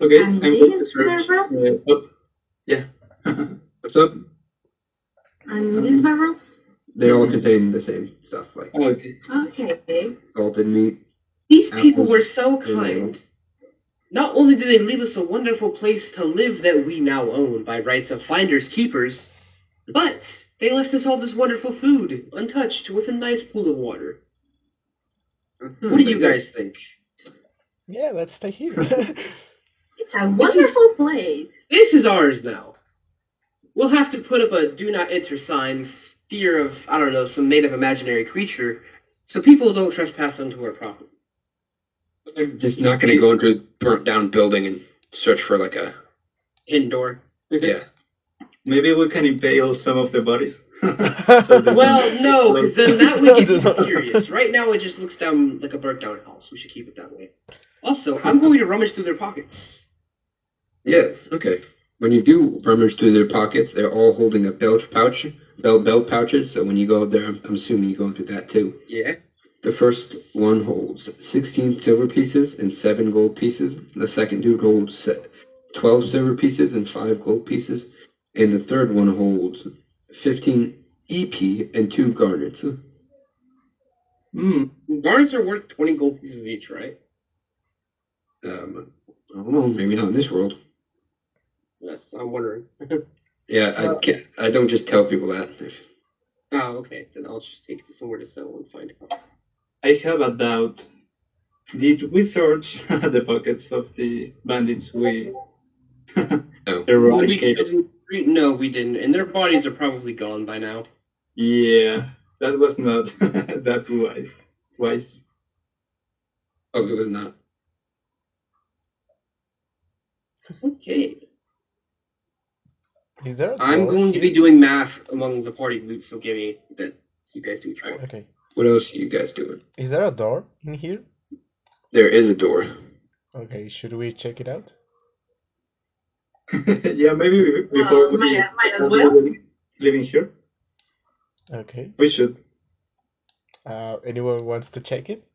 S4: Okay,
S5: And
S4: I'm going to
S5: these
S4: search.
S5: barrels?
S4: Uh, up. Yeah.
S1: What's up?
S5: And these barrels?
S1: They all
S4: Mhm.
S1: contain the same stuff like
S4: okay.
S5: Okay.
S2: Hmm.
S1: salted meat.
S2: These people
S1: Apples
S2: were so
S1: and ale.
S2: kind. Not only did they leave us a wonderful place to live that we now own by rights of finders keepers, but they left us all this wonderful food untouched with a nice pool of water.
S5: Hmm,
S2: What do you guys think?
S3: Yeah, let's stay here.
S5: It's a
S2: This is-
S5: wonderful place.
S2: This is ours now. We'll have to put up a do not enter sign, fear of, I don't know, some made up imaginary creature, so people don't trespass onto our property.
S1: They're just not going to go into a burnt down building and search for like a
S2: Hidden door.
S4: Okay.
S1: yeah.
S4: Maybe we can impale some of the bodies. so they
S2: Well, no, because then that would get
S3: Just-
S2: people curious. Right now, it just looks down like a burnt down house. We should keep it that way. Also, I'm going to rummage through their pockets.
S1: Yeah, okay. When you do rummage through their pockets, they're all holding a belt pouch, belt belt pouches. So when you go up there, I'm, I'm assuming you go into that too.
S2: Yeah.
S1: The first one holds 16 silver pieces and seven gold pieces. The second dude holds se- 12 silver pieces and five gold pieces, and the third one holds 15 EP and two garnets. Um,
S4: Hmm.
S2: Garnets are worth 20 gold pieces each, right?
S1: Um, I don't know, maybe not in this world.
S2: Yes, I'm wondering.
S1: Yeah, I can't, I don't just tell people that.
S2: Oh, okay. Then I'll just take it to somewhere to settle and find out.
S4: I have a doubt. Did we search the pockets of the bandits we
S1: No.
S2: We
S4: eradicated?
S2: couldn't. re- No, we didn't. And their bodies are probably gone by now.
S4: Yeah, that was not that wise. Wise.
S1: Oh, it was not.
S5: Uh,
S2: Okay.
S3: Is there a
S2: I'm
S3: door
S2: going to be
S3: here?
S2: doing math among the party loot, so give me that. You guys do each one.
S3: Okay.
S1: What else are you guys doing?
S3: Is there a door in here?
S1: There is a door.
S3: Okay, should we check it out?
S4: yeah, maybe be- before
S5: Well,
S4: we uh,
S5: might, might as
S4: before
S5: well.
S4: we living here,
S3: Okay.
S4: we should.
S3: Uh, anyone wants to check it?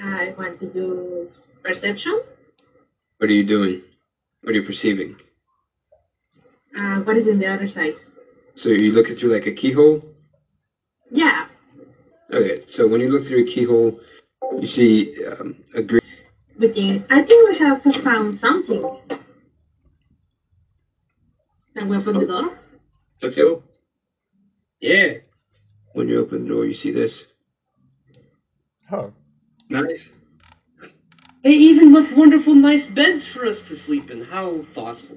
S5: I want to use perception.
S1: What are you doing? What are you perceiving?
S5: Uh, what is in the other side?
S1: So you're looking through like a keyhole?
S5: Yeah.
S1: Okay, so when you look through a keyhole, you see um, a green.
S5: We can, I think we have found something. Can we open the door?
S4: Let's go.
S2: Yeah.
S1: When you open the door, you see this.
S3: Oh,
S4: Nice.
S2: They even left wonderful, nice beds for us to sleep in. How thoughtful.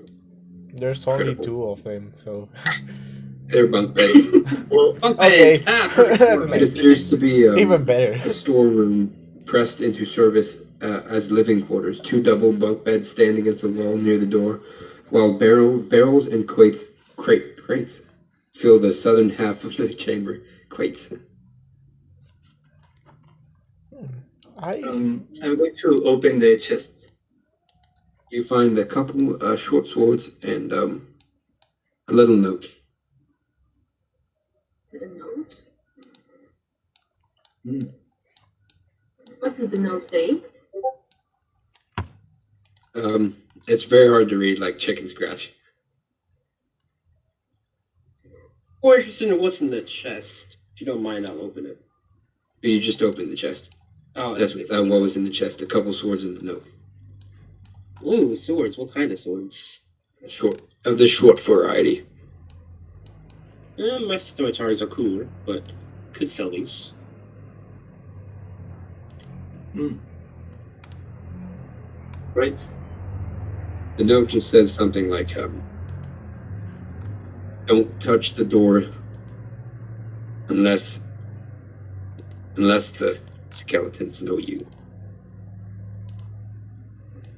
S3: there's only
S1: Incredible.
S3: two of them, so.
S1: They're bunk beds.
S4: Well,
S2: Bunk
S3: Okay.
S2: beds. Ah, perfect
S3: That's
S2: word.
S1: It
S3: nice.
S1: appears to be
S3: Even
S1: um,
S3: better.
S1: a storeroom pressed into service uh, as living quarters. Two double bunk beds stand against the wall near the door, while barrel barrels and crates crate crates fill the southern half of the chamber. Crates.
S3: I.
S4: um, I'm going to open the chest.
S1: You find a couple uh, short swords and um, a little note.
S5: The note.
S4: Hmm.
S5: What did the note say?
S1: Um, it's very hard to read like chicken scratch.
S2: More interested in what's in the chest. If you don't mind, I'll open it.
S1: But you just open the chest.
S2: Oh,
S1: That's
S2: that's
S1: what,
S2: different.
S1: uh, what was in the chest. A couple swords in the note.
S2: Ooh, swords. What kind of swords?
S1: Short of the short variety.
S10: Eh, my scimitars are cooler, but could sell these.
S1: Right. The note just says something like, um, "Don't touch the door unless unless the skeletons know you."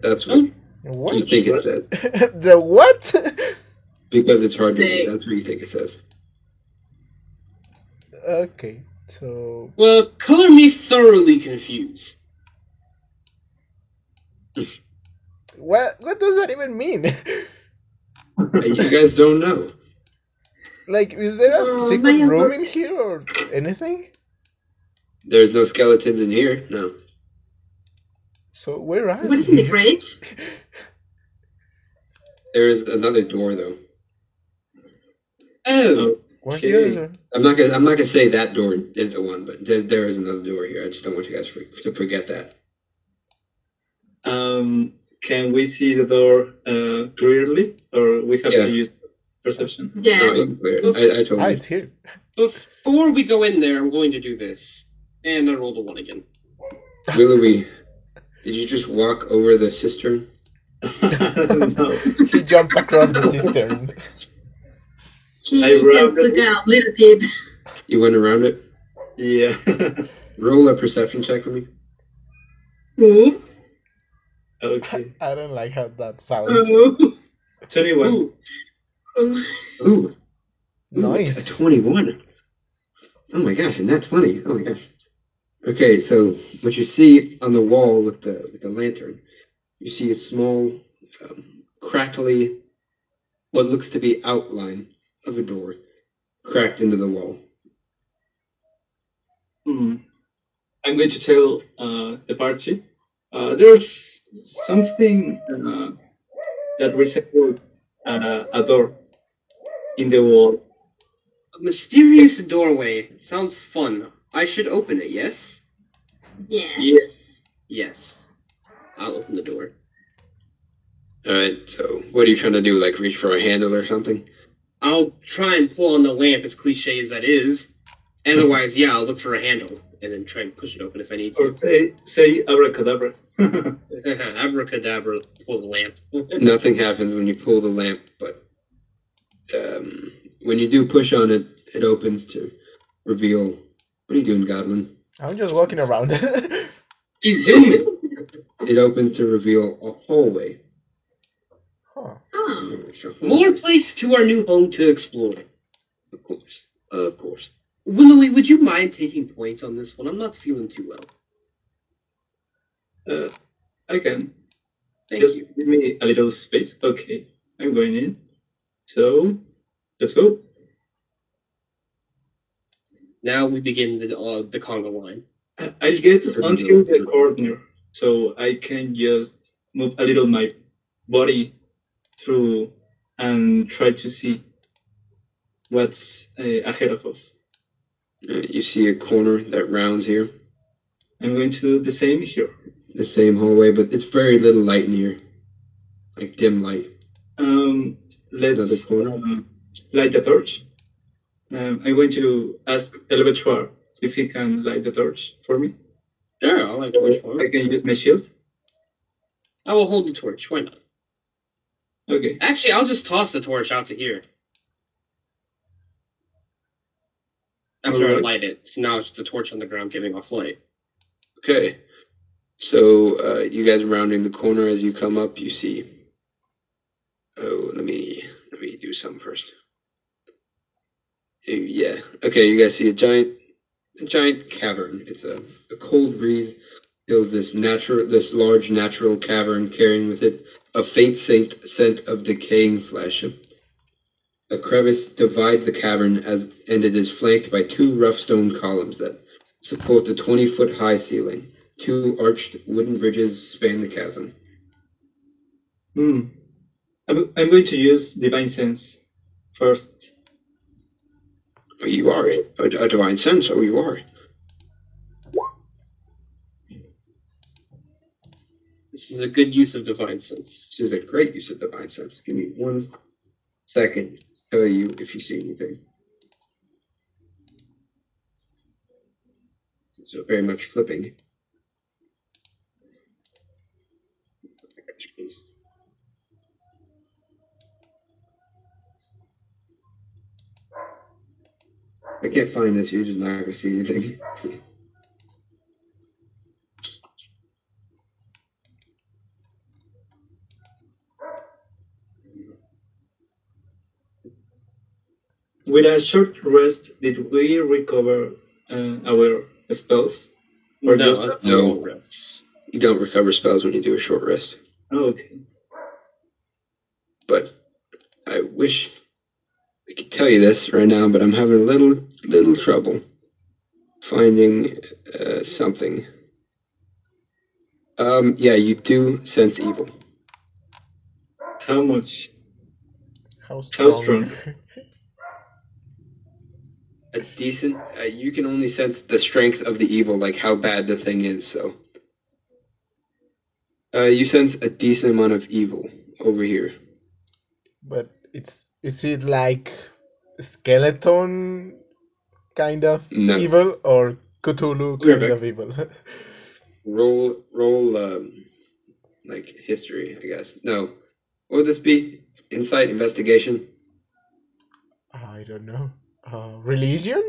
S1: That's what
S3: What?
S1: you think it says
S3: the what?
S1: because it's hard to
S5: They-
S1: read. That's what you think it says.
S3: okay, so
S10: Well, color me thoroughly confused.
S3: what what does that even mean?
S1: And you guys don't know.
S3: like, is there a
S1: Uh,
S5: Well,
S3: secret
S5: my
S3: room
S5: uncle-
S3: in here or anything?
S1: There's no skeletons in here. No.
S3: So where are
S5: What is in
S3: we?
S5: the crates?
S1: There is another door though.
S10: Oh,
S3: Where's
S1: Okay.
S3: the other?
S1: I'm not gonna. I'm not gonna say that door is the one, but there, there is another door here. I just don't want you guys for, to forget that.
S4: Um, can we see the door uh, clearly, or we have
S1: Yeah.
S4: to use perception?
S1: No,
S5: Yeah.
S1: I, didn't clear it. I, I told
S3: Ah,
S1: you.
S3: it's here.
S10: before we go in there, I'm going to do this. And I rolled a one again.
S1: Willowy, did you just walk over the cistern?
S4: no,
S3: He jumped across the cistern.
S5: She
S4: I
S5: just
S4: rubbed
S5: took
S4: it.
S5: a little dip.
S1: You went around it.
S4: yeah.
S1: Roll a perception check for me.
S5: Oh,
S4: okay,
S3: I don't like how that sounds.
S5: oh,
S4: twenty-one.
S10: Ooh,
S5: oh.
S1: Ooh, ooh, a
S3: Nice.
S1: twenty-one. Oh my gosh, and that's funny. Oh my gosh. Okay, so what you see on the wall with the with the lantern, you see a small, um, crackly, what looks to be outline of a door cracked into the wall.
S4: Hmm. I'm going to tell uh, the party. Uh, there's something uh, that resembles uh, a door in the wall.
S10: a mysterious doorway. Sounds fun. I should open it, yes?
S5: Yes.
S4: Yeah.
S10: Yes. I'll open the door.
S1: All right. So what are you trying to do? Like reach for a handle or something?
S10: I'll try and pull on the lamp, as cliche as that is. Otherwise, yeah, I'll look for a handle and then try and push it open if I need
S4: Or
S10: to.
S4: say say abracadabra.
S10: Abracadabra, pull the lamp.
S1: Nothing happens when you pull the lamp, but um, when you do push on it, it opens to reveal. What are you doing, Godwin?
S3: I'm just walking around.
S10: He's human.
S1: It opens to reveal a hallway.
S3: huh.
S5: Oh,
S1: It's a hallway,
S10: More place to our new home to explore.
S1: of course, of course.
S10: Willowy, would you mind taking points on this one? I'm not feeling too well.
S4: Uh, I can.
S10: Thank
S4: Just
S10: you.
S4: give me a little space. Okay, I'm going in. So let's go.
S10: Now we begin the uh, the conga line.
S4: I- I'll get
S1: Pretty
S4: until
S1: good.
S4: the corner, so I can just move a little my body through and try to see what's uh, ahead of us.
S1: Uh, you see a corner that rounds here,
S4: I'm going to do the same here.
S1: the same hallway, but it's very little light in here, like dim light.
S4: Um, let's
S1: Another corner.
S4: um, light the torch. Um, I'm going to ask Elevator if he can light the torch for me.
S10: Sure, I'll light a torch for
S4: I
S10: it.
S4: can use my shield.
S10: I will hold the torch. Why not?
S4: Okay.
S10: Actually, I'll just toss the torch out to here. After I
S4: Alright.
S10: light it, so now it's just a torch on the ground giving off light.
S1: Okay. So uh, you guys rounding the corner as you come up, you see. Oh, let me let me do something first. Uh, Yeah. Okay, you guys see a giant a giant cavern. It's a, a cold breeze fills this natural this large natural cavern carrying with it a faint scent scent of decaying flesh. A crevice divides the cavern as and it is flanked by two rough stone columns that support the twenty foot high ceiling. Two arched wooden bridges span the chasm.
S4: Hmm. I'm, I'm going to use Divine Sense first.
S1: Oh, you are a, a divine sense. Oh, you are.
S10: This is a good use of divine sense.
S1: This is a great use of divine sense. Give me one second to tell you if you see anything. So very much flipping. I can't find this. You're just not going to see anything.
S4: With a short rest, did we recover uh, our spells? Or
S10: No,
S4: just
S10: that's
S4: a-
S10: no.
S1: No. You don't recover spells when you do a short rest.
S4: Oh, okay.
S1: But I wish I could tell you this right now, but I'm having a little little trouble finding uh, something. Um, yeah, you do sense evil.
S4: How much?
S3: How strong?
S1: A decent. Uh, you can only sense the strength of the evil, like how bad the thing is. So, uh, you sense a decent amount of evil over here.
S3: but it's is it like skeleton kind of
S1: No.
S3: evil or Cthulhu
S1: We're
S3: kind
S1: back.
S3: of evil?
S1: Roll, roll, um, like history, I guess. No, what would this be? Insight, investigation.
S3: Ah, I don't know. Uh, religion?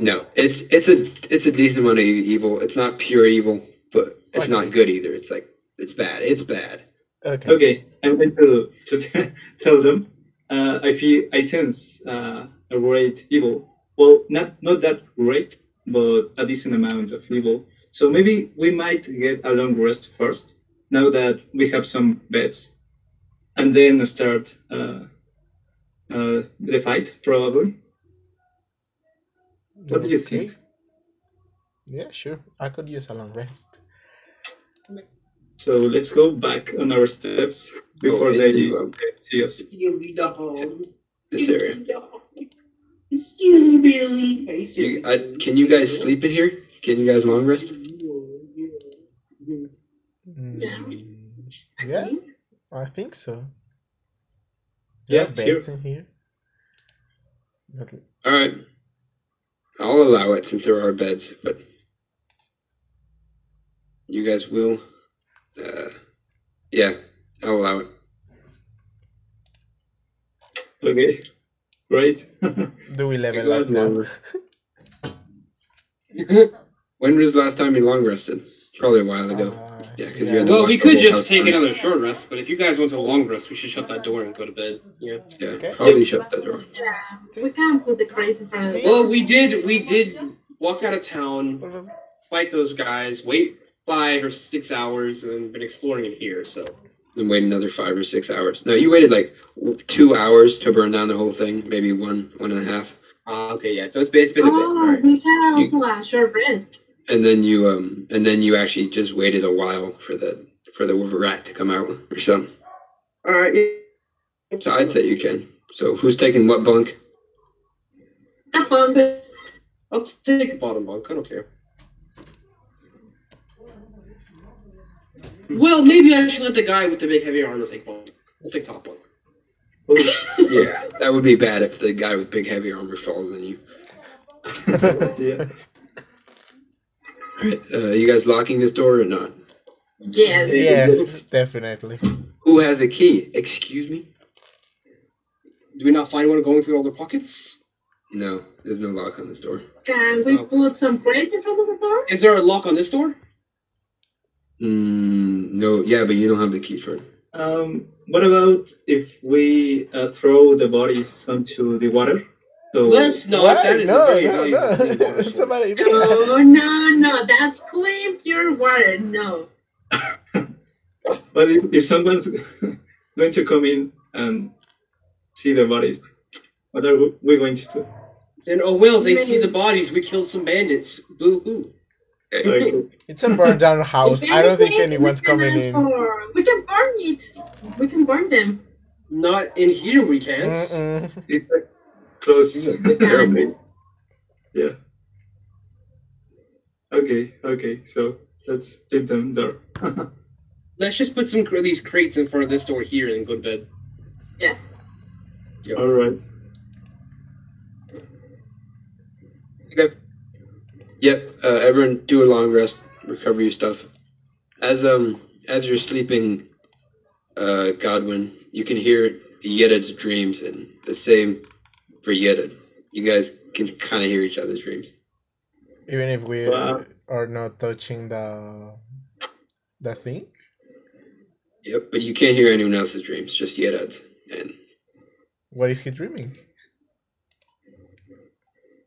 S1: No, it's it's a it's a decent amount of e- evil. It's not pure evil, but it's
S3: Okay.
S1: not good either. It's like it's bad. It's bad.
S3: Okay.
S4: Okay, I'm going to, to tell them. Uh, I feel I sense uh, a great evil. Well, not not that great, but a decent amount of evil. So maybe we might get a long rest first, now that we have some beds, and then start uh, uh, the fight probably. What do you think?
S3: Okay. Yeah, sure. I could use a long rest.
S4: So let's go back on our steps before
S1: Go
S4: they
S1: into um,
S4: they see us.
S1: this area. You, I, can you guys sleep in here? Can you guys long rest?
S3: Mm,
S5: I
S3: yeah,
S5: think.
S3: I think so. There
S4: Yeah,
S3: are
S4: here.
S3: beds in here. Not l-
S1: All right, I'll allow it since there are beds, but you guys will. Uh, yeah, I'll allow it.
S4: Okay, great.
S3: Do we
S1: You
S3: level
S1: go ahead
S3: up
S1: and
S3: now?
S1: long rest. when was the last time you long rested? Probably a while ago.
S3: Uh,
S1: Yeah, because you
S3: yeah.
S1: had to
S10: Well,
S1: watch
S10: we
S1: the
S10: could
S1: whole
S10: just
S1: house
S10: take
S1: burn.
S10: another short rest, but if you guys want a long rest, we should shut that door and go to bed. Yeah.
S1: Yeah,
S3: Okay.
S1: probably shut that door.
S5: Yeah, we can put the crazy in front of
S3: See?
S5: the
S10: Well, we did. We did walk out of town, fight those guys, wait five or six hours, and been exploring it here. So
S1: and wait another five or six hours. No, you waited like w- two hours to burn down the whole thing, maybe one, one and a half, Ah.
S10: Ah, okay, yeah. So it's been, it's been a bit. All
S5: Oh,
S10: right.
S5: we had
S1: You-
S5: also a short rest.
S1: and then you um, and then you actually just waited a while for the for the rat to come out or something.
S10: All right. Uh, Yeah.
S1: So I'd say you can. So who's taking what bunk?
S5: Up on
S10: I'll take a bottom bunk. I don't care. Well, maybe I should let the guy with the big heavy armor take bottom. We'll take top bunk.
S1: Yeah, that would be bad if the guy with big heavy armor falls on you.
S4: yeah.
S1: All right, uh, you guys locking this door or not?
S5: Yes.
S3: Yes, definitely.
S1: Who has a key? Excuse me.
S10: Do we not find one going through all the pockets?
S1: No, there's no lock on this door.
S5: Can we
S10: Oh.
S5: put some crazy in front of the door?
S10: Is there a lock on this door?
S1: Mm, no, yeah, but you don't have the keys for it.
S4: Um, what about if we uh, throw the bodies onto the water? So
S10: Let's not.
S3: Why?
S10: That is a
S3: No,
S10: very
S3: no, no.
S10: valuable clean water
S3: That's a bad
S10: source.
S3: idea.
S5: No, no, no. That's clean, pure water. No.
S4: but if, if someone's going to come in and see the bodies, what are we going to do?
S10: Then oh well, they see
S5: Maybe.
S10: the bodies. We killed some bandits. Boo hoo.
S1: Okay.
S4: Like,
S3: It's a burned down
S5: If
S3: house. I don't think
S5: anything, we
S3: anyone's
S5: can
S3: coming
S5: ask
S3: in.
S5: for. We can burn it. We can burn them.
S10: Not in here, we can't.
S3: Mm-mm.
S4: it's like close.
S1: This is
S5: We can.
S1: terrible.
S4: okay. Yeah. Okay. Okay. So let's leave them there.
S10: Let's just put some cr- these crates in front of this door here and go to bed.
S5: Yeah.
S4: All right.
S1: Okay. Yep. Uh, everyone, do a long rest, recover your stuff. As um as you're sleeping, uh, Godwin, you can hear Yedid's dreams, and the same for Yedid. You guys can kind of hear each other's dreams.
S3: Even if we
S10: Wow.
S3: are not touching the the thing.
S1: Yep. But you can't hear anyone else's dreams, just Yedid's. And
S3: What is he dreaming?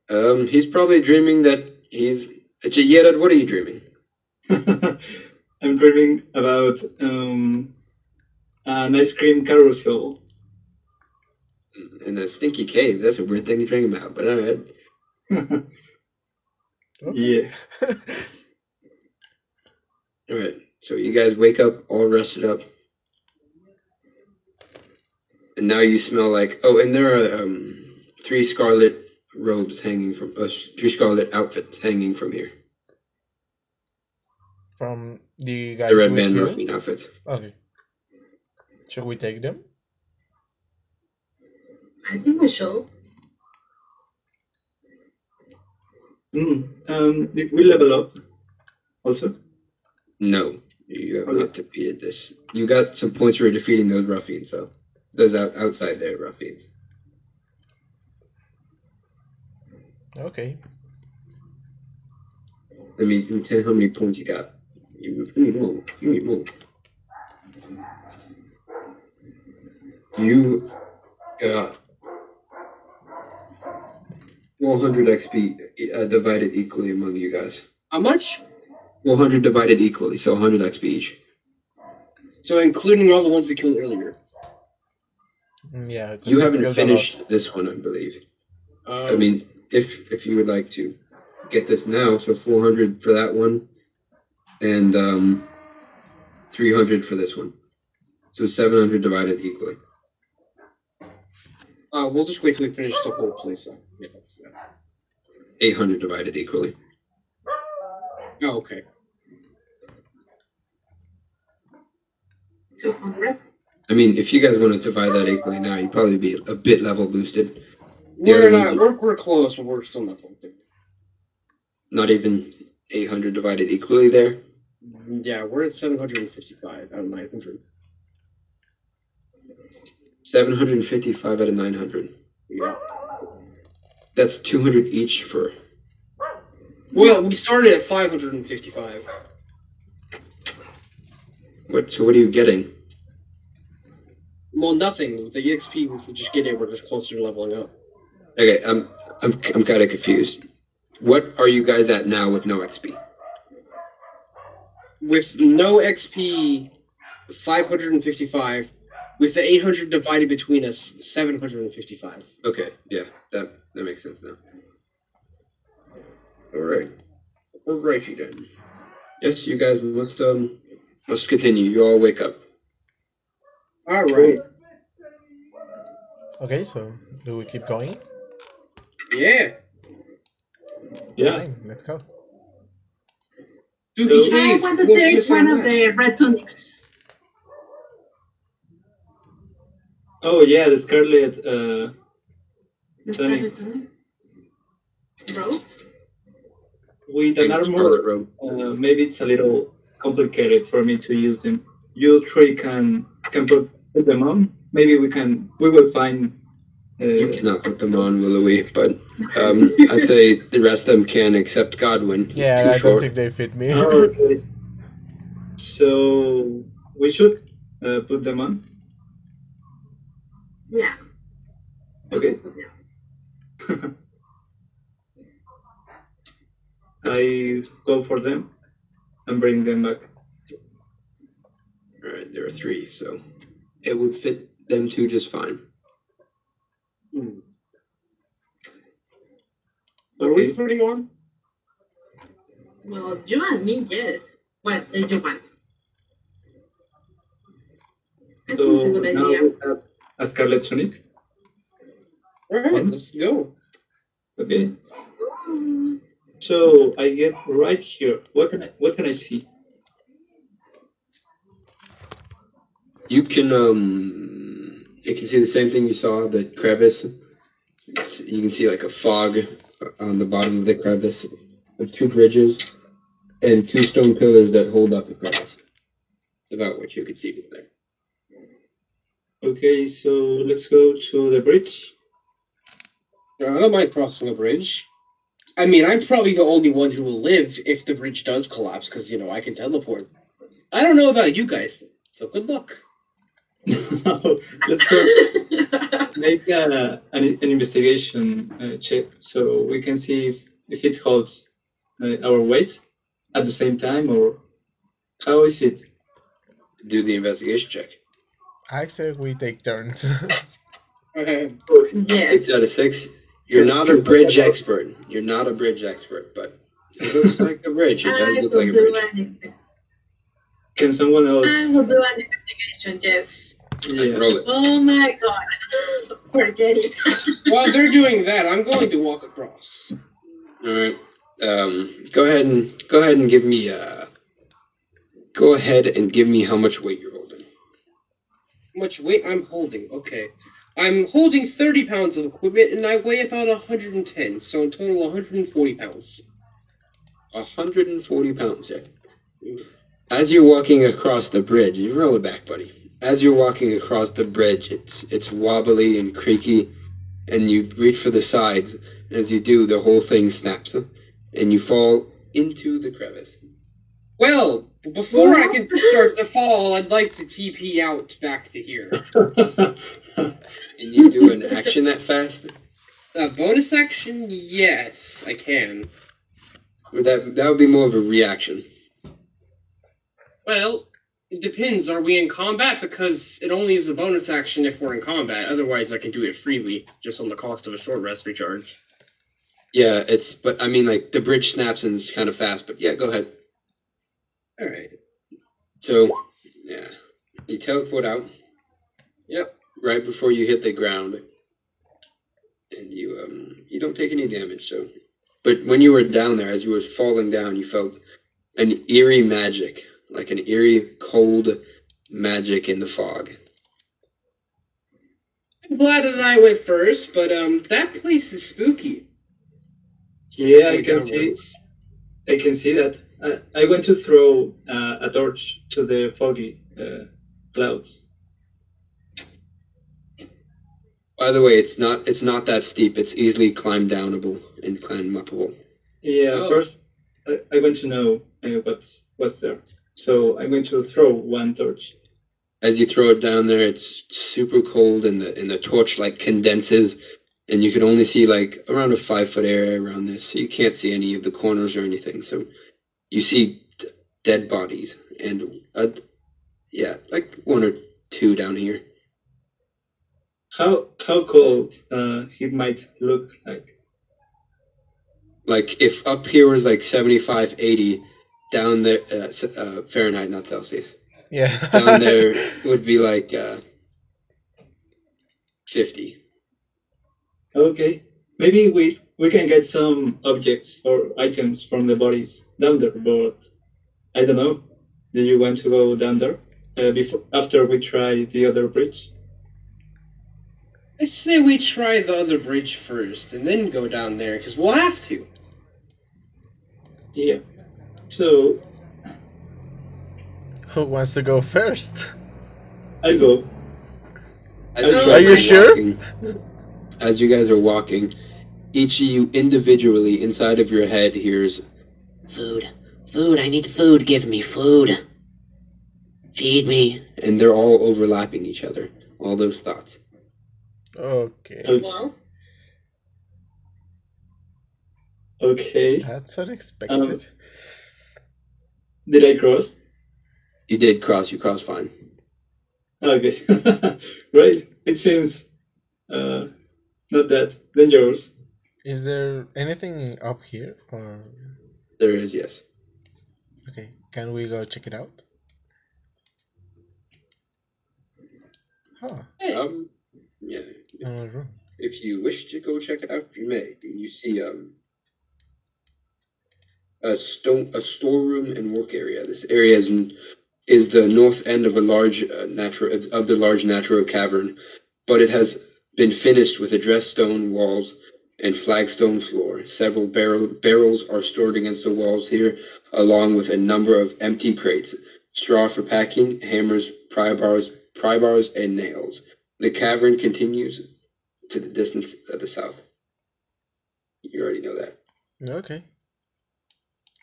S1: um, he's probably dreaming that he's Yedid. What are you dreaming?
S4: I'm dreaming about um, an ice cream carousel.
S1: In the stinky cave. That's a weird thing to dream about. But all right.
S4: yeah.
S1: All right. So you guys wake up all rested up, and now you smell like oh, and there are um, three scarlet robes hanging from uh, three scarlet outfits hanging from here.
S3: From
S1: The
S3: the guys
S1: red
S3: we
S1: band
S3: killed?
S1: morphine outfits.
S3: Okay. Should we take them?
S5: I think we should.
S4: Mm, um, we level up also.
S1: No, you have not defeated this. You got some points for defeating those ruffians though. Those out, outside there ruffians.
S3: Okay.
S1: Let me let me tell you how many points you got. You you need more. You need more. You got 400 XP uh, divided equally among you guys.
S2: How much?
S1: 400 divided equally, so 100 XP each.
S2: So including all the ones we killed earlier.
S3: Mm, Yeah, 'cause
S1: You
S3: we
S1: haven't
S3: killed a lot.
S1: finished this one, I believe. I
S2: Um,
S1: mean, if if you would like to get this now, so 400 for that one, and um, 300 for this one. So 700 divided equally.
S2: uh, we'll just wait till we finish the whole place up. Yeah, that's
S1: 800 divided equally.
S2: Oh, okay.
S5: 200.
S1: I mean, if you guys want to divide that equally now, you'd probably be a bit level boosted. The
S2: We're
S1: other ones
S2: not.
S1: are
S2: We're, we're close, but we're still not going there.
S1: not even 800 divided equally there.
S2: Yeah, we're at 755 out of 900.
S1: 755 out of 900.
S2: Yeah.
S1: That's 200 each for
S2: Well, we started at 555.
S1: what? So what are you getting?
S2: Well, nothing. The
S10: E
S2: EXP, if we just get it, we're just closer to leveling up.
S1: Okay, I'm I'm I'm kind of confused. What are you guys at now with no XP?
S2: With no
S10: E
S2: XP, 555. With the 800 divided between us, 755.
S1: Okay, yeah, that that makes sense now. All right, all righty then. Yes, you guys must um let's continue. You all wake up.
S2: All right.
S3: Okay, so do we keep going?
S2: Yeah.
S4: Yeah.
S3: Fine, let's go.
S2: Dude,
S4: So-
S2: we
S5: I
S2: caved.
S5: want to
S2: What's
S5: take
S2: missing
S5: one of
S2: that?
S5: the red tunics.
S4: Oh yeah, the scarlet. Uh,
S5: The
S4: Tunics.
S5: scarlet tunics. Robes?
S4: with an armor,
S1: Scarlet robe.
S4: uh, maybe it's a little complicated for me to use them. You three can can put put them on. Maybe we can. We will find.
S1: You
S4: Uh,
S1: cannot put them on, Willowy, but um, I'd say the rest of them can, except Godwin. He's
S3: Yeah,
S1: too
S3: I don't
S1: short.
S3: think they fit me.
S4: Oh, okay. So we should uh, put them on.
S5: Yeah.
S4: Okay. I go for them and bring them back.
S1: All right, there are three, so it would fit them two just fine.
S2: What are we
S4: Okay.
S2: putting on?
S5: Well, you and me, yes. eh, What did you want? I think it's a
S4: So
S5: good
S4: now
S5: idea.
S4: we have a scarlet tunic.
S2: All right,
S4: On.
S2: let's go.
S4: Okay.
S5: Mm,
S4: So I get right here. What can I what can I see?
S1: You can um you can see the same thing you saw the crevice. You can see like a fog on the bottom of the crevice,
S8: of two bridges and two stone pillars that hold up the crevice. It's about what you could see from there.
S10: Okay, so let's go to the bridge.
S2: No, I don't mind crossing a bridge. I mean, I'm probably the only one who will live if the bridge does collapse, because, you know, I can teleport. I don't know about you guys, so good luck.
S4: let's go make uh, an, an investigation uh, check so we can see if, if it holds uh, our weight at the same time or how is it?
S1: Do the investigation check.
S3: I said we take turns.
S5: Yes.
S1: Six out of six. You're not a bridge expert. You're not a bridge expert, but it looks like a bridge. It does
S5: I
S1: look
S5: will
S1: like a
S5: do
S1: bridge.
S5: an ex-
S4: Can someone
S5: I
S4: else?
S5: will do an investigation, yes.
S4: Yeah.
S1: Roll it.
S5: Oh my god. Forget it.
S2: While they're doing that, I'm going to walk across.
S1: All right. Um, go ahead and go ahead and give me. Uh, go ahead and give me how much weight you're holding.
S2: How much weight I'm holding? Okay. I'm holding 30 pounds of equipment, and I weigh about 110, so in total 140 pounds.
S1: 140 pounds. Yeah. As you're walking across the bridge, you roll it back, buddy. As you're walking across the bridge, it's it's wobbly and creaky, and you reach for the sides. As you do, the whole thing snaps, and you fall into the crevice.
S2: Well, before I can
S5: Well-
S2: start to fall, I'd like to TP out back to here.
S1: And you do an action that fast.
S2: Uh, bonus action? Yes, I can.
S1: Or that that would be more of a reaction.
S2: Well, it depends. Are we in combat? Because it only is a bonus action if we're in combat. Otherwise, I can do it freely, just on the cost of a short rest recharge.
S1: Yeah, it's but I mean like the bridge snaps and it's kind of fast. But yeah, go ahead.
S2: All right.
S1: So, yeah, you teleport out. Yep, right before you hit the ground, and you um you don't take any damage. So, but when you were down there, as you were falling down, you felt an eerie magic, like an eerie cold magic in the fog.
S2: I'm glad that I went first, but um, that place is spooky.
S4: Yeah, I
S2: We
S4: can
S2: got
S4: see. I can see that. I, I want to throw uh, a torch to the foggy uh, clouds.
S1: By the way, it's not it's not that steep. It's easily climb downable and climb upable.
S4: Yeah,
S1: Oh.
S4: first I, I want to know uh, what's what's there. So I'm going to throw one torch.
S1: as you throw it down there, it's super cold, and the and the torch like condenses, and you can only see like around a five foot area around this, so you can't see any of the corners or anything. So you see d- dead bodies, and uh, yeah, like one or two down here.
S4: How how cold uh, it might look like.
S1: Like if up here was like 75, 80, down there uh, s- uh, Fahrenheit, not Celsius.
S3: yeah.
S1: Down there would be like uh, fifty.
S4: Okay, maybe we we can get some objects or items from the bodies down there. But I don't know. Do you want to go down there uh, before after we try the other bridge?
S2: I say we try the other bridge first, and then go down there, because we'll have to.
S4: Yeah. So
S3: Who wants to go first?
S4: I go.
S1: As you
S4: Are
S1: guys
S3: you sure?
S1: walking- as you guys are walking, each of you individually inside of your head hears,
S11: Food. Food. I need food. Give me food. Feed me.
S1: and they're all overlapping each other. All those thoughts. Uh,
S3: Okay.
S4: O-
S5: well,
S4: Okay.
S3: That's
S1: um,
S3: unexpected.
S4: Did I cross?
S1: You did cross. You crossed fine.
S4: Okay. right. It seems uh, not that dangerous.
S3: Is there anything up here or
S1: There is yes.
S3: okay, can we go check it out? Huh.
S1: Um, yeah.
S3: Another room.
S1: If you wish to go check it out, you may. You see um a stone a storeroom and work area. This area is is the north end of a large uh, natural of the large natural cavern, but it has been finished with addressed stone walls and flagstone floor. Several barrel, barrels are stored against the walls here, along with a number of empty crates, straw for packing, hammers, pry bars, pry bars, and nails. The cavern continues to the distance of the south. You already know that.
S3: Okay.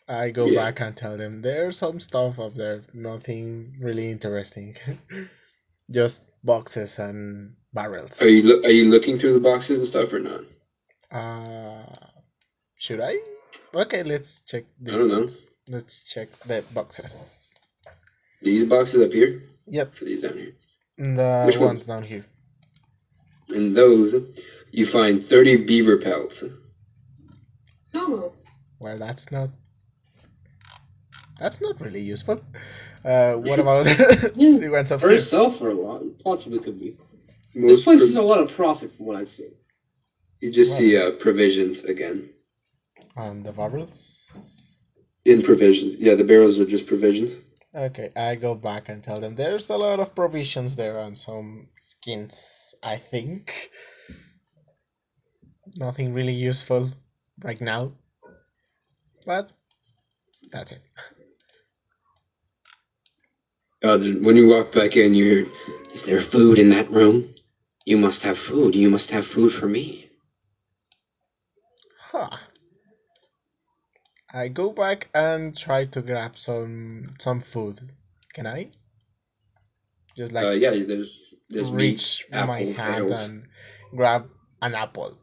S3: I go
S1: Yeah.
S3: back and tell them there's some stuff up there, nothing really interesting. Just boxes and barrels.
S1: Are you loo- are you looking through the boxes and stuff or not?
S3: Uh, should I? Okay, let's check
S1: I
S3: these
S1: don't know.
S3: ones. Let's check the boxes.
S1: These boxes up here,
S3: Yep,
S1: or these down here,
S3: the
S1: Which
S3: ones down here.
S1: in those you find thirty beaver pelts.
S5: Oh,
S3: Well, that's not. That's not really useful. Uh, what about the ones up
S2: For
S3: here?
S2: herself or a lot, possibly could be. This
S1: Most
S2: place
S1: pro-
S2: is a lot of profit from what I've seen.
S1: you just see uh, provisions again.
S3: And the barrels.
S1: In provisions, yeah, the barrels are just provisions.
S3: Okay, I go back and tell them there's a lot of provisions there and some skins, I think. Nothing really useful right now, but that's it.
S1: Uh, when you walk back in, you hear,
S11: Is there food in that room? You must have food. You must have food for me.
S3: Huh. I go back and try to grab some some food. Can I? Just
S1: uh,
S3: like
S1: yeah, there's there's meat,
S3: reach
S1: apple,
S3: my hand
S1: ales.
S3: and grab an apple.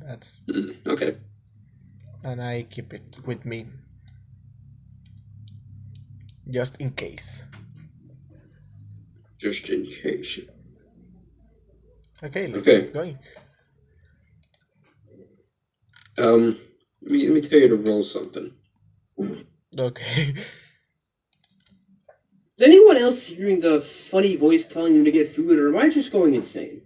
S3: That's
S1: Mm, okay,
S3: and I keep it with me. Just in case.
S1: just in case.
S3: Okay, let's
S1: Okay.
S3: keep going.
S1: Um, let me, let me tell you to roll something.
S3: Okay.
S2: Is anyone else hearing the funny voice telling them to get food, or am I just going insane?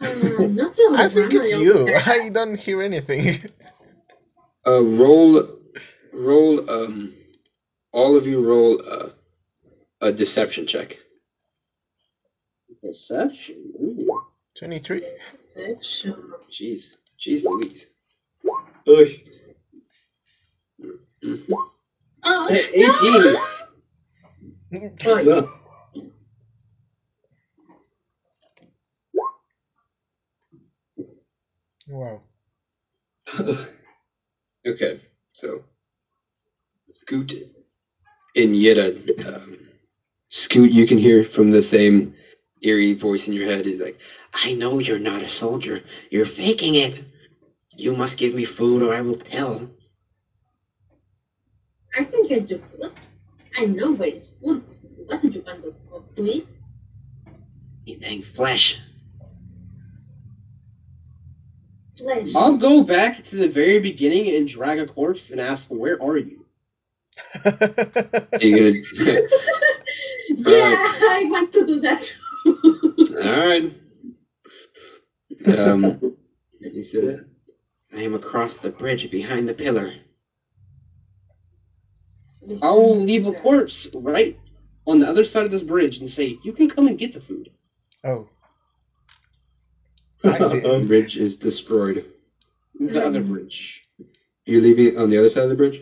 S5: uh, not the only
S3: I think
S5: one.
S3: it's
S5: I also
S3: you. I don't hear anything.
S1: Uh, roll, roll. Um, all of you roll a, a deception check.
S2: Deception. Ooh.
S3: 23.
S5: Perception.
S1: Jeez, jeez, Louise. Mm.
S5: Oh,
S2: Eh, 18.
S5: no! Oy.
S3: Wow.
S1: Okay, so Scoot and Yida. Um, Scoot, you can hear from the same eerie voice in your head. He's like,
S11: I know you're not a soldier. You're faking it. You must give me food or I will tell.
S5: I can get your food. I know where is food. What do you want the food to eat?
S11: Eat dang flesh.
S5: Flesh.
S2: I'll go back to the very beginning and drag a corpse and ask, Where are you?
S1: "Are you gonna?"
S5: yeah, I want to do that.
S1: all right. Um, he says,
S11: I am across the bridge behind the pillar.
S2: I'll leave a corpse right on the other side of this bridge and say, You can come and get the food.
S3: oh. I see.
S1: "Bridge is destroyed."
S2: The other bridge.
S1: You're leaving it on the other side of the bridge.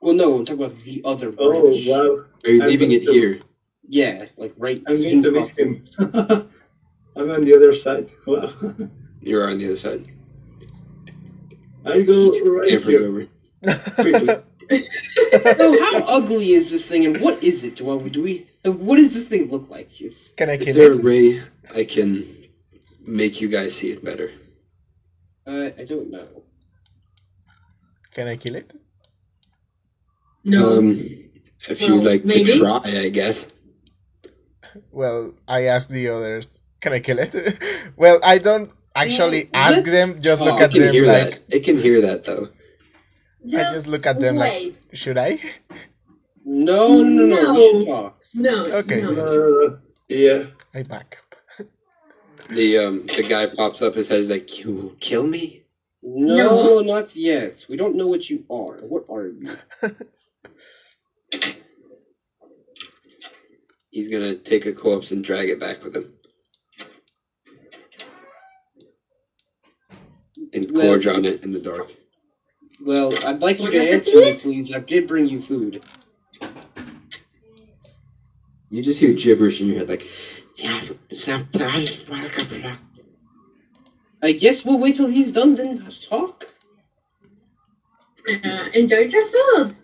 S2: Well, no, I'm talking about the other
S12: Oh
S2: bridge.
S12: wow!
S1: Are you
S12: I'm
S1: leaving
S12: going
S1: it
S12: to-
S1: here?
S2: Yeah, like right.
S12: I'm
S2: soon
S12: going to
S2: across
S12: meet
S2: the-
S12: him. I'm on the other side. Wow!
S1: You are on the other side.
S12: I go right
S1: Camper's
S12: here
S1: over.
S12: quickly.
S2: So Oh, how ugly is this thing, and what is it? Do I, do we? What does this thing look like? It's,
S3: Can I
S1: Is
S3: kill
S1: there a
S3: it?
S1: way I can make you guys see it better?
S2: uh, I don't know.
S3: Can I kill it?
S5: No.
S1: Um, if you'd
S5: Well,
S1: like to
S5: maybe.
S1: try, I guess.
S3: Well, I asked the others, can I kill it? well, I don't actually ask
S2: let's-
S3: them, just look
S2: oh,
S1: It
S3: at
S1: can
S3: them
S1: hear that.
S3: like,
S1: It can hear that though.
S3: I
S5: Just
S3: just look at them like,
S5: wait.
S3: should I?
S2: No, no, no. We
S5: No.
S2: should talk.
S5: No.
S3: Okay,
S5: No.
S12: No, no,
S4: Uh,
S12: no. Yeah.
S3: I back up.
S1: The um the guy pops up his head. He's like, "You will kill me."
S2: No, not yet. We don't know what you are. What are you?
S1: He's gonna take a corpse and drag it back with him. and
S2: Well-
S1: gorge on it in the dark.
S2: Well, I'd like you to
S5: Bon
S2: answer me, please. I did bring you food.
S1: You just hear gibberish in your head, like
S2: I guess we'll wait till he's done, then talk.
S5: Uh, enjoy your food.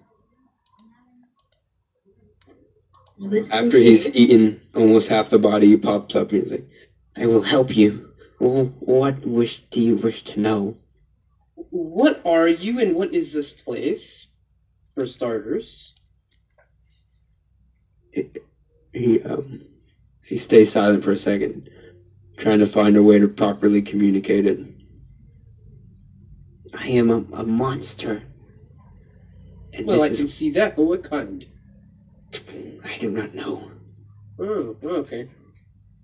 S1: after he's eaten almost half the body, he pops up and he's like,
S11: I will help you. Wh- What wish do you wish to know?
S2: What are you and what is this place? For starters.
S1: he um, he stays silent for a second, trying to find a way to properly communicate it.
S11: I am a, a monster. And
S2: Well, I
S11: this
S2: can
S11: is.
S2: see that, but what kind?
S11: I do not know.
S2: Oh, okay.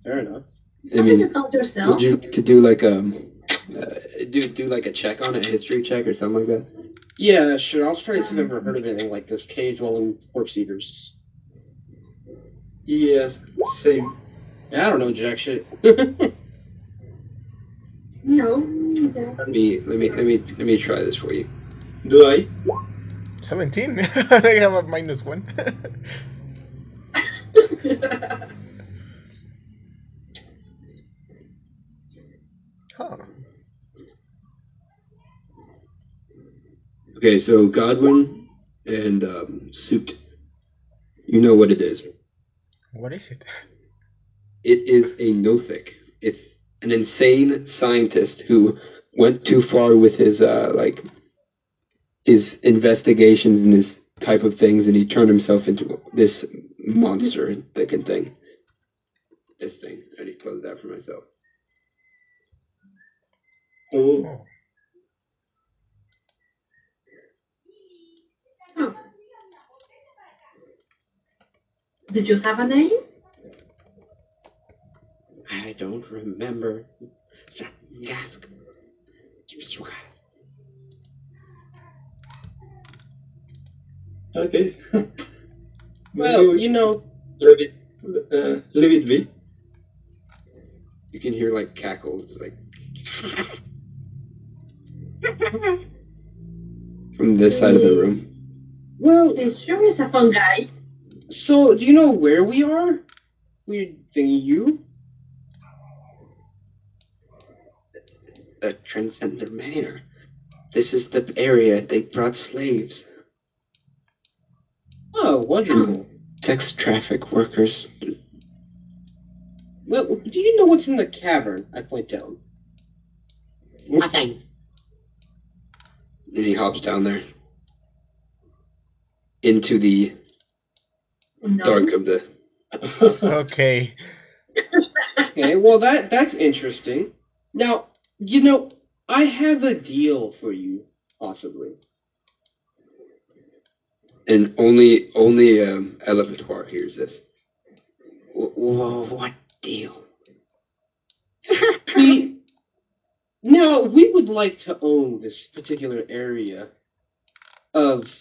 S2: Fair enough.
S1: I mean, would
S5: help yourself.
S1: you like to do like a uh, do do like a check on it, a history check or something like that?
S2: Yeah, sure. I'll try to see if I've ever heard of anything like this cage while in corpse eaters.
S12: Yes, same.
S2: I don't know jack shit.
S5: No, yeah.
S1: Let me let me let me let me try this for you.
S12: Do I?
S3: 17. I have a minus one. huh.
S1: Okay, so Godwin and um, Suit, you know what it is.
S3: What is it?
S1: It is a nothic. It's an insane scientist who went too far with his uh, like his investigations and his type of things, and he turned himself into this monster thickened thing. This thing. I need to close that for myself.
S12: Oh,
S3: Oh.
S5: Oh. Did you have a name?
S11: I don't remember.
S12: okay.
S2: well, you know,
S12: leave it, uh, leave it be.
S1: You can hear like cackles, like from this side of the room.
S2: well,
S5: It sure is a fun guy.
S2: so do you know where we are? Weird thingy, you.
S11: The Transcender Manor. This is the area they brought slaves,
S2: Oh, wonderful.
S11: sex traffic workers.
S2: Well, do you know what's in the cavern? I point down.
S11: Nothing.
S1: And he hops down there into the
S5: No.
S1: dark of the.
S3: Okay.
S2: Okay, well that that's interesting. Now, you know, I have a deal for you, possibly.
S1: And only only um, Elevator hears this.
S11: Whoa, what deal?
S2: We now we would like to own this particular area of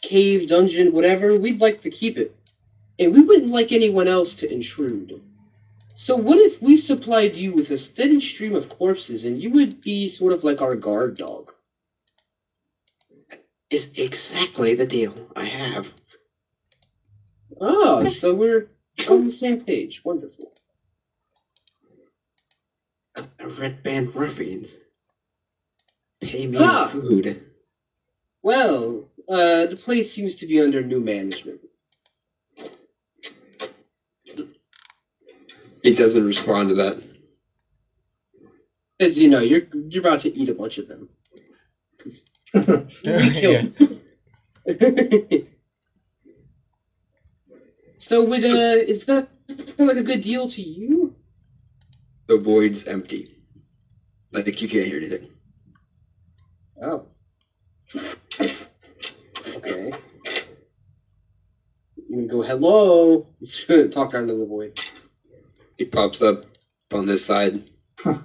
S2: cave, dungeon, whatever. We'd like to keep it. And we wouldn't like anyone else to intrude. So what if we supplied you with a steady stream of corpses and you would be sort of like our guard dog?
S11: Is exactly the deal I have.
S2: Oh, so we're on the same page. Wonderful.
S11: Got the Red Band Ruffians. Pay me
S2: Ah!
S11: in food.
S2: Well, uh, the place seems to be under new management.
S1: He doesn't respond to that.
S2: As you know, you're you're about to eat a bunch of them. 'Cause we
S3: yeah.
S2: killed them. so would uh is that sound like a good deal to you?
S1: The void's empty. Like you can't hear anything.
S2: Oh. Okay. You can go hello. Talk out into the void.
S1: He pops up on this side.
S2: Oh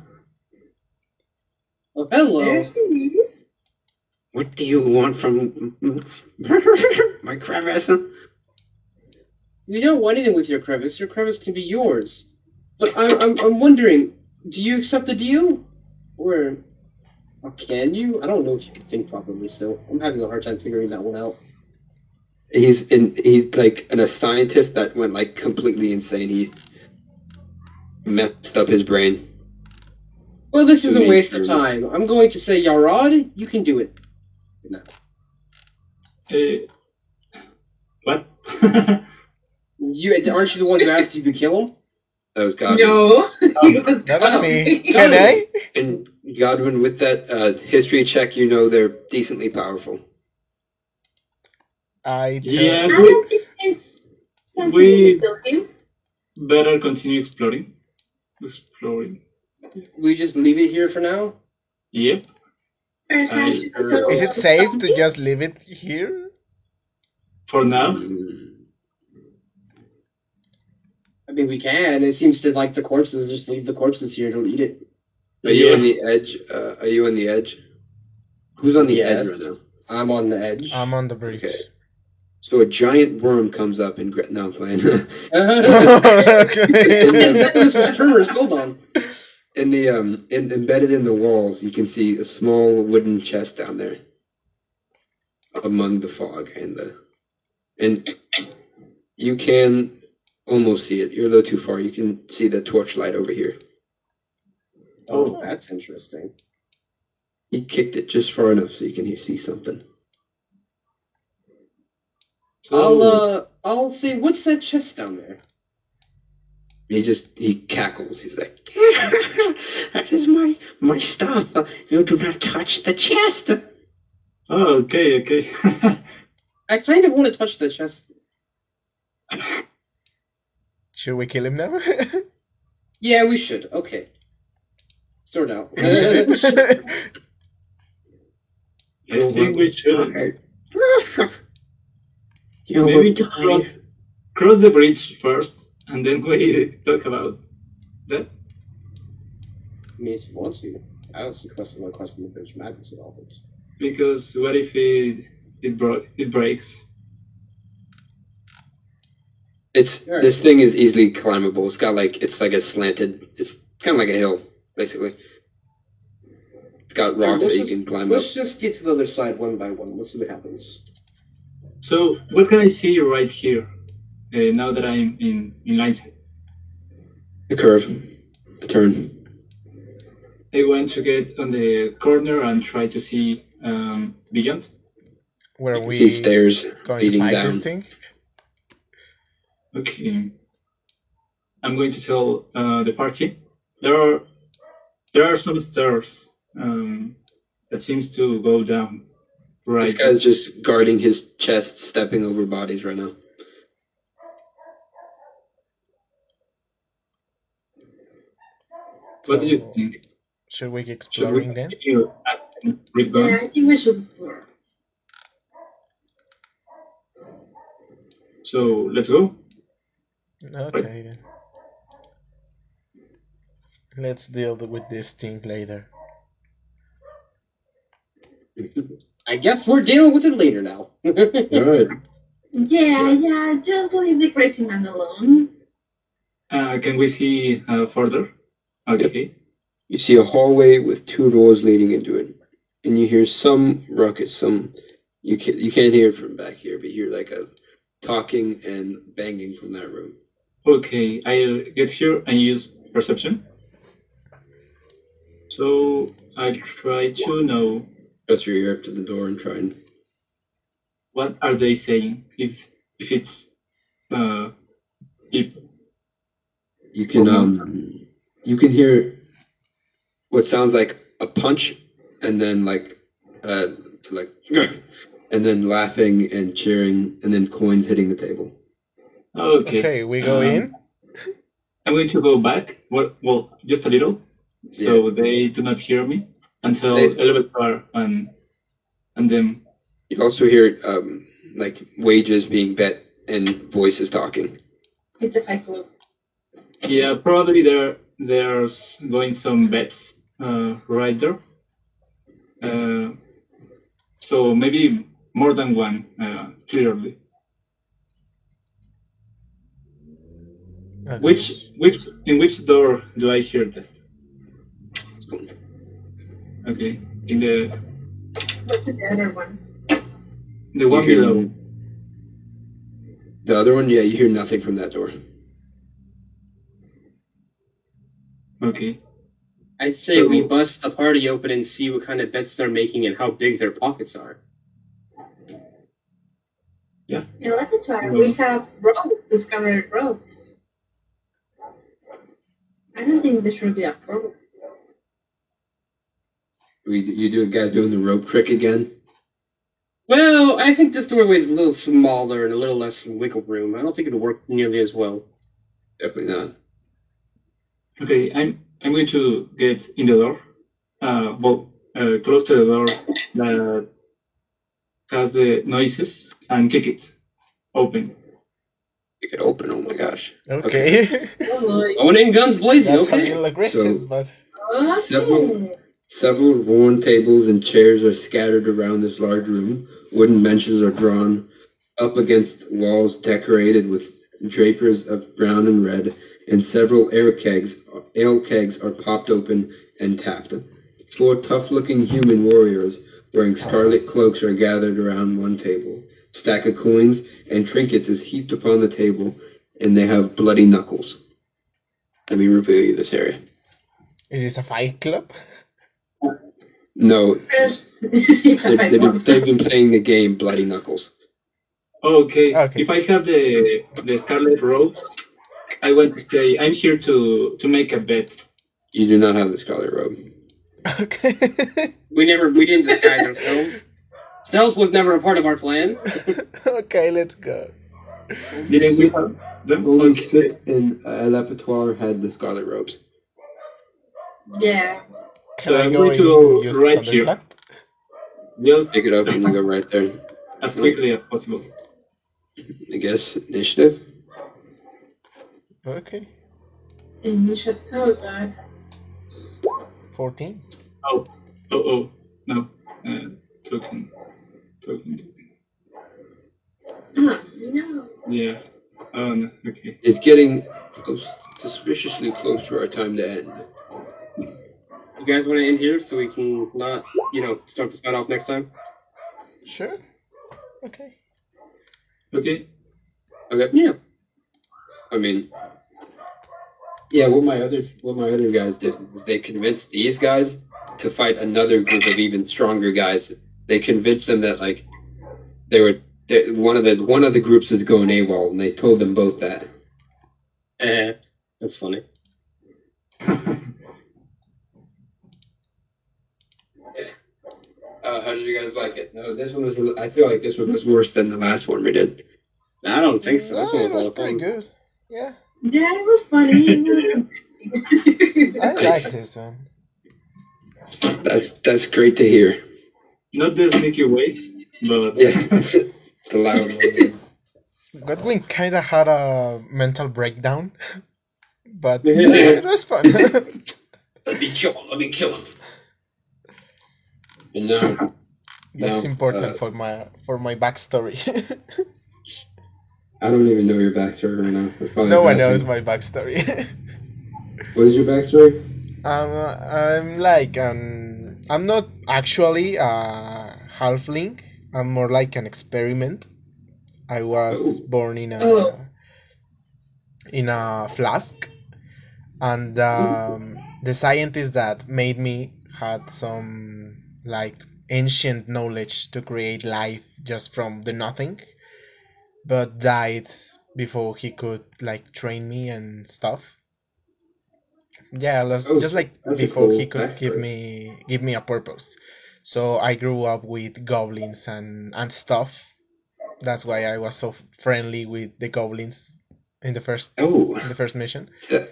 S2: hello.
S5: There she is.
S11: What do you want from my crevice?
S2: You don't want anything with your crevice. Your crevice can be yours. But I'm I'm, I'm wondering, do you accept the deal? Or Can you? I don't know if you can think properly still. I'm having a hard time figuring that one out.
S1: He's in. He's like an, a scientist that went like completely insane. He messed up his brain.
S2: Well, this is
S1: Doing
S2: a waste of
S1: experiments.
S2: time. I'm going to say, Yarod, you can do it. No.
S4: Eh, what?
S2: You aren't you the one who asked if you could kill him?
S1: That was Godwin.
S5: No, it was
S3: That was
S2: Oh.
S3: me. Can I?
S1: And Godwin, with that uh, history check, you know they're decently powerful.
S3: I tell
S4: Yeah,
S5: I
S4: we
S5: don't think there's something
S4: We-
S5: we can tell him.
S4: better continue exploring. Exploring.
S2: We just leave it here for now.
S4: Yep.
S5: Perhaps
S4: I-
S5: you can tell
S3: Is
S5: us
S3: it safe to
S5: something.
S3: just leave it here?
S4: For now,
S2: I mean, we can. It seems to like the corpses. Just leave the corpses here to eat it.
S1: Are you
S4: Yeah.
S1: on the edge? Uh, are you on the edge? Who's on the edge
S2: Yes.
S1: right now?
S2: I'm on the edge.
S3: I'm on the bridge.
S1: Okay. So a giant worm comes up and gra- no, I'm playing.
S2: I didn't know this was tremors. Hold on.
S1: in the um, in, embedded in the walls, you can see a small wooden chest down there, among the fog and the, and you can almost see it. You're a little too far. You can see the torchlight over here.
S2: Oh, that's interesting.
S1: He kicked it just far enough so you can hear, see something.
S2: I'll uh, I'll say, what's that chest down there?
S1: He just he cackles. He's like, "That is my my stuff. You do not touch the chest."
S4: Oh, okay, okay.
S2: I kind of want to touch the chest.
S3: Should we kill him now?
S2: Yeah, we should. Okay. Sort out.
S4: I think we should
S1: You
S4: maybe
S1: will die.
S4: cross cross the bridge first, and then we talk about that.
S2: I mean, if you want to. I don't see crossing my crossing the bridge matters at all. But...
S4: Because what if it it bro- it breaks?
S1: It's
S2: Alright.
S1: this thing is easily climbable. It's got like it's like a slanted. It's kind of like a hill, basically. It's got rocks that
S2: let's
S1: you
S2: just-
S1: can climb up.
S2: Let's just get to the other side one by one. Let's see what happens.
S4: So what can I see right here? Uh, now that I'm in in line sight,
S1: A curve, a turn.
S4: I want to get on the corner and try to see um, beyond.
S3: Were
S1: You can see
S3: we
S1: stairs
S3: going to
S1: leading
S3: fight this
S1: down.
S3: thing?
S4: Okay. I'm going to tell uh, the party. There are there are some stairs um, that seems to go down.
S1: This
S4: Right.
S1: guy's just guarding his chest, stepping over bodies right now.
S4: What do you
S3: So,
S4: think?
S3: should we be
S4: Should we
S3: exploring then?
S4: continue and read
S5: Yeah,
S4: on?
S5: I think we should explore.
S4: So let's go.
S3: Okay then. Let's deal with this thing later.
S2: I guess we're dealing with it later now.
S1: All right.
S5: Yeah, yeah, just leave the crazy man alone.
S4: Uh, can we see uh, further? Okay.
S1: You see a hallway with two doors leading into it, and you hear some ruckus. Some you can you can't hear it from back here, but you hear like a talking and banging from that room.
S4: Okay. I'll get here and use perception. So I'll try to know
S1: Press your ear up to the door and try and
S4: what are they saying if if it's uh, deep.
S1: you can um you can hear what sounds like a punch and then like uh like and then laughing and cheering and then coins hitting the table.
S4: Okay.
S3: Okay, we go
S4: um,
S3: in.
S4: I'm going to go back, well, well just a little, so they do not hear me until
S1: They-
S4: elevator and and then
S1: You also hear um like wages being bet and voices talking.
S5: It's a fight club.
S4: yeah, probably there there's going some bets uh, right there. Uh, so maybe more than one, uh, clearly.
S3: Okay.
S4: Which which in which door do I hear that? Okay, in the
S5: What's the other one?
S4: the one
S1: hear
S4: below.
S1: no- The other one, yeah, you hear nothing from that door.
S4: Okay.
S10: I say
S4: So-
S10: we bust the party open and see what kind of bets they're making and how big their pockets are.
S5: In laboratory, we
S3: Mm-hmm.
S5: have rogues, discovered rogues. I don't think this should be a problem.
S1: We, you do guys doing the rope trick again?
S10: Well, I think this doorway is a little smaller and a little less wiggle room. I don't think it'll work nearly as well.
S1: Definitely not.
S4: Okay, I'm I'm going to get in the door. Uh, well, uh, close to the door that has the noises and kick it open.
S1: You could open. Oh my gosh.
S3: Okay.
S10: Going in guns blazing.
S3: That's a
S10: okay.
S3: little aggressive,
S1: So-
S3: but
S1: Several- Several worn tables and chairs are scattered around this large room. Wooden benches are drawn up against walls decorated with drapers of brown and red, and several air kegs, ale kegs are popped open and tapped. Four tough-looking human warriors wearing scarlet cloaks are gathered around one table. Stack of coins and trinkets is heaped upon the table, and they have bloody knuckles. Let me reveal you this area.
S3: is this a fight club?
S1: No,
S5: There's it's a
S1: They've,
S5: fight
S1: they've, been,
S5: club.
S1: they've been playing the game Bloody Knuckles.
S4: Okay.
S3: Okay.
S4: If I have the the scarlet robes, I want to say I'm here to to make a bet.
S1: You do not have the Scarlet Robe.
S3: Okay.
S10: We never we didn't disguise ourselves. Stealth was never a part of our plan.
S3: okay, let's go.
S4: Didn't we have them?
S1: Only
S4: Okay.
S1: six in El Abattoir had the Scarlet Robes.
S5: Yeah.
S4: So
S3: Can I
S4: I'm
S3: go
S4: going
S3: in
S4: to
S3: and use
S4: right here.
S3: thunderclap?
S4: Just
S1: Pick it up and you go right there.
S4: as quickly as possible.
S1: I guess initiative.
S3: Okay.
S5: And you should, oh god.
S3: Fourteen.
S4: Oh, oh, oh, no. Uh, token, token, token.
S5: Oh no.
S4: Yeah. Oh no. Okay.
S1: It's getting close, suspiciously close to our time to end.
S10: You guys want to end here so we can not, you know, start the fight off next time?
S3: Sure. Okay.
S4: Okay.
S1: Okay.
S10: Yeah.
S1: I mean, yeah. What my other what my other guys did was they convinced these guys to fight another group of even stronger guys. They convinced them that like they were they, one of the one of the groups is going AWOL, and they told them both that.
S10: Eh, that's funny.
S1: Uh, how did you guys like it? No, this one was. I feel like this one was worse than the last one we did.
S10: I don't think so.
S3: No,
S10: This one was
S3: it
S10: a lot
S3: was
S10: of
S3: Ah, pretty
S10: fun.
S3: good. Yeah,
S5: Yeah, it was funny. It was interesting.
S3: I like this one.
S1: That's that's great to hear.
S4: Not the sneaky way, but
S1: Yeah, the loud one.
S3: Godwin kind of had a mental breakdown, but it
S1: Yeah.
S3: was fun.
S1: Let me kill him. Let me kill him. And now,
S3: That's
S1: No,
S3: important
S1: uh,
S3: for my for my backstory.
S1: I don't even know your backstory right now. That's probably
S3: no
S1: a
S3: one
S1: bad
S3: knows
S1: thing.
S3: my backstory.
S1: What is your backstory?
S3: I'm I'm like an I'm not actually a halfling. I'm more like an experiment. I was
S1: Oh.
S3: born in a
S5: Oh.
S3: in a flask, and um, the scientist that made me had some like ancient knowledge to create life just from the nothing, but died before he could like train me and stuff. Yeah, los-
S1: Oh,
S3: just like
S1: that's a
S3: before
S1: cool
S3: he could give
S1: backstory.
S3: me give me a purpose. So I grew up with goblins and and stuff. That's why I was so f- friendly with the goblins in the first
S1: Oh,
S3: in the first mission.
S1: that,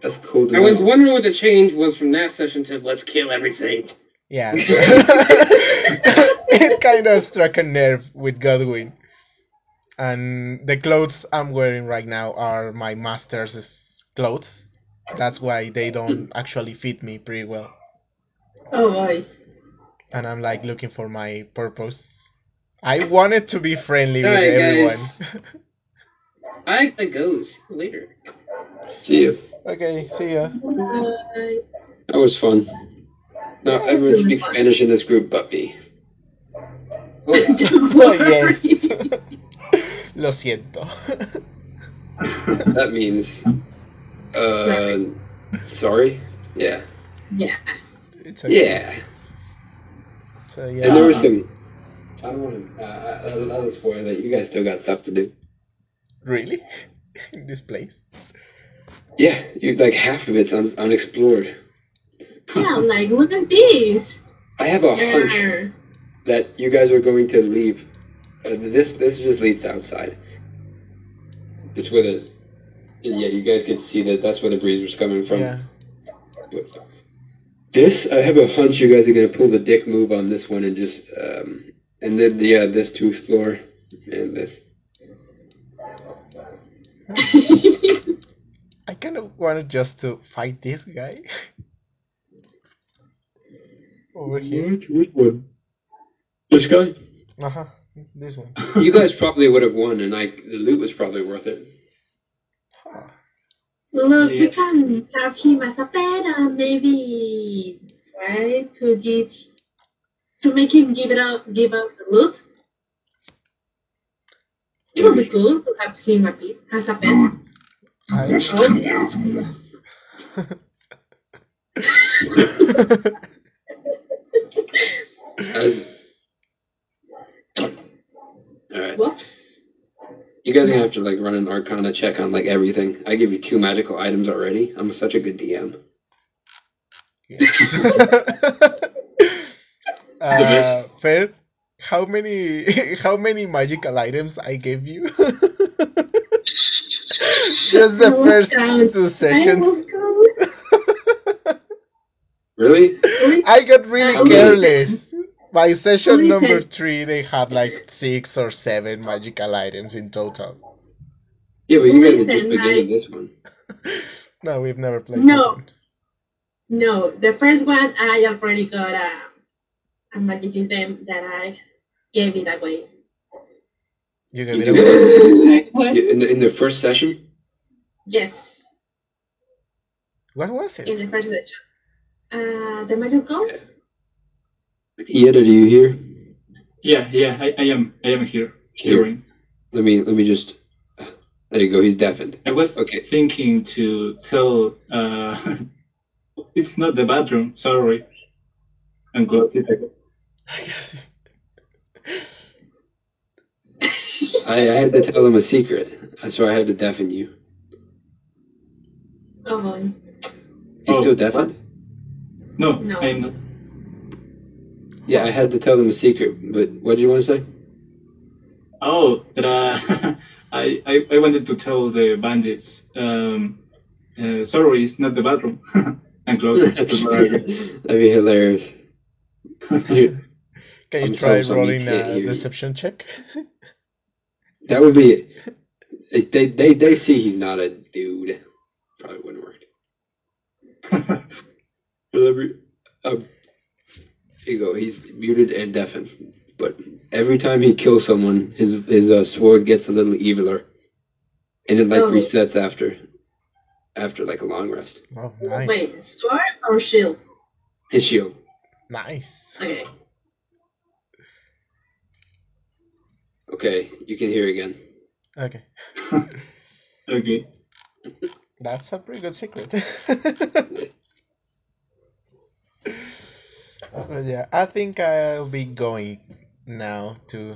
S1: that's cool to
S10: I was
S1: know.
S10: wondering what the change was from that session to let's kill everything.
S3: Yeah. it kind of struck a nerve with Godwin. And the clothes I'm wearing right now are my master's clothes. That's why they don't actually fit me pretty well.
S5: Oh boy.
S3: and I'm like looking for my purpose. I wanted to be friendly with
S10: Alright,
S3: everyone.
S10: guys. I like the goes later.
S1: See you.
S3: okay, see ya.
S5: Bye.
S1: That was fun. Not everyone speaks Spanish in this group but me.
S3: Oh, yes. Lo siento.
S1: That means. Uh, sorry? Yeah.
S5: Yeah.
S3: It's
S1: Yeah.
S3: So, yeah.
S1: And there were some. I don't want to. Uh, I'll, I'll spoil that. You guys still got stuff to do.
S3: Really? In this place?
S1: Yeah, you like half of it's un- unexplored.
S5: Yeah, like look at this.
S1: I have a hunch
S5: Grr.
S1: that you guys are going to leave. Uh, this this just leads to outside. It's where the yeah you guys could see that that's where the breeze was coming from.
S3: Yeah.
S1: This I have a hunch you guys are gonna pull the dick move on this one and just um and then yeah this to explore and this
S3: I kind of wanted just to fight this guy. Over here.
S1: which one this guy
S3: Uh huh. This one.
S1: you guys probably would have won and like the loot was probably worth it.
S5: Look, we
S1: Yeah.
S5: can charge him as a pet and maybe try to give to make him give it up give us the loot. It would be cool to have him a pet as a pet. Oh,
S3: I,
S1: As all right.
S5: Whoops.
S1: You guys are gonna have to like run an Arcana check on like everything. I give you two magical items already. I'm such a good DM.
S3: yes. uh, fair. How many how many magical items I gave you? just
S5: I
S3: the
S5: will
S3: first
S5: count.
S3: two
S5: I
S3: sessions.
S5: will go.
S1: Really?
S5: Only-
S3: I got really
S5: Uh, only-
S3: careless. By session
S5: only
S3: number
S5: ten.
S3: three, they had like six or seven magical items in total.
S1: Yeah, but you guys are just
S5: Listen,
S1: beginning
S5: I-
S1: this one.
S3: No, we've never played this
S5: No.
S3: one.
S5: No, the first one I already got a, a magic item that I gave it away.
S3: You gave
S1: You do
S3: it away.
S5: What?
S1: in the, in the first session.
S5: Yes,
S3: What was it?
S5: in the first section. Uh, the magic gold?
S1: Yet are you here?
S4: Yeah, yeah, I, I am. I am here. Hearing.
S1: Let me let me just. There you go. He's deafened.
S4: I was
S1: Okay.
S4: thinking to tell. Uh, it's not the bathroom. Sorry. And close it. again.
S1: I, I had to tell him a secret, uh, so I had to deafen you.
S5: Oh boy.
S1: He's
S4: Oh,
S1: still deafened.
S4: No,
S5: No.
S4: I'm not.
S1: Yeah, I had to tell him a secret. But what did you want to say?
S4: Oh, that uh, I, I I wanted to tell the bandits. Um, uh, sorry, it's not the bathroom. and close it.
S1: That'd be hilarious. You-
S3: Can you
S1: I'm
S3: try
S1: told somebody
S3: rolling
S1: can't
S3: a
S1: hear you.
S3: deception check?
S1: That would be it. They, they, they see he's not a dude. Probably wouldn't work. Delivery- um, here you go. He's muted and deafened. But every time he kills someone, his his uh, sword gets a little eviler, and it like
S5: Oh.
S1: resets after after like a long rest.
S3: Oh, nice.
S5: Wait, sword or shield?
S1: His shield.
S3: Nice.
S5: Okay.
S1: Okay, you can hear again.
S3: Okay.
S4: okay.
S3: That's a pretty good secret. But yeah, I think I'll be going now to.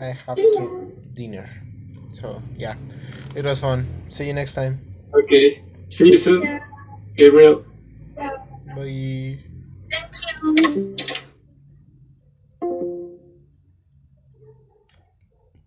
S3: I have to dinner. So yeah, it was fun. See you next time.
S4: Okay. See you soon, Gabriel.
S3: Bye.